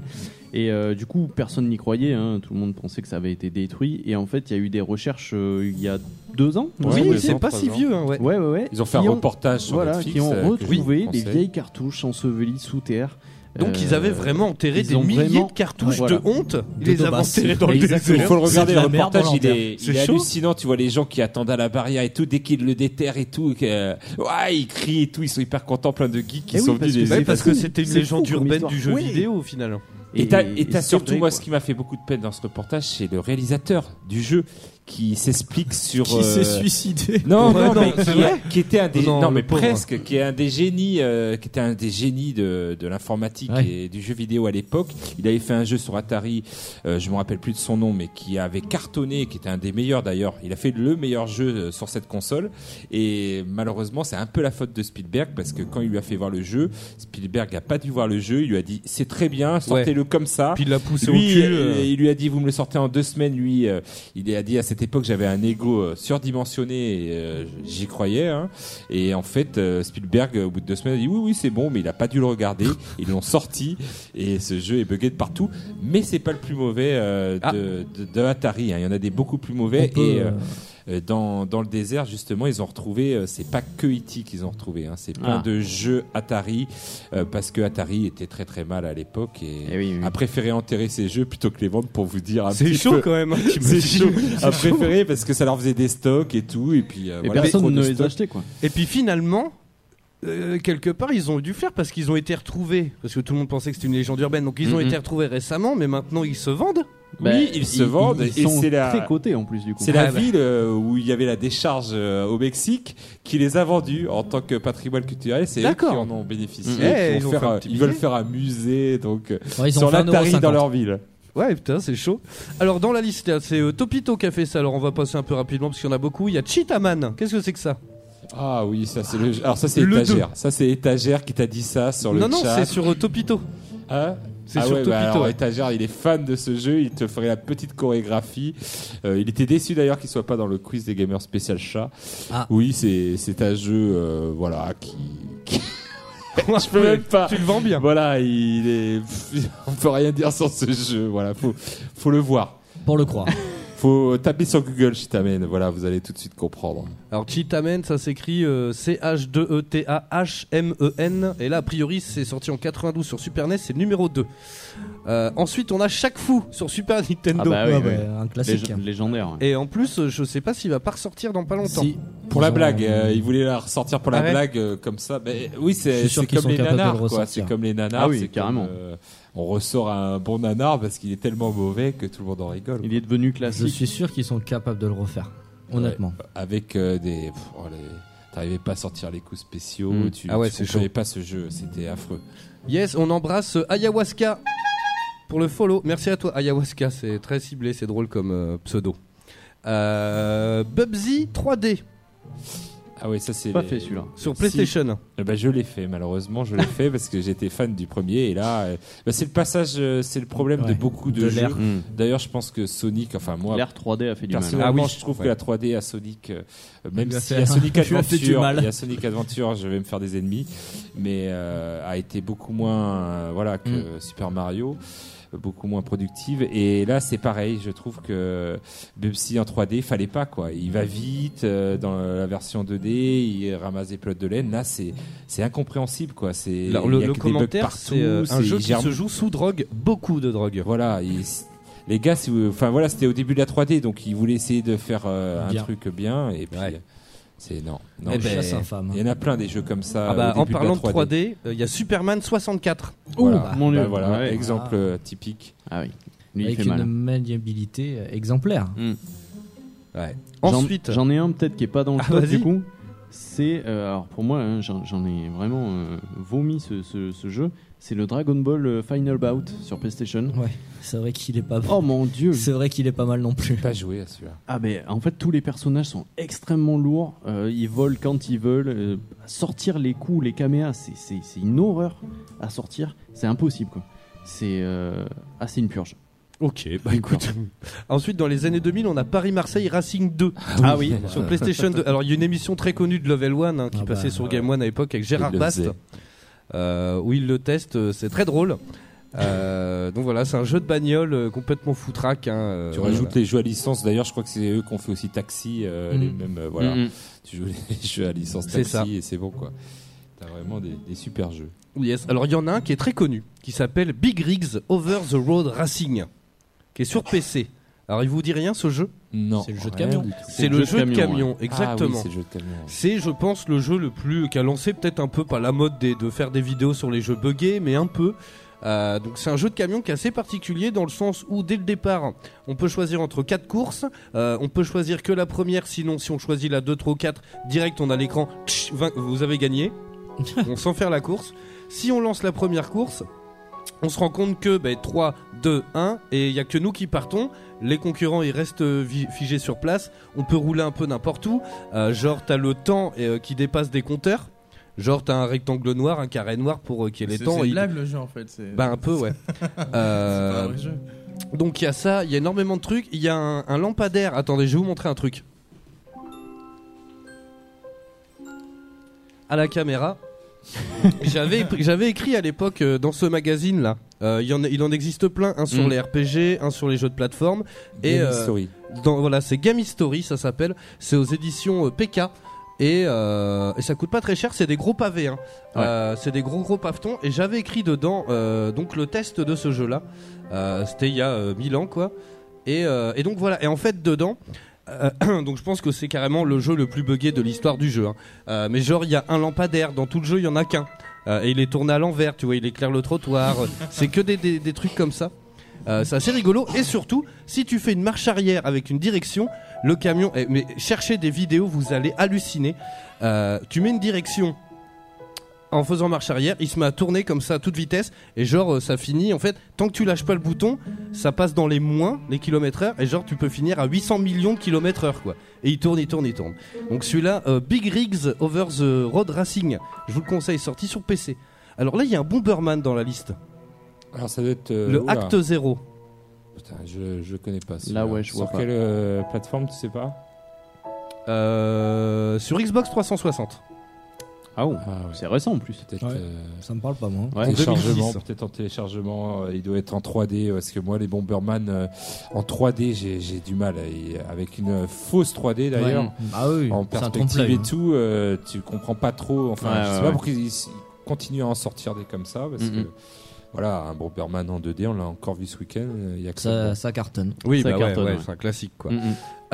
Speaker 2: Et euh, du coup, personne n'y croyait, hein, tout le monde pensait que ça avait été détruit, et en fait, il y a eu des recherches euh, il y a deux ans.
Speaker 5: Ouais,
Speaker 3: oui,
Speaker 5: ouais,
Speaker 3: c'est
Speaker 5: ouais,
Speaker 3: pas
Speaker 5: trois
Speaker 3: si
Speaker 5: ans.
Speaker 3: vieux. hein, ouais.
Speaker 2: Ouais, ouais, ouais.
Speaker 5: Ils ont fait
Speaker 2: Qui
Speaker 5: un reportage sur
Speaker 2: voilà,
Speaker 5: Netflix.
Speaker 2: qui ont
Speaker 5: euh, que je vous
Speaker 2: retrouvé des
Speaker 5: conseille.
Speaker 2: vieilles cartouches ensevelies sous terre.
Speaker 3: Donc, ils avaient
Speaker 2: Euh,
Speaker 3: vraiment enterré
Speaker 2: ils
Speaker 3: des
Speaker 2: ont
Speaker 3: milliers
Speaker 2: vraiment-
Speaker 3: de cartouches
Speaker 2: ouais, voilà.
Speaker 3: de honte. Ils
Speaker 6: De
Speaker 3: les avaient
Speaker 6: Dobas.
Speaker 3: enterrés dans le
Speaker 5: Exactement. Il
Speaker 3: désert.
Speaker 5: faut le regarder,
Speaker 6: C'est de
Speaker 5: le
Speaker 6: la merde
Speaker 5: reportage,
Speaker 6: dans
Speaker 5: il est,
Speaker 3: l'enfer.
Speaker 5: il est
Speaker 3: C'est chaud.
Speaker 5: hallucinant. Tu vois les gens qui attendent à la barrière et tout, dès qu'ils le déterrent et tout, que- ouais, ils crient et tout, ils sont hyper contents, plein de geeks qui
Speaker 2: Eh oui,
Speaker 5: sont venus.
Speaker 2: parce que
Speaker 5: des-
Speaker 2: c'est
Speaker 3: Ouais, parce
Speaker 2: fou.
Speaker 3: que c'était une
Speaker 2: C'est
Speaker 3: légende
Speaker 2: fou comme
Speaker 3: urbaine
Speaker 2: histoire.
Speaker 3: du jeu
Speaker 2: Ouais.
Speaker 3: vidéo au final.
Speaker 5: Et t'as, et
Speaker 2: et
Speaker 5: t'as
Speaker 2: c'est
Speaker 5: surtout,
Speaker 2: vrai,
Speaker 5: moi,
Speaker 2: quoi.
Speaker 5: ce qui m'a fait beaucoup de peine dans ce reportage, c'est le réalisateur du jeu qui s'explique sur.
Speaker 6: Qui s'est
Speaker 3: [LAUGHS]
Speaker 5: euh,
Speaker 6: [LAUGHS] suicidé
Speaker 5: Non,
Speaker 3: Ouais,
Speaker 5: non,
Speaker 3: non,
Speaker 5: mais
Speaker 3: c'est
Speaker 5: qui,
Speaker 3: vrai
Speaker 5: qui était un des,
Speaker 3: Non,
Speaker 5: non,
Speaker 3: le
Speaker 5: mais
Speaker 3: pauvre.
Speaker 5: presque, qui est un des génies, euh, qui était un des génies de, de l'informatique
Speaker 6: Ouais.
Speaker 5: et du jeu vidéo à l'époque. Il avait fait un jeu sur Atari, euh, je me rappelle plus de son nom, mais qui avait cartonné, qui était un des meilleurs d'ailleurs. Il a fait le meilleur jeu euh, sur cette console. Et malheureusement, c'est un peu la faute de Spielberg parce que quand il lui a fait voir le jeu, Spielberg a pas dû voir le jeu. Il lui a dit c'est très bien, sortez-le comme ça.
Speaker 3: Puis il l'a poussé
Speaker 5: Lui,
Speaker 3: au cul.
Speaker 5: euh,
Speaker 3: euh.
Speaker 5: il lui a dit vous me le sortez en deux semaines. Lui, euh, il a dit à cette époque j'avais un ego euh, surdimensionné, et, euh, j'y croyais. hein. Et en fait, euh, Spielberg au bout de deux semaines a dit oui oui c'est bon, mais il a pas dû le regarder. Ils l'ont sorti et ce jeu est buggé de partout. Mais c'est pas le plus mauvais euh,
Speaker 3: Ah.
Speaker 5: de, de- de Atari. hein. Il y en a des beaucoup plus mauvais.
Speaker 6: On peut,
Speaker 5: et, euh,
Speaker 6: euh,
Speaker 5: euh, dans, dans le désert, justement, ils ont retrouvé, euh, c'est pas que E.T. qu'ils ont retrouvé, hein, c'est plein
Speaker 2: Ah.
Speaker 5: de jeux Atari, euh, parce que Atari était très très mal à l'époque et,
Speaker 2: Eh oui, oui.
Speaker 5: a préféré enterrer ces jeux plutôt que les vendre pour vous dire un
Speaker 3: Mm. C'est
Speaker 5: petit
Speaker 3: chaud [LAUGHS]
Speaker 5: peu.
Speaker 3: quand même. hein,
Speaker 5: [LAUGHS] C'est chaud,
Speaker 3: t'imagines.
Speaker 5: a préféré parce que ça leur faisait des stocks et tout, et puis euh,
Speaker 2: Et
Speaker 5: voilà, trop
Speaker 2: personne
Speaker 5: de
Speaker 2: ne les
Speaker 5: stocks.
Speaker 2: achetait, quoi.
Speaker 3: Et puis finalement, euh, quelque part, ils ont dû faire parce qu'ils ont été retrouvés. Parce que tout le monde pensait que c'était une légende urbaine. Donc ils ont
Speaker 5: Mm-hmm.
Speaker 2: Mhm.
Speaker 3: été retrouvés récemment, mais maintenant ils se vendent.
Speaker 2: Bah,
Speaker 5: ils se vendent
Speaker 2: ils
Speaker 5: et
Speaker 2: sont
Speaker 5: c'est la-
Speaker 2: très cotés en plus du coup.
Speaker 5: C'est la
Speaker 3: Ah bah.
Speaker 5: ville euh, où il y avait la décharge euh, au Mexique qui les a vendus en tant que patrimoine culturel. C'est eux qui
Speaker 3: D'accord.
Speaker 5: en ont bénéficié.
Speaker 2: Mmh.
Speaker 5: qui
Speaker 3: Eh,
Speaker 5: vont
Speaker 3: ils ont
Speaker 5: faire,
Speaker 3: fait un
Speaker 5: euh,
Speaker 3: petit
Speaker 5: ils veulent
Speaker 3: musée.
Speaker 5: faire un musée donc euh,
Speaker 6: ouais, ils ont
Speaker 5: sur
Speaker 6: fait
Speaker 5: l'Atari
Speaker 6: 1,50.
Speaker 5: dans leur ville.
Speaker 3: Ouais, putain, c'est chaud. Alors dans la liste, là, c'est euh, Topito qui a fait ça. Alors on va passer un peu rapidement parce qu'il y en a beaucoup. Il y a Cheetaman. Qu'est-ce que c'est que ça
Speaker 5: Ah oui, ça c'est le. Alors ça c'est
Speaker 3: Le
Speaker 5: étagère. Ça c'est étagère qui t'a dit ça sur le
Speaker 3: Non, non,
Speaker 5: chat.
Speaker 3: c'est sur euh, Topito.
Speaker 5: Hein
Speaker 3: C'est
Speaker 5: ah
Speaker 3: sur
Speaker 5: ouais, bah
Speaker 3: Topito.
Speaker 5: alors,
Speaker 3: ouais.
Speaker 5: étagère, il est fan de ce jeu. Il te ferait la petite chorégraphie. Euh, il était déçu d'ailleurs qu'il soit pas dans le quiz des gamers spécial chat.
Speaker 6: Ah.
Speaker 5: Oui, c'est c'est un jeu euh, voilà qui.
Speaker 3: [LAUGHS]
Speaker 5: qui- [LAUGHS] Je peux même pas.
Speaker 3: Tu le vends bien.
Speaker 5: Voilà, il est. [LAUGHS] On peut rien dire sur ce jeu. Voilà, faut faut le voir.
Speaker 6: Pour le croire.
Speaker 5: Faut taper sur Google, je t'amène. Voilà, vous allez tout de suite comprendre.
Speaker 3: Alors Cheetaman, ça s'écrit euh, C-H-E-E-T-A-H-M-E-N. E Et là, a priori, c'est sorti en 92 sur Super NES. C'est le numéro 2. Euh, ensuite, on a Chaque Fou sur Super Nintendo.
Speaker 2: Ah bah oui,
Speaker 6: Ouais,
Speaker 2: oui.
Speaker 6: bah, Un classique.
Speaker 2: Lég- légendaire. ouais.
Speaker 3: Et en plus, euh, je sais pas s'il va pas ressortir dans pas longtemps.
Speaker 6: Si.
Speaker 5: pour la
Speaker 6: ont-
Speaker 5: blague. euh, il voulait la ressortir pour la
Speaker 6: Ah ouais
Speaker 5: blague euh, comme ça. Mais oui,
Speaker 6: Je
Speaker 5: c'est
Speaker 6: suis sûr
Speaker 5: c'est
Speaker 6: qu'ils
Speaker 5: comme
Speaker 6: sont
Speaker 5: les
Speaker 6: capables de le
Speaker 5: nanars, quoi.
Speaker 6: ressortir.
Speaker 5: C'est comme les nanars.
Speaker 2: Ah oui,
Speaker 5: c'est comme,
Speaker 2: carrément.
Speaker 5: euh, on ressort un bon nanar parce qu'il est tellement mauvais que tout le monde en rigole.
Speaker 2: Il est devenu
Speaker 6: Je
Speaker 2: classique.
Speaker 6: suis sûr qu'ils sont capables de le refaire. Honnêtement.
Speaker 5: Avec euh, des, pff, oh, les- t'arrivais pas à sortir les coups spéciaux.
Speaker 6: Hmm.
Speaker 2: Mm.
Speaker 5: Tu,
Speaker 3: Ah ouais,
Speaker 5: tu
Speaker 3: c'est
Speaker 5: comprenais
Speaker 3: chaud.
Speaker 5: pas ce jeu. C'était affreux.
Speaker 3: Yes, on embrasse euh, Ayahuasca pour le follow. Merci à toi, Ayahuasca. C'est très ciblé, c'est drôle comme euh, pseudo. Euh, Bubsy 3D
Speaker 5: Ah ouais, ça c'est.
Speaker 2: pas
Speaker 5: les-
Speaker 2: fait celui-là.
Speaker 3: sur
Speaker 5: Si.
Speaker 3: PlayStation.
Speaker 5: Eh ben, je l'ai fait, malheureusement,
Speaker 6: [LAUGHS]
Speaker 5: je l'ai fait parce que j'étais fan du premier et là, euh, bah, c'est le passage, euh, c'est le problème de
Speaker 6: Ouais,
Speaker 5: beaucoup de,
Speaker 6: de
Speaker 5: jeux.
Speaker 6: l'air.
Speaker 2: Mm.
Speaker 5: D'ailleurs, je pense que Sonic, enfin moi,
Speaker 2: L'air 3D a fait du mal.
Speaker 5: personnellement,
Speaker 3: Ah oui,
Speaker 5: je trouve
Speaker 3: ouais.
Speaker 5: que la 3D à Sonic, euh, même
Speaker 6: lui as
Speaker 5: si
Speaker 6: fait-
Speaker 5: à Sonic
Speaker 6: tu lui as fait du
Speaker 5: Adventure,
Speaker 6: mal.
Speaker 5: et à Sonic Adventure, je vais me faire des ennemis, mais euh, a été beaucoup moins, euh, voilà, que
Speaker 3: Mm.
Speaker 5: Super Mario euh, beaucoup moins productive et là c'est pareil je trouve que Bubsy en 3D fallait pas quoi il va vite euh, dans la version 2D il ramasse des plots de laine là c'est c'est incompréhensible quoi c'est
Speaker 3: Alors,
Speaker 5: il
Speaker 3: le
Speaker 5: y a
Speaker 3: le
Speaker 5: que des bugs
Speaker 3: commentaire,
Speaker 5: partout,
Speaker 3: c'est euh, un
Speaker 5: c'est-
Speaker 3: jeu
Speaker 5: il
Speaker 3: qui
Speaker 5: gère
Speaker 3: se joue sous drogue, beaucoup de drogue.
Speaker 5: voilà, il- les gars, si vous- enfin voilà, c'était au début de la 3D, donc ils voulaient essayer de faire euh, un
Speaker 6: Bien.
Speaker 5: truc bien, et puis euh,
Speaker 3: Ouais.
Speaker 5: c'est non, non.
Speaker 3: Eh
Speaker 5: je-
Speaker 3: ben,
Speaker 6: Chasse infâme. hein.
Speaker 5: il y en a plein des jeux comme ça.
Speaker 3: Ah bah,
Speaker 5: au
Speaker 3: en
Speaker 5: début de la
Speaker 3: parlant de
Speaker 5: 3D,
Speaker 3: 3D, euh, il y a Superman 64.
Speaker 5: voilà,
Speaker 2: Ouh, mon
Speaker 5: bah,
Speaker 2: Dieu.
Speaker 5: voilà,
Speaker 2: Ouais.
Speaker 5: exemple euh, typique.
Speaker 2: Ah oui. Lui, il
Speaker 6: Avec
Speaker 2: fait
Speaker 6: une
Speaker 2: mal. hein.
Speaker 6: maniabilité euh, exemplaire.
Speaker 2: J'en-
Speaker 3: Ensuite,
Speaker 2: j'en ai un peut-être qui est pas dans le
Speaker 3: Ah,
Speaker 2: top
Speaker 3: vas-y.
Speaker 2: du coup. C'est euh, alors pour moi, hein, j'en j'en ai vraiment euh, vomi ce, ce- ce jeu. C'est le Dragon Ball euh, Final Bout sur PlayStation.
Speaker 6: Ouais, c'est vrai qu'il est pas
Speaker 2: Oh mon dieu
Speaker 6: C'est vrai qu'il est pas mal non plus.
Speaker 5: Pas joué à celui-là.
Speaker 2: Ah mais en fait tous les personnages sont extrêmement lourds. euh, ils volent quand ils veulent. euh, sortir les coups, les caméas, c'est- c'est c'est une horreur à sortir. C'est impossible quoi. C'est euh, ah c'est une purge.
Speaker 3: ok, bah écoute. [LAUGHS] Ensuite, dans les années 2000, on a Paris-Marseille Racing 2
Speaker 2: Ah oui.
Speaker 3: sur PlayStation 2. Alors, il y a une émission très connue de Level One hein, qui
Speaker 6: Ah bah,
Speaker 3: passait sur Game One à l'époque avec Gérard
Speaker 5: Il le
Speaker 3: Bast,
Speaker 5: faisait.
Speaker 3: euh, où il le teste. euh, C'est très drôle.
Speaker 2: [LAUGHS]
Speaker 3: Euh, donc voilà, c'est un jeu de bagnole euh, complètement foutraque. hein, euh,
Speaker 5: tu
Speaker 3: voilà.
Speaker 5: rajoutes les jeux à licence. D'ailleurs, je crois que c'est eux qu'on fait aussi Taxi. euh,
Speaker 6: Mm.
Speaker 5: Les mêmes, euh, voilà.
Speaker 2: Mm, mm.
Speaker 5: Tu joues [LAUGHS] les jeux à licence
Speaker 3: C'est
Speaker 5: Taxi
Speaker 3: ça.
Speaker 5: et c'est bon quoi. T'as vraiment des, des super jeux.
Speaker 3: Oh, Yes. Alors il y en a un qui est très connu, qui s'appelle Big Rigs Over the Road Racing, qui est sur PC. Alors il vous dit rien ce jeu
Speaker 5: Non.
Speaker 6: C'est le jeu de
Speaker 5: rien
Speaker 6: camion.
Speaker 5: du tout.
Speaker 3: C'est le jeu de camion,
Speaker 2: ouais.
Speaker 3: exactement.
Speaker 5: Ah oui, c'est le jeu de camion. ouais.
Speaker 3: c'est, je pense, le jeu le plus qui a lancé peut-être un peu pas la mode des- de faire des vidéos sur les jeux buggés, mais un peu. Euh, donc c'est un jeu de camion qui est assez particulier dans le sens où dès le départ on peut choisir entre quatre courses, Euh, on peut choisir que la première, sinon si on choisit la 2, 3 ou 4, direct on a l'écran, tch, vingt- vous avez [LAUGHS] gagné, on sans faire la course. Si on lance la première course, on se rend compte que ben, 3, 2, 1, et il n'y a que nous qui partons, les concurrents ils restent euh, vi- figés sur place, on peut rouler un peu n'importe où, euh, genre, t'as le temps euh, qui dépasse des compteurs. Genre, t'as un rectangle noir, un carré noir pour euh, qu'il y ait les
Speaker 7: C'est-
Speaker 3: temps. et
Speaker 7: C'est une
Speaker 3: il-
Speaker 7: blague le jeu en fait. c'est-
Speaker 2: Ben,
Speaker 3: Bah, un peu, ouais.
Speaker 7: [LAUGHS] c'est pas
Speaker 3: Euh,
Speaker 7: un vrai jeu.
Speaker 3: donc, il y a ça, il y a énormément de trucs. Il y a un, un lampadaire. Attendez, je vais vous montrer un truc. À la caméra. [LAUGHS] J'avais j'avais écrit à l'époque euh, dans ce magazine là. Euh, il y en a- il en existe plein, un sur
Speaker 2: Mm.
Speaker 3: les RPG, un sur les jeux de plateforme. Et,
Speaker 5: Game
Speaker 3: euh,
Speaker 5: Story.
Speaker 3: dans- voilà, c'est Game History, ça s'appelle. C'est aux éditions euh, PK. Et, euh, et ça coûte pas très cher, c'est des gros pavés. hein.
Speaker 2: Ouais.
Speaker 3: Euh, c'est des gros gros pavetons. Et j'avais écrit dedans euh, donc le test de ce jeu-là. Euh, C'était il y a euh, 1000 ans quoi. Et, euh, et donc voilà. Et en fait dedans, euh, [CLEARS THROAT] donc je pense que c'est carrément le jeu le plus buggé de l'histoire du jeu. hein. Euh, mais genre il y a un lampadaire dans tout le jeu, il y en a qu'un. Euh, et il est tourné à l'envers, tu vois, il éclaire le trottoir. c'est que des, des- des trucs comme ça. Euh, c'est assez rigolo. Et surtout, si tu fais une marche arrière avec une direction, le camion. eh, mais cherchez des vidéos, vous allez halluciner. Euh, tu mets une direction en faisant marche arrière, il se met à tourner comme ça à toute vitesse. Et genre, euh, ça finit. En fait, tant que tu lâches pas le bouton, ça passe dans les moins, les kilomètres heure. Et genre, tu peux finir à 800 millions de kilomètres heure, quoi. Et il tourne, il tourne, il tourne. Donc celui-là, euh, Big Rigs Over the Road Racing. Je vous le conseille, sorti sur PC. Alors là, il y a un Bomberman dans la liste.
Speaker 5: Alors ça doit être euh,
Speaker 3: le
Speaker 5: oula.
Speaker 3: Acte 0.
Speaker 5: Putain, je, je connais pas.
Speaker 2: Là,
Speaker 5: celui-là.
Speaker 2: ouais, je
Speaker 5: Sur
Speaker 2: vois pas.
Speaker 5: quelle euh, plateforme, tu sais pas
Speaker 3: Euh, sur Xbox 360.
Speaker 2: Ah oh.
Speaker 5: Ah, ouais.
Speaker 2: C'est récent en plus.
Speaker 5: Peut-être
Speaker 6: Ouais.
Speaker 5: euh,
Speaker 6: Ça me parle pas, moi.
Speaker 2: Ouais.
Speaker 5: en téléchargement,
Speaker 3: 2006.
Speaker 5: peut-être en téléchargement, euh, il doit être en 3D parce que moi les Bomberman euh, en 3D j'ai, j'ai du mal et avec une euh, fausse 3D d'ailleurs
Speaker 6: Ouais. Ah oui,
Speaker 5: en
Speaker 6: c'est un
Speaker 5: perspective
Speaker 6: trompe-l'œil.
Speaker 5: et tout euh, tu comprends pas trop enfin
Speaker 2: Ouais,
Speaker 5: je sais
Speaker 2: ouais,
Speaker 5: pas
Speaker 2: ouais.
Speaker 5: pourquoi ils, ils continuent à en sortir des comme ça parce
Speaker 2: Mhm.
Speaker 5: que voilà un Bomberman en 2D on l'a encore vu ce week-end euh, il y a que ça.
Speaker 6: Ça, ça cartonne.
Speaker 3: Oui,
Speaker 2: Ça bah ouais, cartonne, ouais, ouais.
Speaker 3: c'est un classique quoi.
Speaker 2: Mm, mm.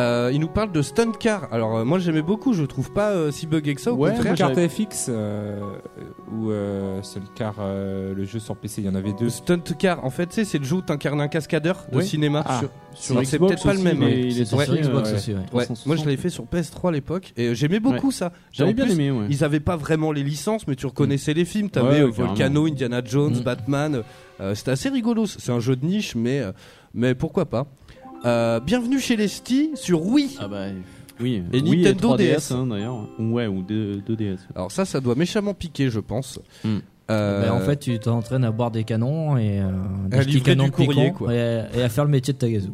Speaker 3: Euh, il nous parle de Stunt Car. Alors, euh, moi j'aimais beaucoup, je trouve pas euh, si buggé que ça. Au
Speaker 5: Ouais,
Speaker 3: contraire,
Speaker 5: carte FX euh, ou euh, Sun Car, euh, le jeu sur PC, il y en avait deux.
Speaker 3: Stunt Car, en fait, tu sais, c'est le jeu où t'incarnes un cascadeur de
Speaker 2: Oui.
Speaker 3: cinéma.
Speaker 5: Ah.
Speaker 3: Sur-
Speaker 2: Sur
Speaker 3: Non, c'est peut-être pas le
Speaker 2: aussi,
Speaker 3: même, hein.
Speaker 2: mais
Speaker 3: ouais.
Speaker 2: Il est sorti
Speaker 6: Sur
Speaker 2: euh,
Speaker 6: Xbox
Speaker 2: ouais.
Speaker 6: aussi, ouais.
Speaker 3: Ouais,
Speaker 2: 360.
Speaker 3: moi je l'avais fait sur PS3 à l'époque et euh, j'aimais beaucoup ça.
Speaker 2: J'avais
Speaker 3: En
Speaker 2: bien
Speaker 3: plus,
Speaker 2: aimé, ouais.
Speaker 3: Ils avaient pas vraiment les licences, mais tu reconnaissais les films. T'avais
Speaker 2: Ouais,
Speaker 3: euh,
Speaker 2: carrément.
Speaker 3: Volcano, Indiana Jones,
Speaker 6: Mm.
Speaker 3: Batman. Euh, C'était assez rigolo. C'est un jeu de niche, mais, euh, mais pourquoi pas. Euh, bienvenue chez les Sti sur Wii.
Speaker 2: Ah bah oui.
Speaker 3: Et
Speaker 2: oui,
Speaker 3: Nintendo
Speaker 2: 3DS,
Speaker 3: DS.
Speaker 2: hein, d'ailleurs. Ouais, ou 2, ds
Speaker 3: Alors ça, ça doit méchamment piquer, je pense.
Speaker 2: Mm.
Speaker 3: Euh,
Speaker 6: Ben, en fait, tu t'entraînes à boire des canons et euh, des
Speaker 3: À
Speaker 6: petits
Speaker 3: livrer
Speaker 6: canons
Speaker 3: du courrier,
Speaker 6: piquants
Speaker 3: quoi.
Speaker 6: Et, et à faire le métier de Tagazu.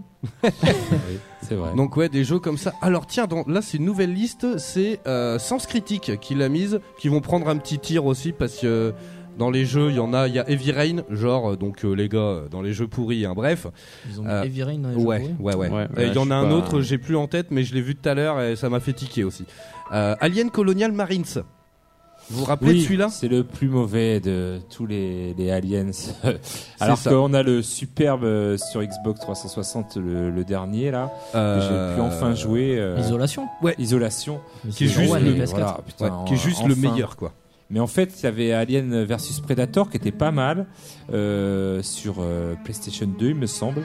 Speaker 5: C'est vrai.
Speaker 3: Donc ouais, des jeux comme ça. Alors tiens, dans- là c'est une nouvelle liste, c'est euh, Sens Critique qui l'a mise, qui vont prendre un petit tir aussi parce que euh, dans les jeux, il y en a, il y a Heavy Rain, genre euh, donc euh, les gars euh, dans les jeux pourris, hein, bref.
Speaker 6: Ils ont mis
Speaker 3: Euh,
Speaker 6: Heavy Rain dans les jeux
Speaker 3: Ouais,
Speaker 6: pourris.
Speaker 3: ouais, ouais.
Speaker 2: Ouais,
Speaker 3: Et Il
Speaker 2: ouais,
Speaker 3: y en
Speaker 2: je
Speaker 3: a
Speaker 2: suis
Speaker 3: un
Speaker 2: pas-
Speaker 3: autre, j'ai plus en tête, mais je l'ai vu tout à l'heure et ça m'a fait tiquer aussi. Euh, Alien Colonial Marines. Vous vous rappelez de celui-là
Speaker 5: c'est le plus mauvais de tous les, les aliens. [LAUGHS] Alors
Speaker 3: ça.
Speaker 5: qu'on a le superbe euh, sur Xbox 360, le, le dernier là, que j'ai pu enfin jouer. euh,
Speaker 6: Isolation.
Speaker 5: Isolation.
Speaker 3: Qui est
Speaker 6: C'est
Speaker 3: juste
Speaker 6: One
Speaker 3: le-
Speaker 6: et PS4.
Speaker 5: voilà,
Speaker 3: Ouais,
Speaker 5: putain,
Speaker 3: qui est juste
Speaker 5: enfin.
Speaker 3: le meilleur, quoi.
Speaker 5: Mais en fait, il y avait Alien versus Predator qui était pas mal euh, sur euh, PlayStation 2, il me semble.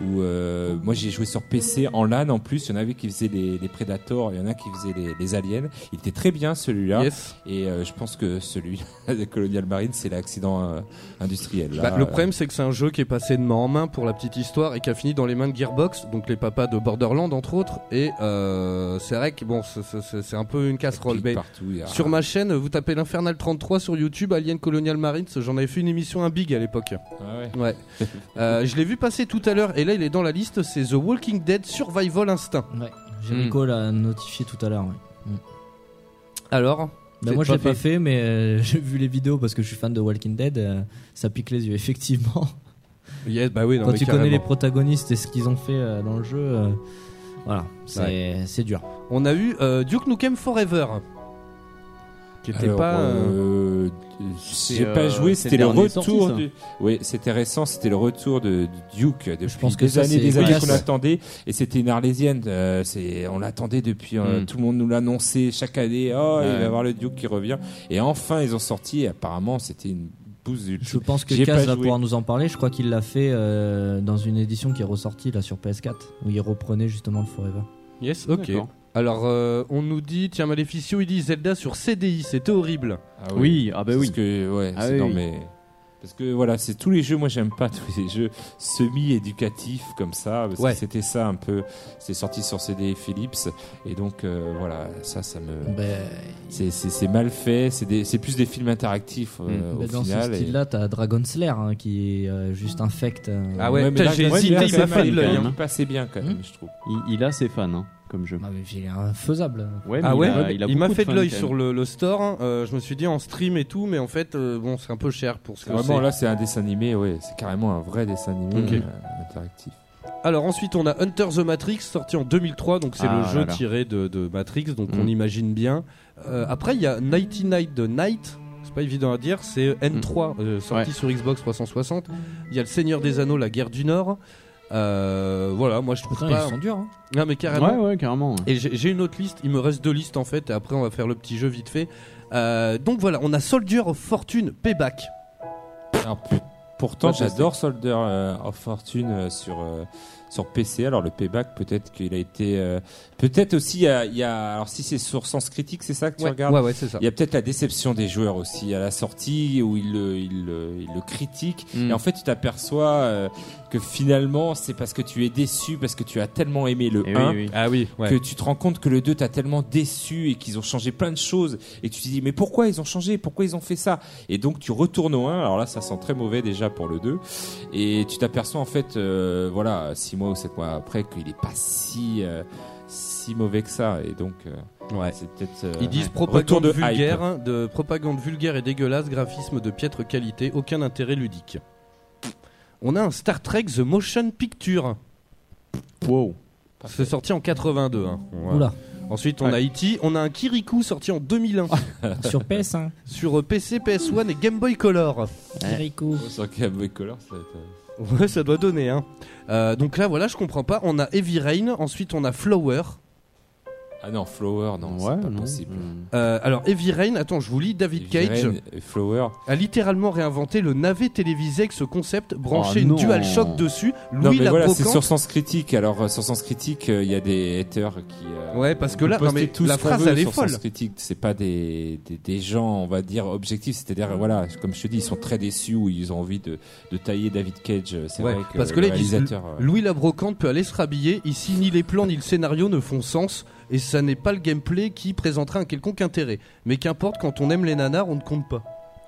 Speaker 5: Où euh, moi j'ai joué sur PC en LAN en plus. Il y en avait qui faisaient les, les Predators, il y en a qui faisaient les, les aliens. Il était très bien celui-là.
Speaker 3: Yes.
Speaker 5: Et euh, je pense que celui [LAUGHS] de Colonial Marine, c'est l'accident euh, industriel. là.
Speaker 3: Bah, le problème, c'est que c'est un jeu qui est passé de main en main pour la petite histoire et qui a fini dans les mains de Gearbox, donc les papas de Borderlands entre autres. Et euh, c'est vrai que bon, c'est- c'est c'est un peu une
Speaker 5: Euh,
Speaker 3: casserole.
Speaker 5: pique
Speaker 3: Mais
Speaker 5: partout. il y a-
Speaker 3: sur ma chaîne, vous tapez l'Infernal 33 sur YouTube, Alien Colonial Marines. J'en avais fait une émission un big à l'époque.
Speaker 5: Ah ouais.
Speaker 3: Ouais. Euh, je l'ai vu passer tout à l'heure et là il est dans la liste, c'est The Walking Dead Survival Instinct.
Speaker 6: Ouais. Jericho l'a notifié tout à l'heure. ouais.
Speaker 3: Alors
Speaker 6: Ben,
Speaker 3: C'est
Speaker 6: moi, je l'ai
Speaker 3: pas
Speaker 6: pas fait, mais euh, [LAUGHS] j'ai vu les vidéos parce que je suis fan de Walking Dead. euh, ça pique les yeux, [LAUGHS] effectivement.
Speaker 3: Yes, bah oui, non,
Speaker 6: Quand
Speaker 3: mais
Speaker 6: tu connais les
Speaker 3: carrément.
Speaker 6: protagonistes et ce qu'ils ont fait euh, dans le jeu, euh, voilà, c'est c'est dur.
Speaker 3: On a eu euh, Duke Nukem Forever. Qui était
Speaker 5: Alors,
Speaker 3: pas. euh,
Speaker 5: euh,
Speaker 2: c'est,
Speaker 5: j'ai
Speaker 2: euh,
Speaker 5: pas joué,
Speaker 2: c'est
Speaker 5: c'était
Speaker 2: le
Speaker 5: le
Speaker 2: dernier
Speaker 5: retour.
Speaker 2: sorti, ça.
Speaker 5: du- Oui, c'était récent, c'était le retour de de Duke depuis
Speaker 6: Je pense que
Speaker 5: des
Speaker 6: ça,
Speaker 5: années,
Speaker 6: c'est
Speaker 5: des années
Speaker 6: efficace.
Speaker 5: qu'on attendait. Et c'était une Arlésienne. euh, c'est, on l'attendait depuis. euh,
Speaker 2: Mm.
Speaker 5: Tout le monde nous l'annonçait chaque année. Oh, il va
Speaker 2: Ouais.
Speaker 5: y avoir le Duke qui revient. Et enfin, ils ont sorti. Et apparemment, c'était une bouse du.
Speaker 6: Je pense que
Speaker 5: J'y ai
Speaker 6: Kaz
Speaker 5: pas
Speaker 6: va
Speaker 5: joué.
Speaker 6: pouvoir nous en parler. Je crois qu'il l'a fait euh, dans une édition qui est ressortie là sur PS4 où il reprenait justement le Forever.
Speaker 3: Yes, ok.
Speaker 2: D'accord.
Speaker 3: Alors euh, on nous dit, tiens Maleficio, il dit Zelda sur CDI, c'était horrible.
Speaker 5: Ah
Speaker 2: Oui, ah bah
Speaker 5: Parce
Speaker 2: oui.
Speaker 5: que, ouais,
Speaker 2: Ah
Speaker 5: c'est
Speaker 2: oui,
Speaker 5: dans
Speaker 2: oui.
Speaker 5: mes- Parce que voilà, c'est tous les jeux, moi j'aime pas [LAUGHS] tous les jeux semi-éducatifs comme ça, parce
Speaker 3: Ouais.
Speaker 5: que c'était ça un peu, c'est sorti sur CD Philips, et donc euh, voilà, ça, ça me...
Speaker 6: Ben,
Speaker 3: euh,
Speaker 5: C'est, c'est, c'est mal fait, c'est, des- c'est plus des films interactifs euh, au
Speaker 2: Mm.
Speaker 3: Bah,
Speaker 6: ben, dans
Speaker 5: final.
Speaker 6: ce
Speaker 5: et-
Speaker 6: style-là, t'as Dragon Slayer hein, qui euh, juste infecte. euh,
Speaker 3: Ah ouais,
Speaker 5: mais
Speaker 3: putain,
Speaker 5: là,
Speaker 3: j'ai
Speaker 5: Dragon
Speaker 3: hésité,
Speaker 5: Slayer,
Speaker 3: il
Speaker 5: quand
Speaker 3: m'a
Speaker 5: même,
Speaker 3: fait de
Speaker 5: il
Speaker 2: l'œil,
Speaker 5: est
Speaker 2: hein.
Speaker 5: passait bien quand
Speaker 3: Hmm.
Speaker 5: même, je trouve.
Speaker 2: Il, il a ses fans hein, comme jeu.
Speaker 6: non, Ah, mais il est infaisable.
Speaker 2: Ouais, mais
Speaker 3: Ah ouais,
Speaker 2: il, a,
Speaker 3: il,
Speaker 2: a
Speaker 3: m'a
Speaker 2: beaucoup
Speaker 3: fait de
Speaker 2: fans,
Speaker 3: l'œil
Speaker 2: quand
Speaker 3: sur
Speaker 2: même.
Speaker 3: le, le store. hein. Euh, je me suis dit en stream et tout, mais en fait, euh, bon, c'est un peu cher pour ce que
Speaker 5: Vraiment,
Speaker 3: c'est.
Speaker 5: là, c'est un dessin animé, ouais, c'est carrément un vrai dessin animé
Speaker 3: Ok.
Speaker 5: euh, interactif.
Speaker 3: Alors ensuite on a Hunter the Matrix sorti en 2003 donc c'est
Speaker 2: Ah
Speaker 3: le
Speaker 2: là
Speaker 3: jeu
Speaker 2: là.
Speaker 3: tiré de, de Matrix donc
Speaker 2: Mm.
Speaker 3: on imagine bien. Euh, après il y a Nighty Night de Night c'est pas évident à dire c'est
Speaker 2: Mm.
Speaker 3: N3 euh, sorti sur Xbox 360. Il y a le Seigneur des Anneaux la Guerre du Nord. Euh, voilà moi je trouve
Speaker 6: Putain,
Speaker 3: pas
Speaker 6: ils sont durs. hein.
Speaker 3: non mais carrément.
Speaker 2: Ouais, ouais, carrément. ouais.
Speaker 3: Et j'ai j'ai une autre liste, il me reste deux listes en fait, et après on va faire le petit jeu vite fait. Euh, donc voilà, on a Soldier of Fortune Payback.
Speaker 5: Alors, p- Ah, pourtant,
Speaker 2: Fantastique.
Speaker 5: j'adore Soldier euh, of Fortune euh, sur, euh, sur PC. Alors, le payback, peut-être qu'il a été. euh, peut-être aussi, il y a, il y a- Alors, si c'est sur Sens Critique, c'est ça que tu regardes
Speaker 3: ouais, ouais, c'est ça.
Speaker 5: Il y a peut-être la déception des joueurs aussi à la sortie où ils le, ils le, ils le critiquent.
Speaker 2: Mm.
Speaker 5: Et en fait, tu t'aperçois euh, que finalement, c'est parce que tu es déçu, parce que tu as tellement aimé le
Speaker 2: Et
Speaker 5: 1
Speaker 2: Eh oui, oui.
Speaker 3: Ah oui, ouais.
Speaker 5: que tu te rends compte que le 2 t'a tellement déçu et qu'ils ont changé plein de choses et tu te dis mais pourquoi ils ont changé pourquoi ils ont fait ça et donc tu retournes au 1 alors là ça sent très mauvais déjà pour le 2 et tu t'aperçois en fait euh, voilà 6 mois ou 7 mois après qu'il est pas si euh, si mauvais que ça et donc euh,
Speaker 3: Ouais.
Speaker 5: c'est peut-être euh,
Speaker 3: Ils disent
Speaker 5: ouais. Retour
Speaker 3: propagande
Speaker 5: de
Speaker 3: vulgaire,
Speaker 5: hype.
Speaker 3: hein, de propagande vulgaire et dégueulasse, graphisme de piètre qualité, aucun intérêt ludique. On a un Star Trek The Motion Picture.
Speaker 2: Wow.
Speaker 3: C'est sorti en 82. hein. Voilà.
Speaker 2: [LAUGHS]
Speaker 6: Oula,
Speaker 3: Ensuite, on a E.T. On a un Kirikou sorti en 2001
Speaker 5: Ah.
Speaker 6: sur hein. PS1.
Speaker 3: sur euh, PC, PS1 et Game Boy Color.
Speaker 6: Jericho.
Speaker 5: sur Game Boy Color ça va être, euh,
Speaker 3: Ouais, ça doit donner, hein. Euh, donc là, voilà, je comprends pas. On a Heavy Rain, ensuite on a Flower.
Speaker 5: Ah non, Flower, non,
Speaker 2: Ouais,
Speaker 5: c'est pas
Speaker 2: non. Hmm.
Speaker 5: possible.
Speaker 2: Ah
Speaker 3: Euh, alors, Heavy Rain, attends, je vous lis. David Cage
Speaker 5: Viren et Flower.
Speaker 3: a littéralement réinventé le navet télévisé avec ce concept, branché
Speaker 2: Oh,
Speaker 3: une
Speaker 2: non.
Speaker 3: Dual Shock dessus.
Speaker 5: Ah Non,
Speaker 3: Louis
Speaker 5: mais
Speaker 3: la
Speaker 5: voilà, c'est
Speaker 3: brocante-
Speaker 5: sur Sens Critique. Alors, euh, sur Sens Critique, euh, il y a des haters qui. euh,
Speaker 3: Ouais, parce que
Speaker 5: on peut
Speaker 3: là, non,
Speaker 5: poster
Speaker 3: mais
Speaker 5: tout
Speaker 3: la
Speaker 5: ce qu'on
Speaker 3: phrase,
Speaker 5: veut
Speaker 3: elle est
Speaker 5: sur
Speaker 3: folle.
Speaker 5: Sens Critique, c'est pas des, des, des gens, on va dire, objectifs. C'est-à-dire, euh, voilà, comme je te dis, ils sont très déçus ou ils ont envie de, de tailler David Cage. Euh, C'est
Speaker 3: Ouais,
Speaker 5: vrai que
Speaker 3: parce que
Speaker 5: le
Speaker 3: là, ils disent-
Speaker 5: réalisateur. euh,
Speaker 3: Louis la brocante peut aller se rhabiller. Ici, ni les plans ni le scénario ne font sens, et ça n'est pas le gameplay qui présentera un quelconque intérêt. Mais qu'importe, quand on aime les nanars, on ne compte pas.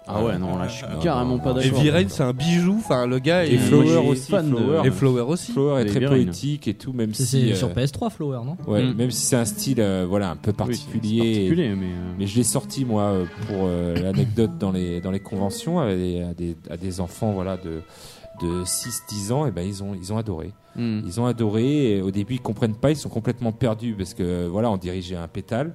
Speaker 2: Ah bah, ouais, non, là, je suis
Speaker 5: Non,
Speaker 2: carrément
Speaker 5: non,
Speaker 2: pas
Speaker 5: non.
Speaker 2: d'accord.
Speaker 3: Heavy Rain, c'est un bijou. Enfin, le gars
Speaker 5: Et
Speaker 2: euh,
Speaker 3: est-
Speaker 5: Flower
Speaker 2: moi, je suis
Speaker 5: aussi,
Speaker 2: fan de-
Speaker 5: Flower.
Speaker 3: et Flower aussi.
Speaker 5: Flower est
Speaker 2: Les
Speaker 5: très
Speaker 2: Viren.
Speaker 5: poétique et tout, même
Speaker 6: C'est
Speaker 5: si.
Speaker 6: c'est
Speaker 5: euh,
Speaker 6: sur PS3 Flower, non
Speaker 5: Ouais,
Speaker 2: Mm.
Speaker 5: même si c'est un style, euh, voilà, un peu
Speaker 2: Oui, c'est
Speaker 5: particulier.
Speaker 2: particulier, mais. euh,
Speaker 5: Mais je l'ai sorti moi euh, pour euh, l'anecdote dans les dans les conventions à des, à des, à des enfants voilà de de 6 10 ans et ben ils ont ils ont adoré.
Speaker 2: hmm.
Speaker 5: Ils ont adoré et au début ils comprennent pas, ils sont complètement perdus parce que voilà, on dirigeait un pétale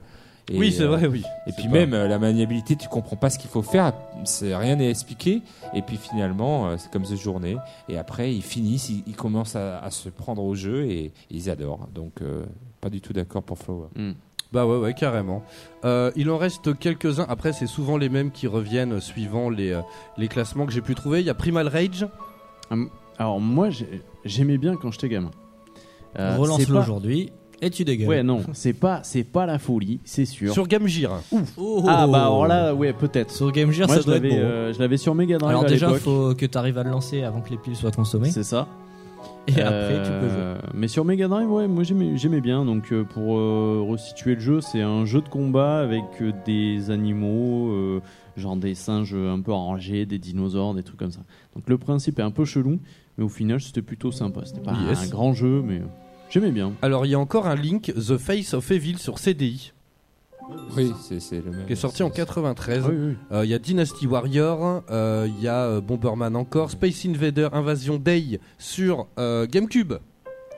Speaker 5: et,
Speaker 3: Oui, c'est
Speaker 5: euh,
Speaker 3: vrai, oui.
Speaker 5: et puis
Speaker 3: pas-
Speaker 5: même euh, la maniabilité, tu comprends pas ce qu'il faut faire, c'est rien n'est expliqué. Et puis finalement, euh, c'est comme The Journée. Et après, ils finissent, ils, ils commencent à, à se prendre au jeu et, et ils adorent. Donc euh, pas du tout d'accord pour Flower.
Speaker 3: Bah ouais, ouais, carrément. Euh, il en reste quelques-uns. Après, c'est souvent les mêmes qui reviennent suivant les, euh, les classements que j'ai pu trouver. Il y a Primal Rage.
Speaker 2: Alors, moi, j'ai- j'aimais bien quand j'étais gamin. Euh, c'est
Speaker 6: Relance-le
Speaker 2: pas-
Speaker 6: aujourd'hui et tu dégages.
Speaker 2: Ouais, non, c'est pas, c'est pas la folie, c'est sûr.
Speaker 3: Sur Game Gear.
Speaker 6: Oh.
Speaker 2: Ah bah alors là, ouais, peut-être.
Speaker 6: Sur Game Gear,
Speaker 2: Moi,
Speaker 6: ça
Speaker 2: je
Speaker 6: doit être
Speaker 2: l'avais,
Speaker 6: bon.
Speaker 3: hein.
Speaker 2: euh, je l'avais sur Mega Drive
Speaker 6: Alors
Speaker 2: à
Speaker 6: déjà,
Speaker 2: l'époque.
Speaker 6: faut que tu arrives à le lancer avant que les piles soient consommées.
Speaker 2: C'est ça.
Speaker 6: Et après,
Speaker 2: Euh,
Speaker 6: tu peux jouer.
Speaker 2: Mais sur Mega Drive, ouais, moi j'aimais j'aimais bien. Donc euh, pour euh, resituer le jeu, c'est un jeu de combat avec euh, des animaux, euh, genre des singes un peu enragés, des dinosaures, des trucs comme ça. Donc le principe est un peu chelou, mais au final c'était plutôt sympa. C'était pas
Speaker 3: Yes.
Speaker 2: un grand jeu, mais euh, j'aimais bien.
Speaker 3: Alors, il y a encore un link, The Face of Evil sur CDI,
Speaker 5: Oui, c'est c'est le même.
Speaker 3: qui est sorti en
Speaker 5: c'est-
Speaker 3: 93.
Speaker 2: Ah oui, oui.
Speaker 3: Euh, Il y a Dynasty Warrior, euh, il y a euh, Bomberman encore, Space Invader Invasion Day sur euh, GameCube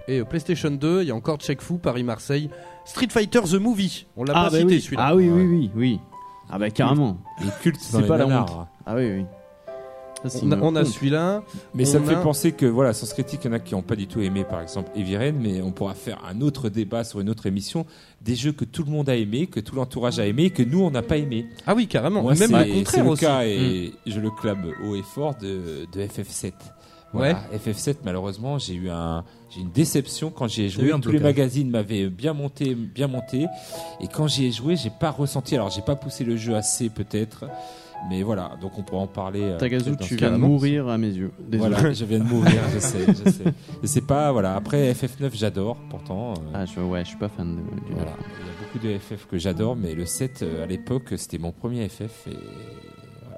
Speaker 3: et euh, PlayStation 2. Il y a encore Checkfou, Paris-Marseille, Street Fighter The Movie. On l'a
Speaker 2: Ah,
Speaker 3: pas
Speaker 2: bah
Speaker 3: cité
Speaker 2: oui.
Speaker 3: celui-là.
Speaker 2: ah oui, oui, oui, oui. Ah bah carrément.
Speaker 5: Il est culte
Speaker 2: C'est
Speaker 5: dans les
Speaker 2: pas la
Speaker 5: nanars.
Speaker 2: honte. Ah oui, oui. Ça, c'est
Speaker 3: On a,
Speaker 2: une
Speaker 3: on a
Speaker 2: honte.
Speaker 3: celui-là.
Speaker 5: Mais ça
Speaker 3: On
Speaker 5: me fait
Speaker 3: a-
Speaker 5: penser que voilà, Sens Critique, il y en a qui n'ont pas du tout aimé, par exemple, Eviren, mais on pourra faire un autre débat sur une autre émission des jeux que tout le monde a aimé, que tout l'entourage a aimé, que nous on n'a pas aimé.
Speaker 3: Ah oui, carrément.
Speaker 5: Moi,
Speaker 3: Même
Speaker 5: c'est-
Speaker 3: le
Speaker 5: c'est
Speaker 3: contraire
Speaker 5: le
Speaker 3: aussi.
Speaker 5: cas et je le clame haut et fort de, de FF7. Voilà, FF7, malheureusement, j'ai eu un, j'ai eu une déception quand j'y ai joué.
Speaker 6: eu un
Speaker 5: Tous les
Speaker 6: blocage.
Speaker 5: magazines m'avaient bien monté, bien monté, et quand j'y ai joué, j'ai pas ressenti. Alors, j'ai pas poussé le jeu assez, peut-être, mais voilà. Donc, on pourra en parler. euh,
Speaker 2: Tagazu,
Speaker 5: peut-être dans
Speaker 2: tu
Speaker 5: ce
Speaker 2: viens de
Speaker 5: cas-là.
Speaker 2: mourir à mes yeux. Désolé.
Speaker 5: Voilà, [LAUGHS] je viens de mourir, je sais, je sais. Je sais pas, voilà. Après, FF9, j'adore, pourtant. euh,
Speaker 2: Ah, je, ouais, je suis pas fan de- du.
Speaker 5: voilà. Il y a beaucoup de FF que j'adore, mais le 7, euh, à l'époque, c'était mon premier FF. Et... voilà.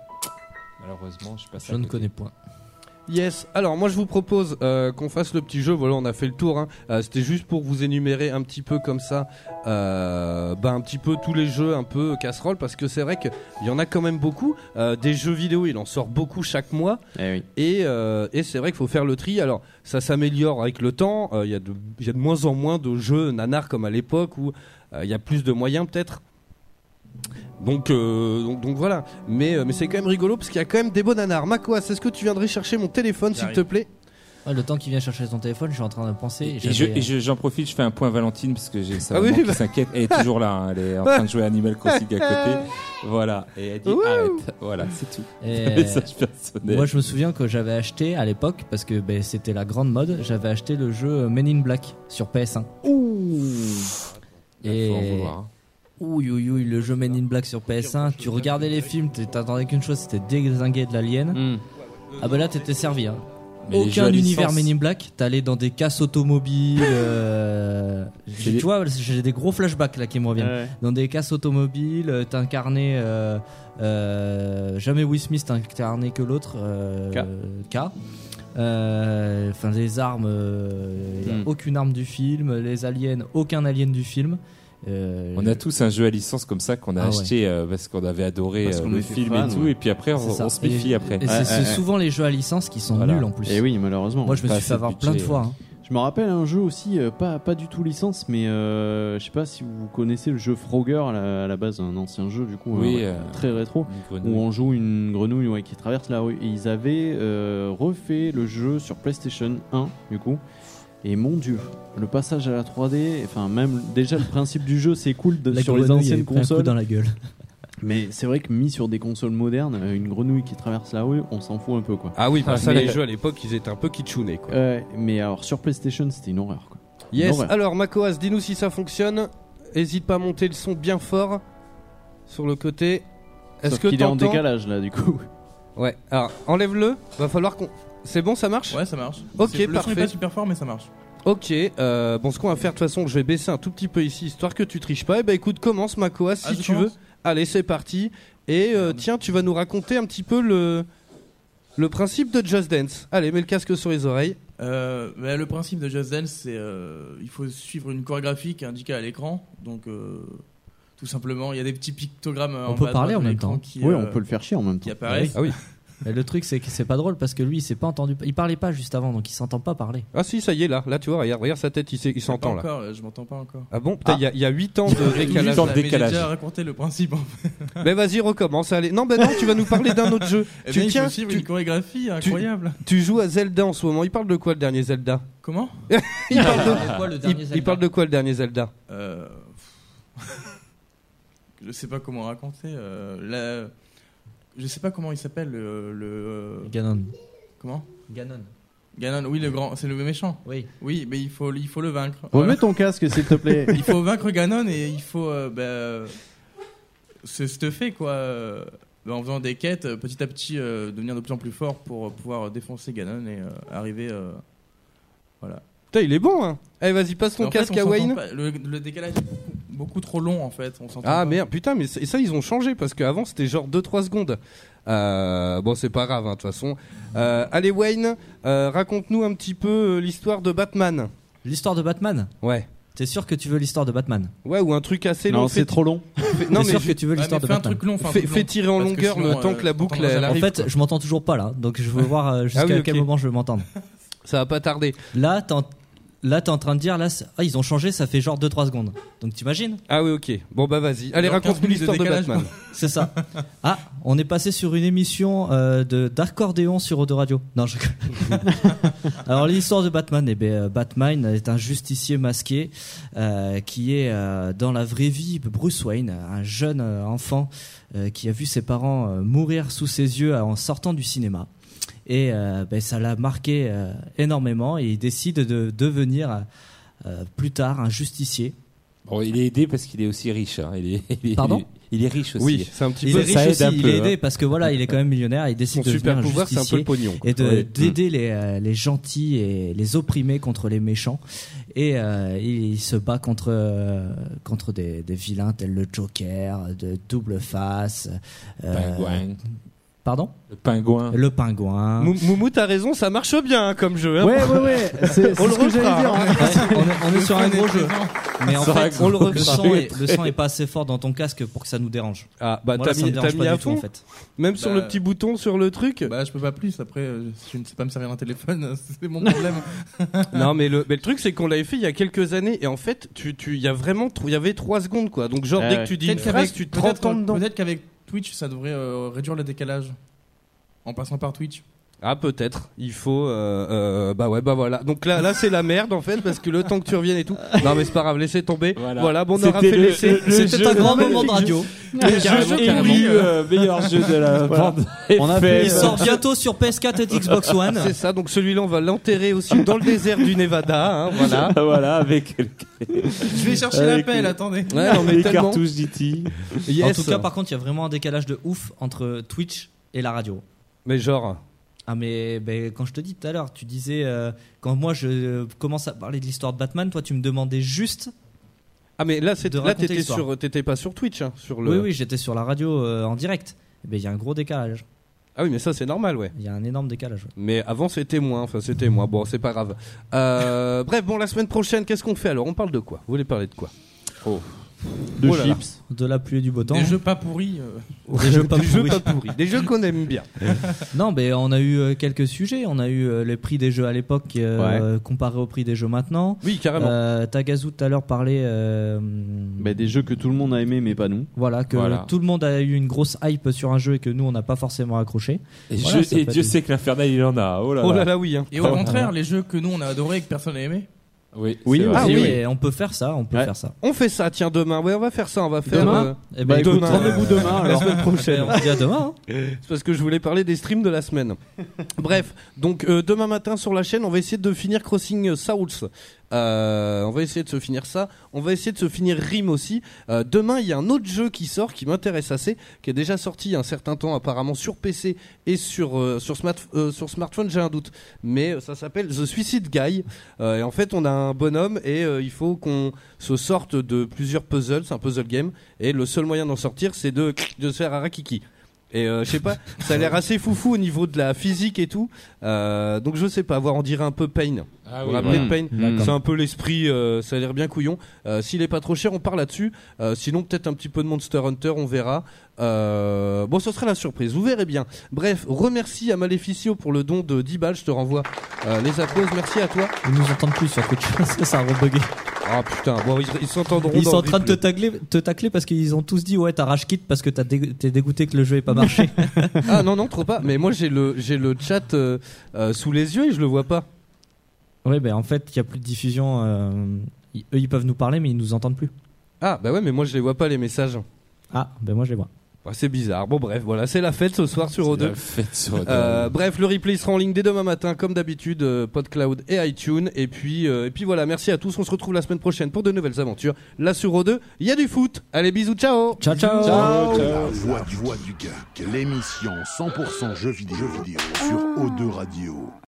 Speaker 5: Malheureusement, je suis passé.
Speaker 6: Je ne connais point.
Speaker 3: Yes, alors moi je vous propose euh, qu'on fasse le petit jeu, voilà on a fait le tour, hein. Euh, c'était juste pour vous énumérer un petit peu comme ça, euh, ben, un petit peu tous les jeux un peu casserole, parce que c'est vrai qu'il y en a quand même beaucoup, Euh, des jeux vidéo il en sort beaucoup chaque mois,
Speaker 2: Eh oui.
Speaker 3: et, euh, et c'est vrai qu'il faut faire le tri, alors ça s'améliore avec le temps, Euh, il y, a de- il y a de moins en moins de jeux nanars comme à l'époque, où euh, il y a plus de moyens peut-être. Donc, euh, donc, donc voilà, mais, euh, mais c'est quand même rigolo parce qu'il y a quand même des bons nanars. Makoas, est-ce que tu viendrais chercher mon téléphone s'il
Speaker 7: J'arrive.
Speaker 3: te plaît
Speaker 6: Ouais, le temps qu'il vient chercher son téléphone, je suis en train de penser.
Speaker 5: Et
Speaker 6: j'avais-
Speaker 5: je- et je- j'en profite, je fais un point Valentine parce que j'ai ça
Speaker 3: Ah oui,
Speaker 5: qui
Speaker 3: bah.
Speaker 5: s'inquiète. Elle est toujours là, hein, elle est en train de jouer à Animal Crossing à côté. Voilà, et elle dit
Speaker 3: Wouhou.
Speaker 5: arrête. Voilà, c'est tout. [LAUGHS]
Speaker 6: Et-
Speaker 2: [LAUGHS]
Speaker 5: Message personnel.
Speaker 6: euh, Moi, je me souviens que j'avais acheté à l'époque, parce que ben, c'était la grande mode, j'avais acheté le jeu Men in Black sur PS1.
Speaker 5: Il faut en
Speaker 6: Et-
Speaker 5: vouloir, hein.
Speaker 6: Ouh, ouh, ouh, le jeu Men in Black sur PS1, tu regardais les films, t- t'attendais qu'une chose, c'était dézinguer de l'alien.
Speaker 2: Hmm.
Speaker 6: Ah bah là, t'étais servi. Hein.
Speaker 5: Mais les jeux à
Speaker 6: Aucun univers
Speaker 5: licence-
Speaker 6: Men in Black, t'allais dans des casses automobiles.
Speaker 5: [LAUGHS]
Speaker 6: euh, j'ai-
Speaker 5: des-
Speaker 6: Tu vois, j'ai des gros flashbacks là qui me reviennent.
Speaker 2: Ouais.
Speaker 6: dans des casses automobiles, euh, t'incarnais euh, euh, jamais Will Smith t'incarnais que l'autre euh,
Speaker 2: K.
Speaker 6: K. Euh, Enfin, les armes, euh, y a
Speaker 2: Hmm.
Speaker 6: aucune arme du film, les aliens, aucun alien du film. Euh,
Speaker 5: On a tous un jeu à licence comme ça qu'on a
Speaker 6: Ah ouais.
Speaker 5: acheté euh, parce qu'on avait adoré
Speaker 2: Parce
Speaker 5: euh,
Speaker 2: qu'on
Speaker 5: le
Speaker 2: était
Speaker 5: film
Speaker 2: fan,
Speaker 5: et tout,
Speaker 2: ouais.
Speaker 5: et puis après on,
Speaker 6: c'est ça.
Speaker 5: on se méfie
Speaker 6: Et-
Speaker 5: après.
Speaker 6: Et c'est
Speaker 2: Ouais,
Speaker 6: c'est
Speaker 2: ouais,
Speaker 6: souvent les jeux à licence qui sont
Speaker 5: Voilà.
Speaker 6: nuls en plus.
Speaker 2: Et oui, malheureusement.
Speaker 6: Moi, je me
Speaker 5: Pas
Speaker 6: suis fait
Speaker 5: assez de
Speaker 6: avoir
Speaker 5: budget,
Speaker 6: plein de fois. hein.
Speaker 2: Je me rappelle un jeu aussi, euh, pas, pas du tout licence, mais euh, je sais pas si vous connaissez le jeu Frogger à la, à la base, un ancien jeu du coup,
Speaker 5: Oui,
Speaker 2: euh,
Speaker 5: euh,
Speaker 2: très rétro, où on joue une grenouille ouais, qui traverse la rue. Et ils avaient euh, refait le jeu sur PlayStation 1 du coup. Et mon dieu, le passage à la 3D, enfin même déjà le principe du jeu, c'est cool de,
Speaker 6: La
Speaker 2: sur les
Speaker 6: grenouille
Speaker 2: anciennes
Speaker 6: avait pris un coup
Speaker 2: consoles.
Speaker 6: dans
Speaker 3: [LAUGHS]
Speaker 6: la gueule.
Speaker 2: Mais c'est vrai que mis sur des consoles modernes, euh, une grenouille qui traverse la rue, on s'en fout un peu quoi.
Speaker 3: Ah oui, bah ça,
Speaker 2: mais-
Speaker 3: les jeux à l'époque, ils étaient un peu kitschounés, quoi.
Speaker 2: Euh, mais alors sur PlayStation, c'était une horreur quoi.
Speaker 3: yes,
Speaker 2: horreur.
Speaker 3: alors Macoas, dis-nous si ça fonctionne. Hésite pas à monter le son bien fort sur le côté. Est-ce
Speaker 2: Sauf
Speaker 3: que
Speaker 2: qu'il est en
Speaker 3: t'entends
Speaker 2: décalage là du coup
Speaker 3: Ouais, alors enlève-le. Va falloir qu'on. C'est bon, ça marche
Speaker 7: Ouais, ça marche.
Speaker 3: Ok,
Speaker 7: C'est- le son est
Speaker 3: parfait.
Speaker 7: pas super fort, mais ça marche.
Speaker 3: Ok, euh, bon, ce qu'on va faire, de toute façon, je vais baisser un tout petit peu ici, histoire que tu triches pas. Et bah écoute, commence Macoas si
Speaker 7: Ah, je
Speaker 3: tu veux.
Speaker 7: commence
Speaker 3: Allez, c'est parti. Et euh,
Speaker 7: Merde.
Speaker 3: tiens, tu vas nous raconter un petit peu le. Le principe de Just Dance. Allez, mets le casque sur les oreilles.
Speaker 7: Euh, bah, le principe de Just Dance, c'est euh, il faut suivre une chorégraphie qui est indiquée à l'écran. Donc, euh, tout simplement, il y a des petits pictogrammes. euh,
Speaker 6: On
Speaker 7: en
Speaker 6: peut
Speaker 7: bas à
Speaker 6: parler
Speaker 7: droite
Speaker 6: en
Speaker 7: de
Speaker 6: même
Speaker 7: l'écran
Speaker 6: temps.
Speaker 7: Qui,
Speaker 2: Oui,
Speaker 7: euh,
Speaker 2: on peut le faire chier en même
Speaker 7: qui
Speaker 2: temps.
Speaker 7: apparaissent.
Speaker 3: Ah oui.
Speaker 6: Mais le truc, c'est que c'est pas drôle parce que lui, il s'est pas entendu. Il parlait pas juste avant, donc il s'entend pas parler.
Speaker 3: Ah si, ça y est, là. Là, tu vois, regarde, regarde sa tête, il s'est- il
Speaker 7: Pas
Speaker 3: s'entend là.
Speaker 7: encore, euh, je m'entends pas encore.
Speaker 3: Ah bon Putain, il y a- il y, a 8 ans
Speaker 7: [LAUGHS]
Speaker 3: de décalage.
Speaker 5: Huit ans.
Speaker 7: Mais
Speaker 5: décalage.
Speaker 7: J'ai déjà raconté le principe. En fait.
Speaker 3: Mais vas-y, recommence. Allez. Non, bah non, tu vas nous parler d'un autre jeu.
Speaker 7: Eh bien,
Speaker 3: tu,
Speaker 7: il faut
Speaker 3: tiens,
Speaker 7: suivre
Speaker 3: tu,
Speaker 7: une chorégraphie incroyable.
Speaker 3: tu joues à Zelda en ce moment. Il parle de quoi le dernier
Speaker 7: [LAUGHS]
Speaker 3: Zelda
Speaker 7: Comment
Speaker 3: il parle, de...
Speaker 6: quoi, le
Speaker 3: il- il parle de quoi le dernier Zelda
Speaker 7: Euh, pff. [LAUGHS] Je sais pas comment raconter. euh, la- Je sais pas comment il s'appelle le. le-
Speaker 6: Ganon.
Speaker 7: Comment
Speaker 6: Ganon.
Speaker 7: Ganon, oui, le grand, c'est le méchant.
Speaker 6: Oui.
Speaker 7: Oui, mais il faut, il faut le vaincre. Voilà.
Speaker 2: Remets ton casque s'il te
Speaker 7: [LAUGHS]
Speaker 2: plaît.
Speaker 7: Il faut vaincre Ganon et il faut euh, bah, euh, se stuffer, quoi. euh, bah, en faisant des quêtes, euh, petit à petit, euh, devenir de plus en plus fort pour euh, pouvoir défoncer Ganon et euh, arriver. euh,
Speaker 3: Putain, il est bon, hein Allez, vas-y, passe ton
Speaker 7: en fait,
Speaker 3: casque
Speaker 7: on
Speaker 3: à
Speaker 7: s'entend
Speaker 3: Wayne.
Speaker 7: pas- Le, le décalage est beaucoup, beaucoup trop long, en fait. On s'entend
Speaker 3: Ah
Speaker 7: pas.
Speaker 3: merde, putain, mais c'est- ça, ils ont changé parce qu'avant, c'était genre 2-3 secondes. Euh, bon, c'est pas grave, hein, de toute façon. Euh, allez, Wayne, euh, raconte-nous un petit peu euh, l'histoire de Batman.
Speaker 6: L'histoire de Batman.
Speaker 3: Ouais.
Speaker 6: T'es sûr que tu veux l'histoire de Batman
Speaker 3: Ouais, ou un truc assez long.
Speaker 2: non,
Speaker 3: Fais-
Speaker 2: c'est trop long.
Speaker 3: fais- non,
Speaker 6: T'es
Speaker 3: mais
Speaker 6: sûr
Speaker 3: je-
Speaker 6: que tu veux
Speaker 7: Ouais,
Speaker 6: l'histoire
Speaker 7: Ah, mais
Speaker 6: de
Speaker 7: fais un
Speaker 6: Batman
Speaker 7: truc long, fais un
Speaker 3: fais,
Speaker 7: truc
Speaker 3: fais
Speaker 7: long.
Speaker 3: tirer en
Speaker 7: Parce que
Speaker 3: longueur
Speaker 7: sinon,
Speaker 3: le temps
Speaker 7: euh,
Speaker 3: que la boucle
Speaker 7: t'entendras
Speaker 3: elle
Speaker 7: jamais.
Speaker 6: En
Speaker 3: arrive.
Speaker 6: fait, je m'entends toujours pas là, donc
Speaker 3: [LAUGHS]
Speaker 6: je veux voir euh, jusqu'à
Speaker 3: Ah oui,
Speaker 6: quel
Speaker 3: ok.
Speaker 6: moment je vais m'entendre.
Speaker 3: Ça va pas tarder.
Speaker 6: Là, t'es en... là, t'es en train de dire, là, c'est- ah, ils ont changé, ça fait genre 2-3 secondes. Donc t'imagines
Speaker 3: Ah oui, ok. Bon, bah vas-y. Allez,
Speaker 7: Dans
Speaker 3: raconte-nous
Speaker 7: 15 minutes de
Speaker 3: l'histoire de,
Speaker 7: décalage,
Speaker 3: Batman.
Speaker 6: C'est ça. Ah, on est passé sur une émission euh, de d'accordéon sur Eau de Radio. Non, je. [LAUGHS] Alors l'histoire de Batman, eh ben, euh, Batman est un justicier masqué euh, qui est euh, dans la vraie vie Bruce Wayne, un jeune euh, enfant euh, qui a vu ses parents euh, mourir sous ses yeux euh, en sortant du cinéma. Et euh, ben, ça l'a marqué euh, énormément et il décide de devenir euh, plus tard un justicier.
Speaker 5: Bon, il est aidé parce qu'il est aussi riche. hein. Il, est, il est-
Speaker 6: Pardon
Speaker 5: il est riche aussi.
Speaker 3: Oui, c'est un petit
Speaker 6: Il
Speaker 3: peu
Speaker 6: est
Speaker 5: Ça
Speaker 6: riche
Speaker 5: aide
Speaker 6: aussi,
Speaker 5: un
Speaker 6: il
Speaker 5: peu,
Speaker 6: est aidé
Speaker 5: hein.
Speaker 6: parce que voilà, il est quand même millionnaire, il décide
Speaker 3: Son
Speaker 6: de devenir
Speaker 3: super
Speaker 6: un
Speaker 3: pouvoir, c'est un peu
Speaker 6: justicier.
Speaker 3: le pognon. quoi.
Speaker 6: et de
Speaker 5: Ouais.
Speaker 6: d'aider les, euh, les gentils et les opprimés contre les méchants et euh, il, il se bat contre euh, contre des, des vilains tels le Joker, de Double Face, euh,
Speaker 5: Pingouin.
Speaker 6: pardon,
Speaker 5: Le pingouin.
Speaker 6: le pingouin.
Speaker 3: Mou- Moumou, t'as raison, ça marche bien hein, comme jeu. hein.
Speaker 2: Ouais, ouais, ouais. [LAUGHS] C'est c'est
Speaker 3: On le
Speaker 2: ce que j'allais
Speaker 3: refera.
Speaker 6: [LAUGHS]
Speaker 2: dire. hein.
Speaker 6: [LAUGHS] Ouais, on est, on est sur un gros jeu, mais
Speaker 3: [LAUGHS]
Speaker 6: en
Speaker 5: Sur un
Speaker 6: fait,
Speaker 5: gros
Speaker 6: on le
Speaker 5: jeu.
Speaker 6: re- le son est, le son est pas assez fort dans ton casque pour que ça nous dérange.
Speaker 3: Ah, bah
Speaker 6: Moi, là,
Speaker 3: t'as
Speaker 6: ça me
Speaker 3: mis,
Speaker 6: dérange
Speaker 3: t'as
Speaker 6: pas
Speaker 3: mis à
Speaker 6: du tout,
Speaker 3: fond,
Speaker 6: en fait.
Speaker 3: même sur
Speaker 7: Bah-
Speaker 3: le petit bouton sur le truc.
Speaker 7: Bah, je peux pas plus. Après, euh, je ne sais pas me servir d'un téléphone. [LAUGHS] C'est mon problème.
Speaker 3: [LAUGHS] Non, mais le, mais le truc, c'est qu'on l'avait fait il y a quelques années, et en fait, tu, tu, il y a vraiment, trop- il y avait 3 secondes, quoi. Donc, genre,
Speaker 2: Ah
Speaker 3: dès
Speaker 2: ouais.
Speaker 3: que tu dis une
Speaker 7: Peut-être qu'avec-
Speaker 3: phrase, tu te rends
Speaker 7: peut-être-
Speaker 3: dedans.
Speaker 7: Peut-être qu'avec Twitch, ça devrait euh, réduire le décalage en passant par Twitch.
Speaker 3: Ah, peut-être. Il faut, euh, euh, bah ouais, bah voilà. Donc là, là, c'est la merde, en fait, parce que le temps que tu reviennes et [LAUGHS] tout. Non, mais c'est pas grave, laissez tomber. Voilà,
Speaker 5: Voilà.
Speaker 3: bon, on aura fait
Speaker 5: C'était le-
Speaker 3: l'essai.
Speaker 5: le- le
Speaker 6: C'était
Speaker 5: jeu-
Speaker 6: un grand moment de radio.
Speaker 5: Le jeu élu, euh, meilleur jeu de
Speaker 2: [LAUGHS]
Speaker 5: la bande.
Speaker 2: On a
Speaker 5: FM.
Speaker 2: fait-
Speaker 5: [LAUGHS]
Speaker 6: Il sort bientôt sur PS4 et Xbox One.
Speaker 3: Euh. [LAUGHS] C'est ça, donc celui-là, on va l'enterrer aussi dans le désert du Nevada, hein, voilà.
Speaker 5: voilà, avec
Speaker 7: Je vais chercher
Speaker 5: Avec
Speaker 7: l'appel,
Speaker 5: les-
Speaker 7: attendez.
Speaker 3: Ouais, non, mais
Speaker 5: les
Speaker 3: tellement.
Speaker 5: cartouches d'IT.
Speaker 6: En
Speaker 3: Yes.
Speaker 6: tout cas, par contre, il y a vraiment un décalage de ouf entre Twitch et la radio.
Speaker 3: Mais genre,
Speaker 6: Ah mais ben, quand je te dis tout à l'heure, tu disais euh, quand moi je euh, commence à parler de l'histoire de Batman, toi tu me demandais juste.
Speaker 3: ah, mais là, c'est,
Speaker 6: De
Speaker 3: là,
Speaker 6: raconter
Speaker 3: t'étais
Speaker 6: l'histoire.
Speaker 3: sur, t'étais pas sur Twitch, hein, sur le.
Speaker 6: Oui oui, j'étais sur la radio euh, en direct. Eh ben, il y a un gros décalage.
Speaker 3: Ah oui, mais ça, c'est normal, ouais.
Speaker 6: Il y a un énorme décalage. ouais.
Speaker 3: Mais avant c'était moins, enfin c'était moins, bon c'est pas [LAUGHS] grave. Euh, bref, bon la semaine prochaine qu'est-ce qu'on fait alors On parle de quoi Vous voulez parler de quoi
Speaker 2: de
Speaker 3: Oh là là.
Speaker 2: chips.
Speaker 6: de la pluie et du beau temps. [LAUGHS]
Speaker 7: Des jeux pas pourris. euh,
Speaker 6: Des jeux pas
Speaker 3: Des jeux
Speaker 6: pourris.
Speaker 3: pas pourris. Des jeux qu'on aime bien.
Speaker 6: [LAUGHS] Non, mais on a eu euh, quelques sujets. On a eu euh, les prix des jeux à l'époque euh, comparés au prix des jeux maintenant.
Speaker 3: Oui, carrément.
Speaker 6: Euh, Tagazu tout à l'heure parlait. euh,
Speaker 2: Bah, des jeux que tout le monde a aimé, mais pas nous.
Speaker 6: Voilà, que
Speaker 5: Voilà.
Speaker 6: tout le monde a eu une grosse hype sur un jeu et que nous on n'a pas forcément accroché.
Speaker 5: Et,
Speaker 6: Voilà,
Speaker 5: je-
Speaker 6: ça
Speaker 5: et
Speaker 6: peut
Speaker 5: Dieu
Speaker 6: être-
Speaker 5: sait que l'infernal il en a. Oh là
Speaker 3: Oh
Speaker 5: là.
Speaker 3: là là, oui. hein.
Speaker 7: Et au contraire, les jeux que nous on a adoré et que personne n'a aimé.
Speaker 5: Oui,
Speaker 2: Oui,
Speaker 5: c'est vrai.
Speaker 3: Ah
Speaker 6: Et
Speaker 3: oui.
Speaker 6: ouais, on peut faire ça, on peut
Speaker 2: Ouais.
Speaker 6: faire ça.
Speaker 3: On fait ça, tiens, demain. Ouais, on va faire ça. On va faire.
Speaker 2: Demain
Speaker 3: euh,
Speaker 6: Et
Speaker 2: Bah, écoute,
Speaker 3: demain, euh,
Speaker 2: rendez-vous demain alors.
Speaker 3: la semaine prochaine.
Speaker 6: on se dit à demain. hein.
Speaker 3: C'est parce que je voulais parler des streams de la semaine. Bref, donc euh, demain matin sur la chaîne, on va essayer de finir Crossing Souls. Euh, on va essayer de se finir ça. On va essayer de se finir Rim aussi. Euh, demain, il y a un autre jeu qui sort qui m'intéresse assez, qui est déjà sorti il y a un certain temps apparemment sur PC et sur, euh, sur, smart- euh, sur smartphone, j'ai un doute. Mais euh, ça s'appelle The Suicide Guy. Euh, et en fait, on a un bonhomme et euh, il faut qu'on se sorte de plusieurs puzzles. C'est un puzzle game. Et le seul moyen d'en sortir, c'est de, de se faire harakiki. Et euh, je sais pas, ça a l'air assez foufou au niveau de la physique et tout. Euh, donc je sais pas, voir on dirait un peu Pain.
Speaker 5: Ah
Speaker 3: Vous vous
Speaker 5: oui,
Speaker 3: rappelez
Speaker 5: voilà.
Speaker 3: de Pain
Speaker 2: D'accord.
Speaker 3: C'est un peu l'esprit, euh, ça a l'air bien couillon. Euh, S'il est pas trop cher, on part là-dessus. Euh, sinon, peut-être un petit peu de Monster Hunter, on verra. Euh, bon, ce sera la surprise, vous verrez bien. Bref, remercie à Maleficio pour le don de 10 balles, je te renvoie euh, les applauses, merci à toi.
Speaker 6: Ils nous entendent plus sur Twitch. [LAUGHS] Parce que ça a rebugué.
Speaker 3: Ah putain, bon, ils ils s'entendront.
Speaker 6: Ils
Speaker 3: dans
Speaker 6: sont en
Speaker 3: le
Speaker 6: train de te
Speaker 3: replay.
Speaker 6: tacler, te tacler parce qu'ils ont tous dit ouais t'arraches quitte parce que t'as dé- t'es dégoûté que le jeu ait pas marché.
Speaker 3: Ah non, non, trop pas. Mais moi, j'ai le, j'ai le chat euh, euh, sous les yeux et je le vois pas.
Speaker 6: [LAUGHS] ouais ben en fait il y a plus de diffusion. euh, ils- eux ils peuvent nous parler mais ils nous entendent plus.
Speaker 3: Ah bah ouais, mais moi, je les vois pas les messages.
Speaker 6: Ah ben moi je les vois.
Speaker 3: Ouais, Bah, c'est bizarre. Bon, bref, voilà, c'est la fête ce soir sur O2.
Speaker 5: La fête sur
Speaker 3: Euh, bref, le replay sera en ligne dès demain matin, comme d'habitude, euh, PodCloud et iTunes. Et puis, euh, et puis voilà, merci à tous. On se retrouve la semaine prochaine pour de nouvelles aventures. Là sur O2, il y a du foot. Allez, bisous, ciao.
Speaker 6: Ciao ciao.
Speaker 1: Oh, La voix Oh. du, voix du geek, l'émission 100% jeux vidéo, jeux vidéo sur O2 Radio.